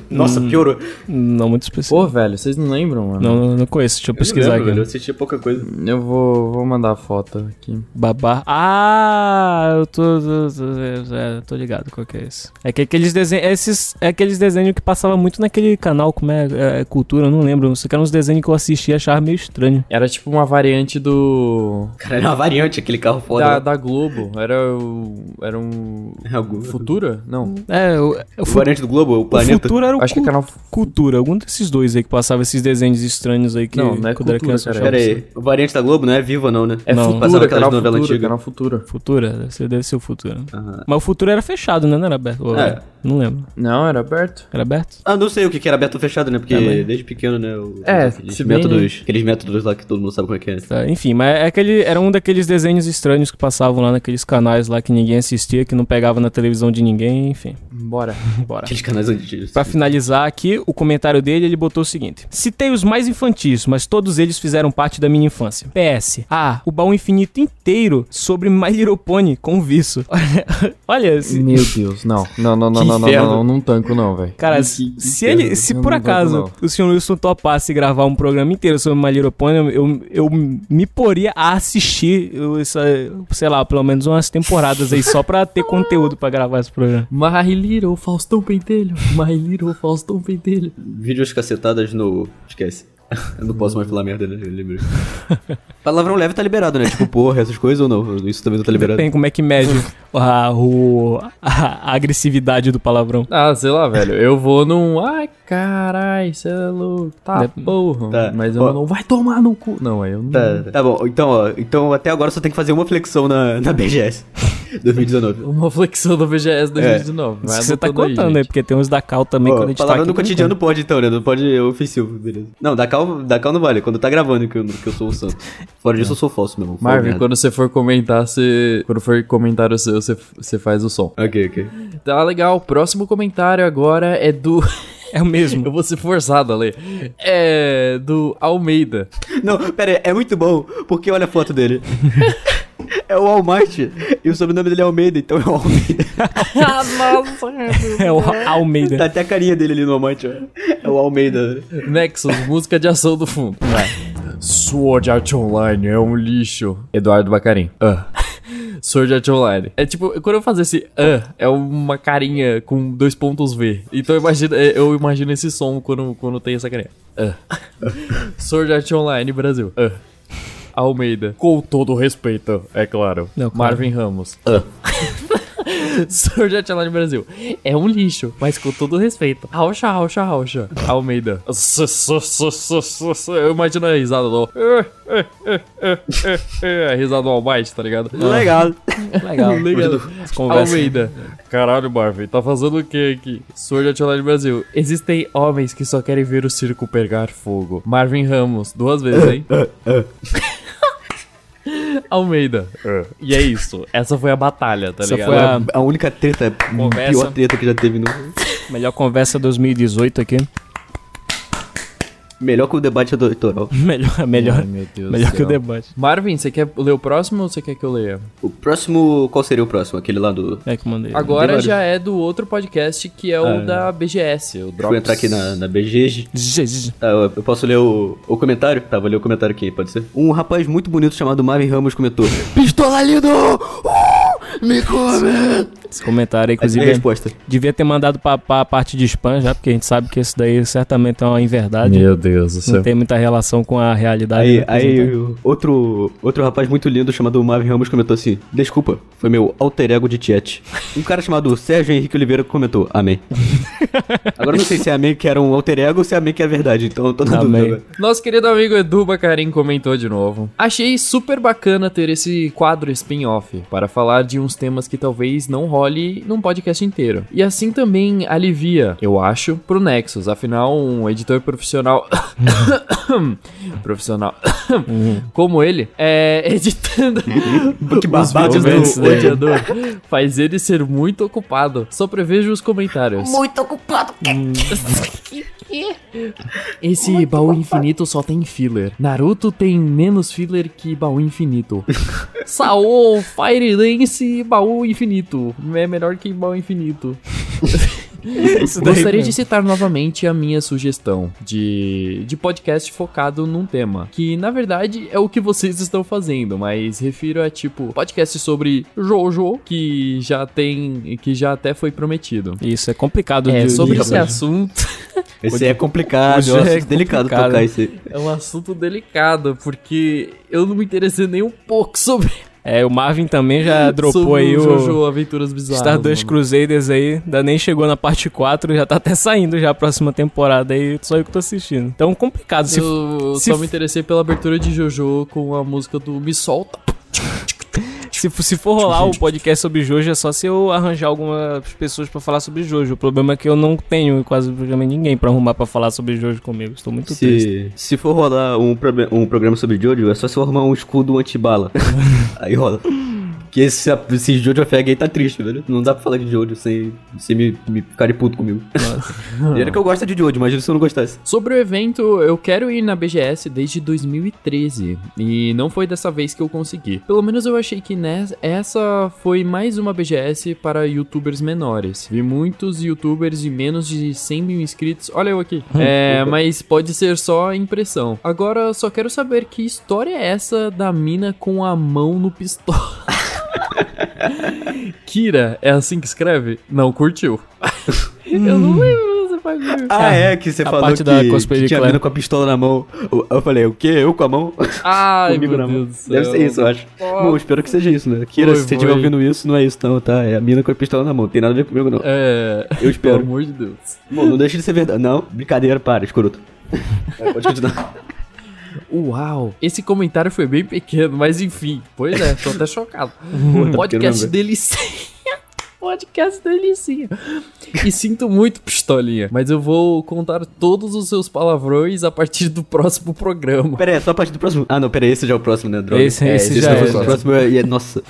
[SPEAKER 4] Nossa, piorou.
[SPEAKER 3] não muito específico.
[SPEAKER 2] Pô, velho, vocês não lembram, mano?
[SPEAKER 3] Não, não, não conheço, deixa eu pesquisar
[SPEAKER 4] velho. Eu
[SPEAKER 3] aqui.
[SPEAKER 4] assistia pouca coisa.
[SPEAKER 2] Eu vou, vou mandar a foto aqui.
[SPEAKER 3] Babar. Ah, eu tô, tô, tô- é, tô ligado qual que é esse. É que aqueles desenhos. Esses, é aqueles desenhos que passava muito naquele canal, como é, é, cultura, eu não lembro. Só que eram uns desenhos que eu assistia e achava meio estranho.
[SPEAKER 2] Era tipo uma variante do.
[SPEAKER 4] Caralho, é uma variante aquele carro
[SPEAKER 2] Da,
[SPEAKER 4] foda. né?
[SPEAKER 2] da Globo. Era o. Era um.
[SPEAKER 4] É o Globo.
[SPEAKER 2] Futura? Não.
[SPEAKER 3] É, o, o,
[SPEAKER 4] O variante do Globo, o
[SPEAKER 3] o
[SPEAKER 4] planeta.
[SPEAKER 3] futuro era o
[SPEAKER 2] Acho que é
[SPEAKER 3] cu-
[SPEAKER 2] canal.
[SPEAKER 3] Cultura, algum desses dois aí que passava esses desenhos estranhos aí que
[SPEAKER 2] Não, não é
[SPEAKER 3] quando
[SPEAKER 2] cultura,
[SPEAKER 3] era criança eu
[SPEAKER 2] cara.
[SPEAKER 3] achava
[SPEAKER 4] Pera
[SPEAKER 3] isso.
[SPEAKER 4] aí, o variante da Globo não é viva, não, né?
[SPEAKER 2] É
[SPEAKER 3] Não.
[SPEAKER 4] Passava
[SPEAKER 2] Futura,
[SPEAKER 4] aquelas
[SPEAKER 2] canal
[SPEAKER 4] novelas
[SPEAKER 2] Futura,
[SPEAKER 4] antigas.
[SPEAKER 2] canal Futura.
[SPEAKER 3] Futura, deve ser, deve ser o Futura.
[SPEAKER 4] Aham.
[SPEAKER 3] Mas o Futura era fechado, né? Não era aberto. Ou
[SPEAKER 4] É.
[SPEAKER 3] era? Não lembro.
[SPEAKER 2] Não, era aberto.
[SPEAKER 3] Era aberto?
[SPEAKER 4] Ah, não sei o que que era aberto ou fechado, né? Porque
[SPEAKER 3] É, mas-
[SPEAKER 4] desde pequeno, né? o-
[SPEAKER 2] É,
[SPEAKER 4] aqueles
[SPEAKER 2] se bem,
[SPEAKER 4] métodos, aqueles métodos lá que todo mundo sabe como é que é.
[SPEAKER 3] Tá, enfim, mas é aquele, era um daqueles desenhos estranhos que passavam lá naqueles canais lá que ninguém assistia, que não pegava na televisão de ninguém, enfim.
[SPEAKER 2] Bora.
[SPEAKER 3] Bora.
[SPEAKER 4] Aqueles canais antigos.
[SPEAKER 3] Pra finalizar aqui, o comentário dele, ele botou o seguinte: Citei os mais infantis, mas todos eles fizeram parte da minha infância. PS. Ah, o baú infinito inteiro sobre My Little Pony com viço. Olha, olha esse-
[SPEAKER 2] Meu Deus, não. Não, não, não,
[SPEAKER 4] Que
[SPEAKER 2] não, não,
[SPEAKER 4] inferno.
[SPEAKER 2] não, não, não tanco, não, velho.
[SPEAKER 3] Cara, se,
[SPEAKER 2] que
[SPEAKER 3] se ele,
[SPEAKER 2] inferno.
[SPEAKER 3] se
[SPEAKER 2] Eu
[SPEAKER 3] por
[SPEAKER 2] não banco,
[SPEAKER 3] acaso
[SPEAKER 2] não.
[SPEAKER 3] o senhor Wilson topasse gravar um programa inteiro sobre My Little Pony, eu, eu, eu me poria a assistir, eu- essa, sei lá, pelo menos umas temporadas aí só pra ter conteúdo pra gravar esse programa.
[SPEAKER 2] My Little Faustão Pentelho. My Little Faustão Pentelho.
[SPEAKER 4] Vídeos cacetadas no. Esquece. Eu não posso mais falar merda, né? Eu lembrei. Palavrão leve tá liberado, né? Tipo, porra, essas coisas ou não? Isso também não tá liberado.
[SPEAKER 3] Tem como é que mede a, o- a- a agressividade do palavrão.
[SPEAKER 2] Ah, sei lá, velho. Eu vou num. Ai, carai, cê é louco. Tá,
[SPEAKER 3] Dep-
[SPEAKER 2] porra.
[SPEAKER 4] Tá.
[SPEAKER 2] Mas eu
[SPEAKER 4] Ó.
[SPEAKER 2] não. Vai tomar no cu. Não, aí eu não.
[SPEAKER 4] Tá, tá bom, então, ó. Então até agora só tem que fazer uma flexão na, na BGS 2019.
[SPEAKER 2] Uma flexão do VGS
[SPEAKER 4] É.
[SPEAKER 2] 2019.
[SPEAKER 3] Isso
[SPEAKER 2] Vai
[SPEAKER 3] que você tá
[SPEAKER 2] anotando aí,
[SPEAKER 3] contando aí,
[SPEAKER 2] gente.
[SPEAKER 3] porque tem uns da Cal também
[SPEAKER 4] Ó,
[SPEAKER 3] quando a gente tá
[SPEAKER 4] palavrão
[SPEAKER 3] aqui,
[SPEAKER 4] no cotidiano pode, então, né? Não pode é ofensivo, beleza. Não, da cal, da cal não vale, quando tá gravando que eu, que eu sou o santo. Fora disso, eu sou falso, meu irmão. Fala
[SPEAKER 2] Marvin,
[SPEAKER 4] merda.
[SPEAKER 2] quando você for comentar, você. Quando for comentário seu, você, você faz o som.
[SPEAKER 4] Ok, ok.
[SPEAKER 2] Tá legal. Próximo comentário agora é do.
[SPEAKER 3] É o mesmo.
[SPEAKER 2] eu vou ser forçado a ler. É. Do Almeida.
[SPEAKER 4] Não, pera aí, é muito bom, porque olha a foto dele. É o Almighty. E o sobrenome dele é Almeida, então é o Almeida.
[SPEAKER 7] Ah,
[SPEAKER 3] É o Almeida.
[SPEAKER 4] Tá até a carinha dele ali no Almighty, ó. É o Almeida.
[SPEAKER 2] Nexus, música de ação do fundo. Sword Art Online é um lixo. Eduardo Bacarim. Ah. Sword Art Online. É tipo, quando eu fazer esse ah, é uma carinha com dois pontos V. Então eu imagino, é, eu imagino esse som quando, quando tem essa carinha. Ah. Sword Art Online Brasil. Ah. Almeida. Com todo respeito, é claro.
[SPEAKER 3] Não, claro.
[SPEAKER 2] Marvin Ramos. Ah. Sword Art Online Brasil. É um lixo, mas com todo respeito. Raucha, raucha, raucha. Almeida. Su, su, su, su, su, su. Eu imagino a risada do. "Eh, A risada do Almighty, tá ligado?
[SPEAKER 4] Legal.
[SPEAKER 3] Legal.
[SPEAKER 2] Ligado. Almeida. Caralho, Marvin, tá fazendo o que aqui? Sword Art Online Brasil. Existem homens que só querem ver o circo pegar fogo. Marvin Ramos, duas vezes, hein? Almeida. E é isso. Essa foi a batalha, tá
[SPEAKER 3] Essa
[SPEAKER 2] ligado?
[SPEAKER 3] foi a
[SPEAKER 4] A única treta,
[SPEAKER 2] Conversa.
[SPEAKER 4] pior treta que já teve no.
[SPEAKER 3] melhor conversa 2018 aqui.
[SPEAKER 4] Melhor que o debate eleitoral.
[SPEAKER 3] Melhor, melhor.
[SPEAKER 2] Ai, meu Deus
[SPEAKER 3] melhor
[SPEAKER 2] do
[SPEAKER 3] que o
[SPEAKER 2] céu.
[SPEAKER 3] debate.
[SPEAKER 2] Marvin, você quer ler o próximo ou você quer que eu leia?
[SPEAKER 4] O próximo. Qual seria o próximo? Aquele lá do.
[SPEAKER 3] É que eu mandei.
[SPEAKER 2] Agora
[SPEAKER 4] vários.
[SPEAKER 2] já é do outro podcast que é o da BGS, o Drops.
[SPEAKER 4] Vou entrar aqui na, na BG.
[SPEAKER 3] Zzz.
[SPEAKER 4] Tá, eu eu posso ler o, o comentário? Tá, vou ler o comentário aqui, pode ser? É, Um rapaz muito bonito chamado Marvin Ramos comentou: Pistola lindo! Uh, me come!
[SPEAKER 3] Esse comentário, aí,
[SPEAKER 4] Inclusive,
[SPEAKER 2] É,
[SPEAKER 3] inclusive, é
[SPEAKER 4] a resposta.
[SPEAKER 3] devia ter mandado pra, pra parte de spam já, porque a gente sabe que isso daí certamente é uma inverdade.
[SPEAKER 2] Meu Deus do
[SPEAKER 3] Não tem muita relação com a realidade.
[SPEAKER 4] Aí,
[SPEAKER 3] né, apresentada.
[SPEAKER 4] aí o- outro, outro rapaz muito lindo chamado Marvin Ramos comentou assim: Desculpa, foi meu alter ego de Tietê. Um cara chamado Sérgio Henrique Oliveira comentou: Amém. Agora eu não sei se é amém que era um alter ego ou se é amém que é verdade, então eu tô na
[SPEAKER 3] Amém.
[SPEAKER 4] dúvida.
[SPEAKER 2] Nosso querido amigo Edu Bacarim comentou de novo. Achei super bacana ter esse quadro spin-off para falar de uns temas que talvez não role num podcast inteiro. E assim também alivia, eu acho, pro Nexus. Afinal, um editor profissional. profissional. como ele, é editando os
[SPEAKER 4] Que babado
[SPEAKER 3] né?
[SPEAKER 2] vídeos
[SPEAKER 4] mesmo
[SPEAKER 2] do
[SPEAKER 4] isso daí.
[SPEAKER 2] odiador faz ele ser muito ocupado. Só prevejo os comentários.
[SPEAKER 7] Muito ocupado.
[SPEAKER 2] Hum. Esse baú infinito só tem filler. Naruto tem menos filler que baú infinito. Saô, Fire Dance, baú infinito. É melhor que baú infinito. Gostaria de citar novamente a minha sugestão de, de podcast focado num tema, que na verdade é o que vocês estão fazendo, mas refiro a tipo podcast sobre Jojo, que já tem, que já até foi prometido.
[SPEAKER 3] Isso é complicado
[SPEAKER 2] É,
[SPEAKER 3] de
[SPEAKER 2] sobre
[SPEAKER 3] de-
[SPEAKER 2] esse assunto,
[SPEAKER 4] Esse aí é complicado,
[SPEAKER 3] Hoje
[SPEAKER 4] é
[SPEAKER 3] é
[SPEAKER 4] um assunto delicado
[SPEAKER 3] complicado.
[SPEAKER 4] tocar esse. aí.
[SPEAKER 2] É um assunto delicado, porque eu não me interessei nem um pouco sobre,
[SPEAKER 3] É, o Marvin também já dropou
[SPEAKER 2] sobre
[SPEAKER 3] aí
[SPEAKER 2] Ah, o
[SPEAKER 3] o
[SPEAKER 2] Jojo Aventuras Bizarras.
[SPEAKER 3] Star 2
[SPEAKER 2] mano.
[SPEAKER 3] Crusaders aí, ainda nem chegou na parte 4, já tá até saindo já a próxima temporada aí, só eu que tô assistindo. Então complicado, se
[SPEAKER 2] Eu
[SPEAKER 3] se
[SPEAKER 2] só
[SPEAKER 3] f-
[SPEAKER 2] me interessei pela abertura de Jojo com a música do Me Solta.
[SPEAKER 3] Se, fo- se for rolar o podcast sobre Jojo, é só se eu arranjar algumas pessoas pra falar sobre Jojo. O problema é que eu não tenho quase praticamente ninguém pra arrumar pra falar sobre Jojo comigo. Estou muito triste.
[SPEAKER 4] Se, se for rolar um, probe- um programa sobre Jojo, é só se eu arrumar um escudo antibala. aí rola. Porque esse, esse Jojo Fag aí tá triste, velho. Não dá pra falar de Jojo sem, sem me, me ficar de puto comigo. E era que eu gosto é de Jojo, imagina se eu não gostasse.
[SPEAKER 2] Sobre o evento, eu quero ir na BGS desde 2013 e não foi dessa vez que eu consegui. Pelo menos eu achei que nes- essa foi mais uma BGS para youtubers menores. Vi muitos youtubers de menos de 100 mil inscritos. Olha eu aqui. é, mas pode ser só impressão. Agora só quero saber que história é essa da mina com a mão no pistola. Kira, é assim que escreve? Não curtiu. eu não lembro dessa bagulho.
[SPEAKER 4] Ah, é, que você
[SPEAKER 3] a
[SPEAKER 4] falou
[SPEAKER 3] parte
[SPEAKER 4] que,
[SPEAKER 3] da cosplay
[SPEAKER 4] que
[SPEAKER 3] de
[SPEAKER 4] tinha
[SPEAKER 3] clã.
[SPEAKER 4] mina com a pistola na mão. Eu, eu falei, o quê? Eu com a mão?
[SPEAKER 2] Ai,
[SPEAKER 4] Comigo
[SPEAKER 2] meu
[SPEAKER 4] na mão.
[SPEAKER 2] Deus do céu.
[SPEAKER 4] Deve ser isso, eu acho. Bom, espero que seja isso, né? Kira,
[SPEAKER 2] Foi,
[SPEAKER 4] se você
[SPEAKER 2] foi.
[SPEAKER 4] estiver ouvindo isso, não é isso não, tá? É a mina com a pistola na mão, tem nada a ver comigo não.
[SPEAKER 2] É,
[SPEAKER 4] Eu
[SPEAKER 2] pelo
[SPEAKER 4] espero.
[SPEAKER 2] amor de Deus.
[SPEAKER 4] Bom, não deixa de ser verdade. Não, brincadeira, para, escroto. É, pode continuar.
[SPEAKER 2] Uau, esse comentário foi bem pequeno, mas enfim. Pois é, tô até chocado. Podcast
[SPEAKER 4] pequeno mesmo.
[SPEAKER 2] delicinha. Podcast delicinha. E sinto muito, pistolinha. Mas eu vou contar todos os seus palavrões a partir do próximo programa.
[SPEAKER 4] Pera aí, só a partir do próximo. Ah, não, pera aí, esse já é o próximo, né, droga?
[SPEAKER 3] Esse-
[SPEAKER 4] é,
[SPEAKER 3] esse já
[SPEAKER 4] é
[SPEAKER 3] é,
[SPEAKER 4] o
[SPEAKER 3] já.
[SPEAKER 4] próximo. é- é- nossa,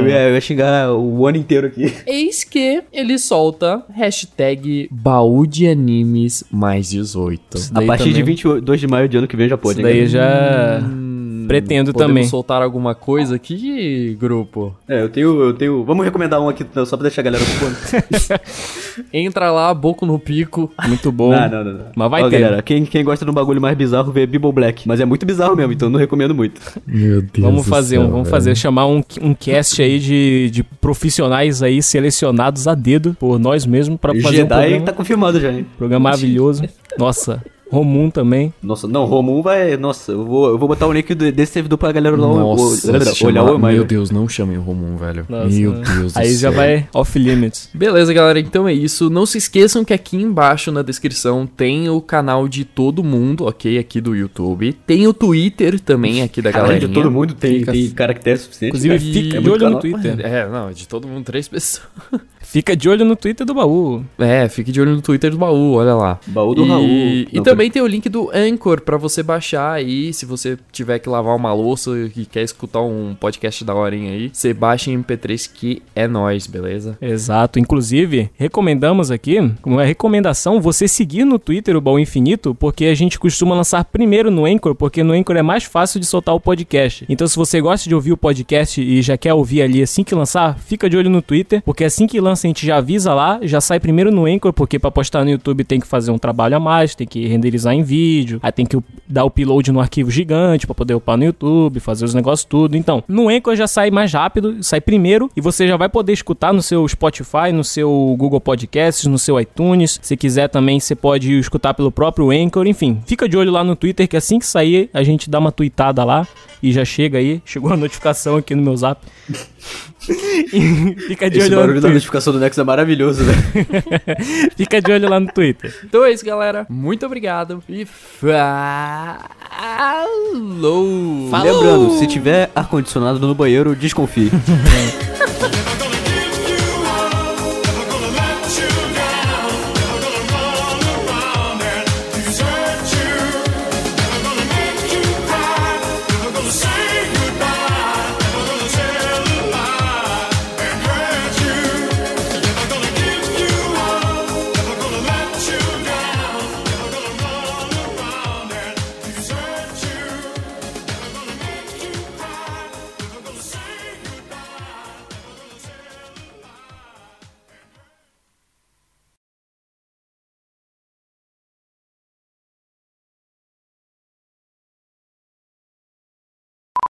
[SPEAKER 4] eu ia, eu ia xingar o ano inteiro aqui.
[SPEAKER 2] Eis que ele solta hashtag baú de animes mais 18.
[SPEAKER 3] Isso
[SPEAKER 4] A
[SPEAKER 3] daí
[SPEAKER 4] partir de
[SPEAKER 3] também-
[SPEAKER 4] 22 de maio de ano que vem já pode,
[SPEAKER 3] Isso daí já.
[SPEAKER 2] Hum,
[SPEAKER 3] Pretendo
[SPEAKER 2] podemos
[SPEAKER 3] também.
[SPEAKER 2] soltar alguma coisa aqui, grupo?
[SPEAKER 4] É, eu tenho, eu tenho. Vamos recomendar um aqui só pra deixar a galera ocupando.
[SPEAKER 2] Entra lá, boco no pico.
[SPEAKER 3] Muito bom.
[SPEAKER 4] Ah, não, não, não, não.
[SPEAKER 3] Mas vai
[SPEAKER 4] Ó,
[SPEAKER 3] ter.
[SPEAKER 4] Galera, quem, quem gosta de um bagulho mais bizarro vê Bible Black. Mas é muito bizarro mesmo, então eu não recomendo muito.
[SPEAKER 2] Meu Deus.
[SPEAKER 3] Vamos fazer um, vamos fazer, chamar um, um cast aí de, de profissionais aí selecionados a dedo por nós mesmos pra fazer um
[SPEAKER 4] Jedi
[SPEAKER 3] programa,
[SPEAKER 4] tá confirmado já, hein?
[SPEAKER 3] programa maravilhoso. Nossa, Romum também.
[SPEAKER 4] Nossa, não, Romulo vai. Nossa, eu vou, eu vou botar o link do- desse servidor pra galera lá
[SPEAKER 9] Nossa,
[SPEAKER 4] olhar,
[SPEAKER 9] se
[SPEAKER 4] olhar
[SPEAKER 9] chamar-
[SPEAKER 4] o e-mail.
[SPEAKER 9] Meu Deus, não chamem o Romum, velho.
[SPEAKER 3] Nossa,
[SPEAKER 9] meu
[SPEAKER 3] né?
[SPEAKER 9] Deus do
[SPEAKER 3] Aí já
[SPEAKER 9] céu.
[SPEAKER 3] vai off limits.
[SPEAKER 2] Beleza, galera, então é isso. Não se esqueçam que aqui embaixo na descrição tem o canal de todo mundo, ok? Aqui do YouTube. Tem o Twitter também aqui da
[SPEAKER 4] Caralho,
[SPEAKER 2] galera.
[SPEAKER 4] todo mundo tem,
[SPEAKER 2] Fica-
[SPEAKER 4] tem caractere suficiente.
[SPEAKER 3] assim. Inclusive,
[SPEAKER 4] cara.
[SPEAKER 3] fica
[SPEAKER 4] É
[SPEAKER 3] de
[SPEAKER 4] muito
[SPEAKER 3] olho no
[SPEAKER 4] canal.
[SPEAKER 3] Twitter.
[SPEAKER 2] É, não, de todo mundo, três pessoas.
[SPEAKER 3] Fica de olho no Twitter do baú.
[SPEAKER 2] É, fique de olho no Twitter do baú, olha lá.
[SPEAKER 4] Baú do
[SPEAKER 2] e,
[SPEAKER 4] Raul.
[SPEAKER 2] E
[SPEAKER 4] Não,
[SPEAKER 2] também tem o link do Anchor pra você baixar aí, se você tiver que lavar uma louça e quer escutar um podcast da horinha aí, você baixa em MP3 que é nóis, beleza?
[SPEAKER 3] Exato. Inclusive, recomendamos aqui, uma recomendação, você seguir no Twitter o Baú Infinito, porque a gente costuma lançar primeiro no Anchor, porque no Anchor é mais fácil de soltar o podcast. Então, se você gosta de ouvir o podcast e já quer ouvir ali assim que lançar, fica de olho no Twitter, porque assim que lança a gente já avisa lá, já sai primeiro no Anchor, porque pra postar no YouTube tem que fazer um trabalho a mais, tem que renderizar em vídeo, aí tem que dar o upload no arquivo gigante pra poder upar no YouTube, fazer os negócios tudo. Então, no Anchor já sai mais rápido, sai primeiro e você já vai poder escutar no seu Spotify, no seu Google Podcasts, no seu iTunes. Se quiser também, você pode escutar pelo próprio Anchor, enfim. Fica de olho lá no Twitter que assim que sair, a gente dá uma tweetada lá e já chega aí. Chegou a notificação aqui no meu zap. E fica de
[SPEAKER 4] Esse
[SPEAKER 3] olho lá no
[SPEAKER 4] barulho da
[SPEAKER 3] Twitter.
[SPEAKER 4] notificação do Nexus é maravilhoso, né?
[SPEAKER 3] Fica de olho lá no Twitter.
[SPEAKER 2] Então é isso, galera. Muito obrigado e falou!
[SPEAKER 4] Lembrando, se tiver ar-condicionado no banheiro, desconfie.
[SPEAKER 10] Levanta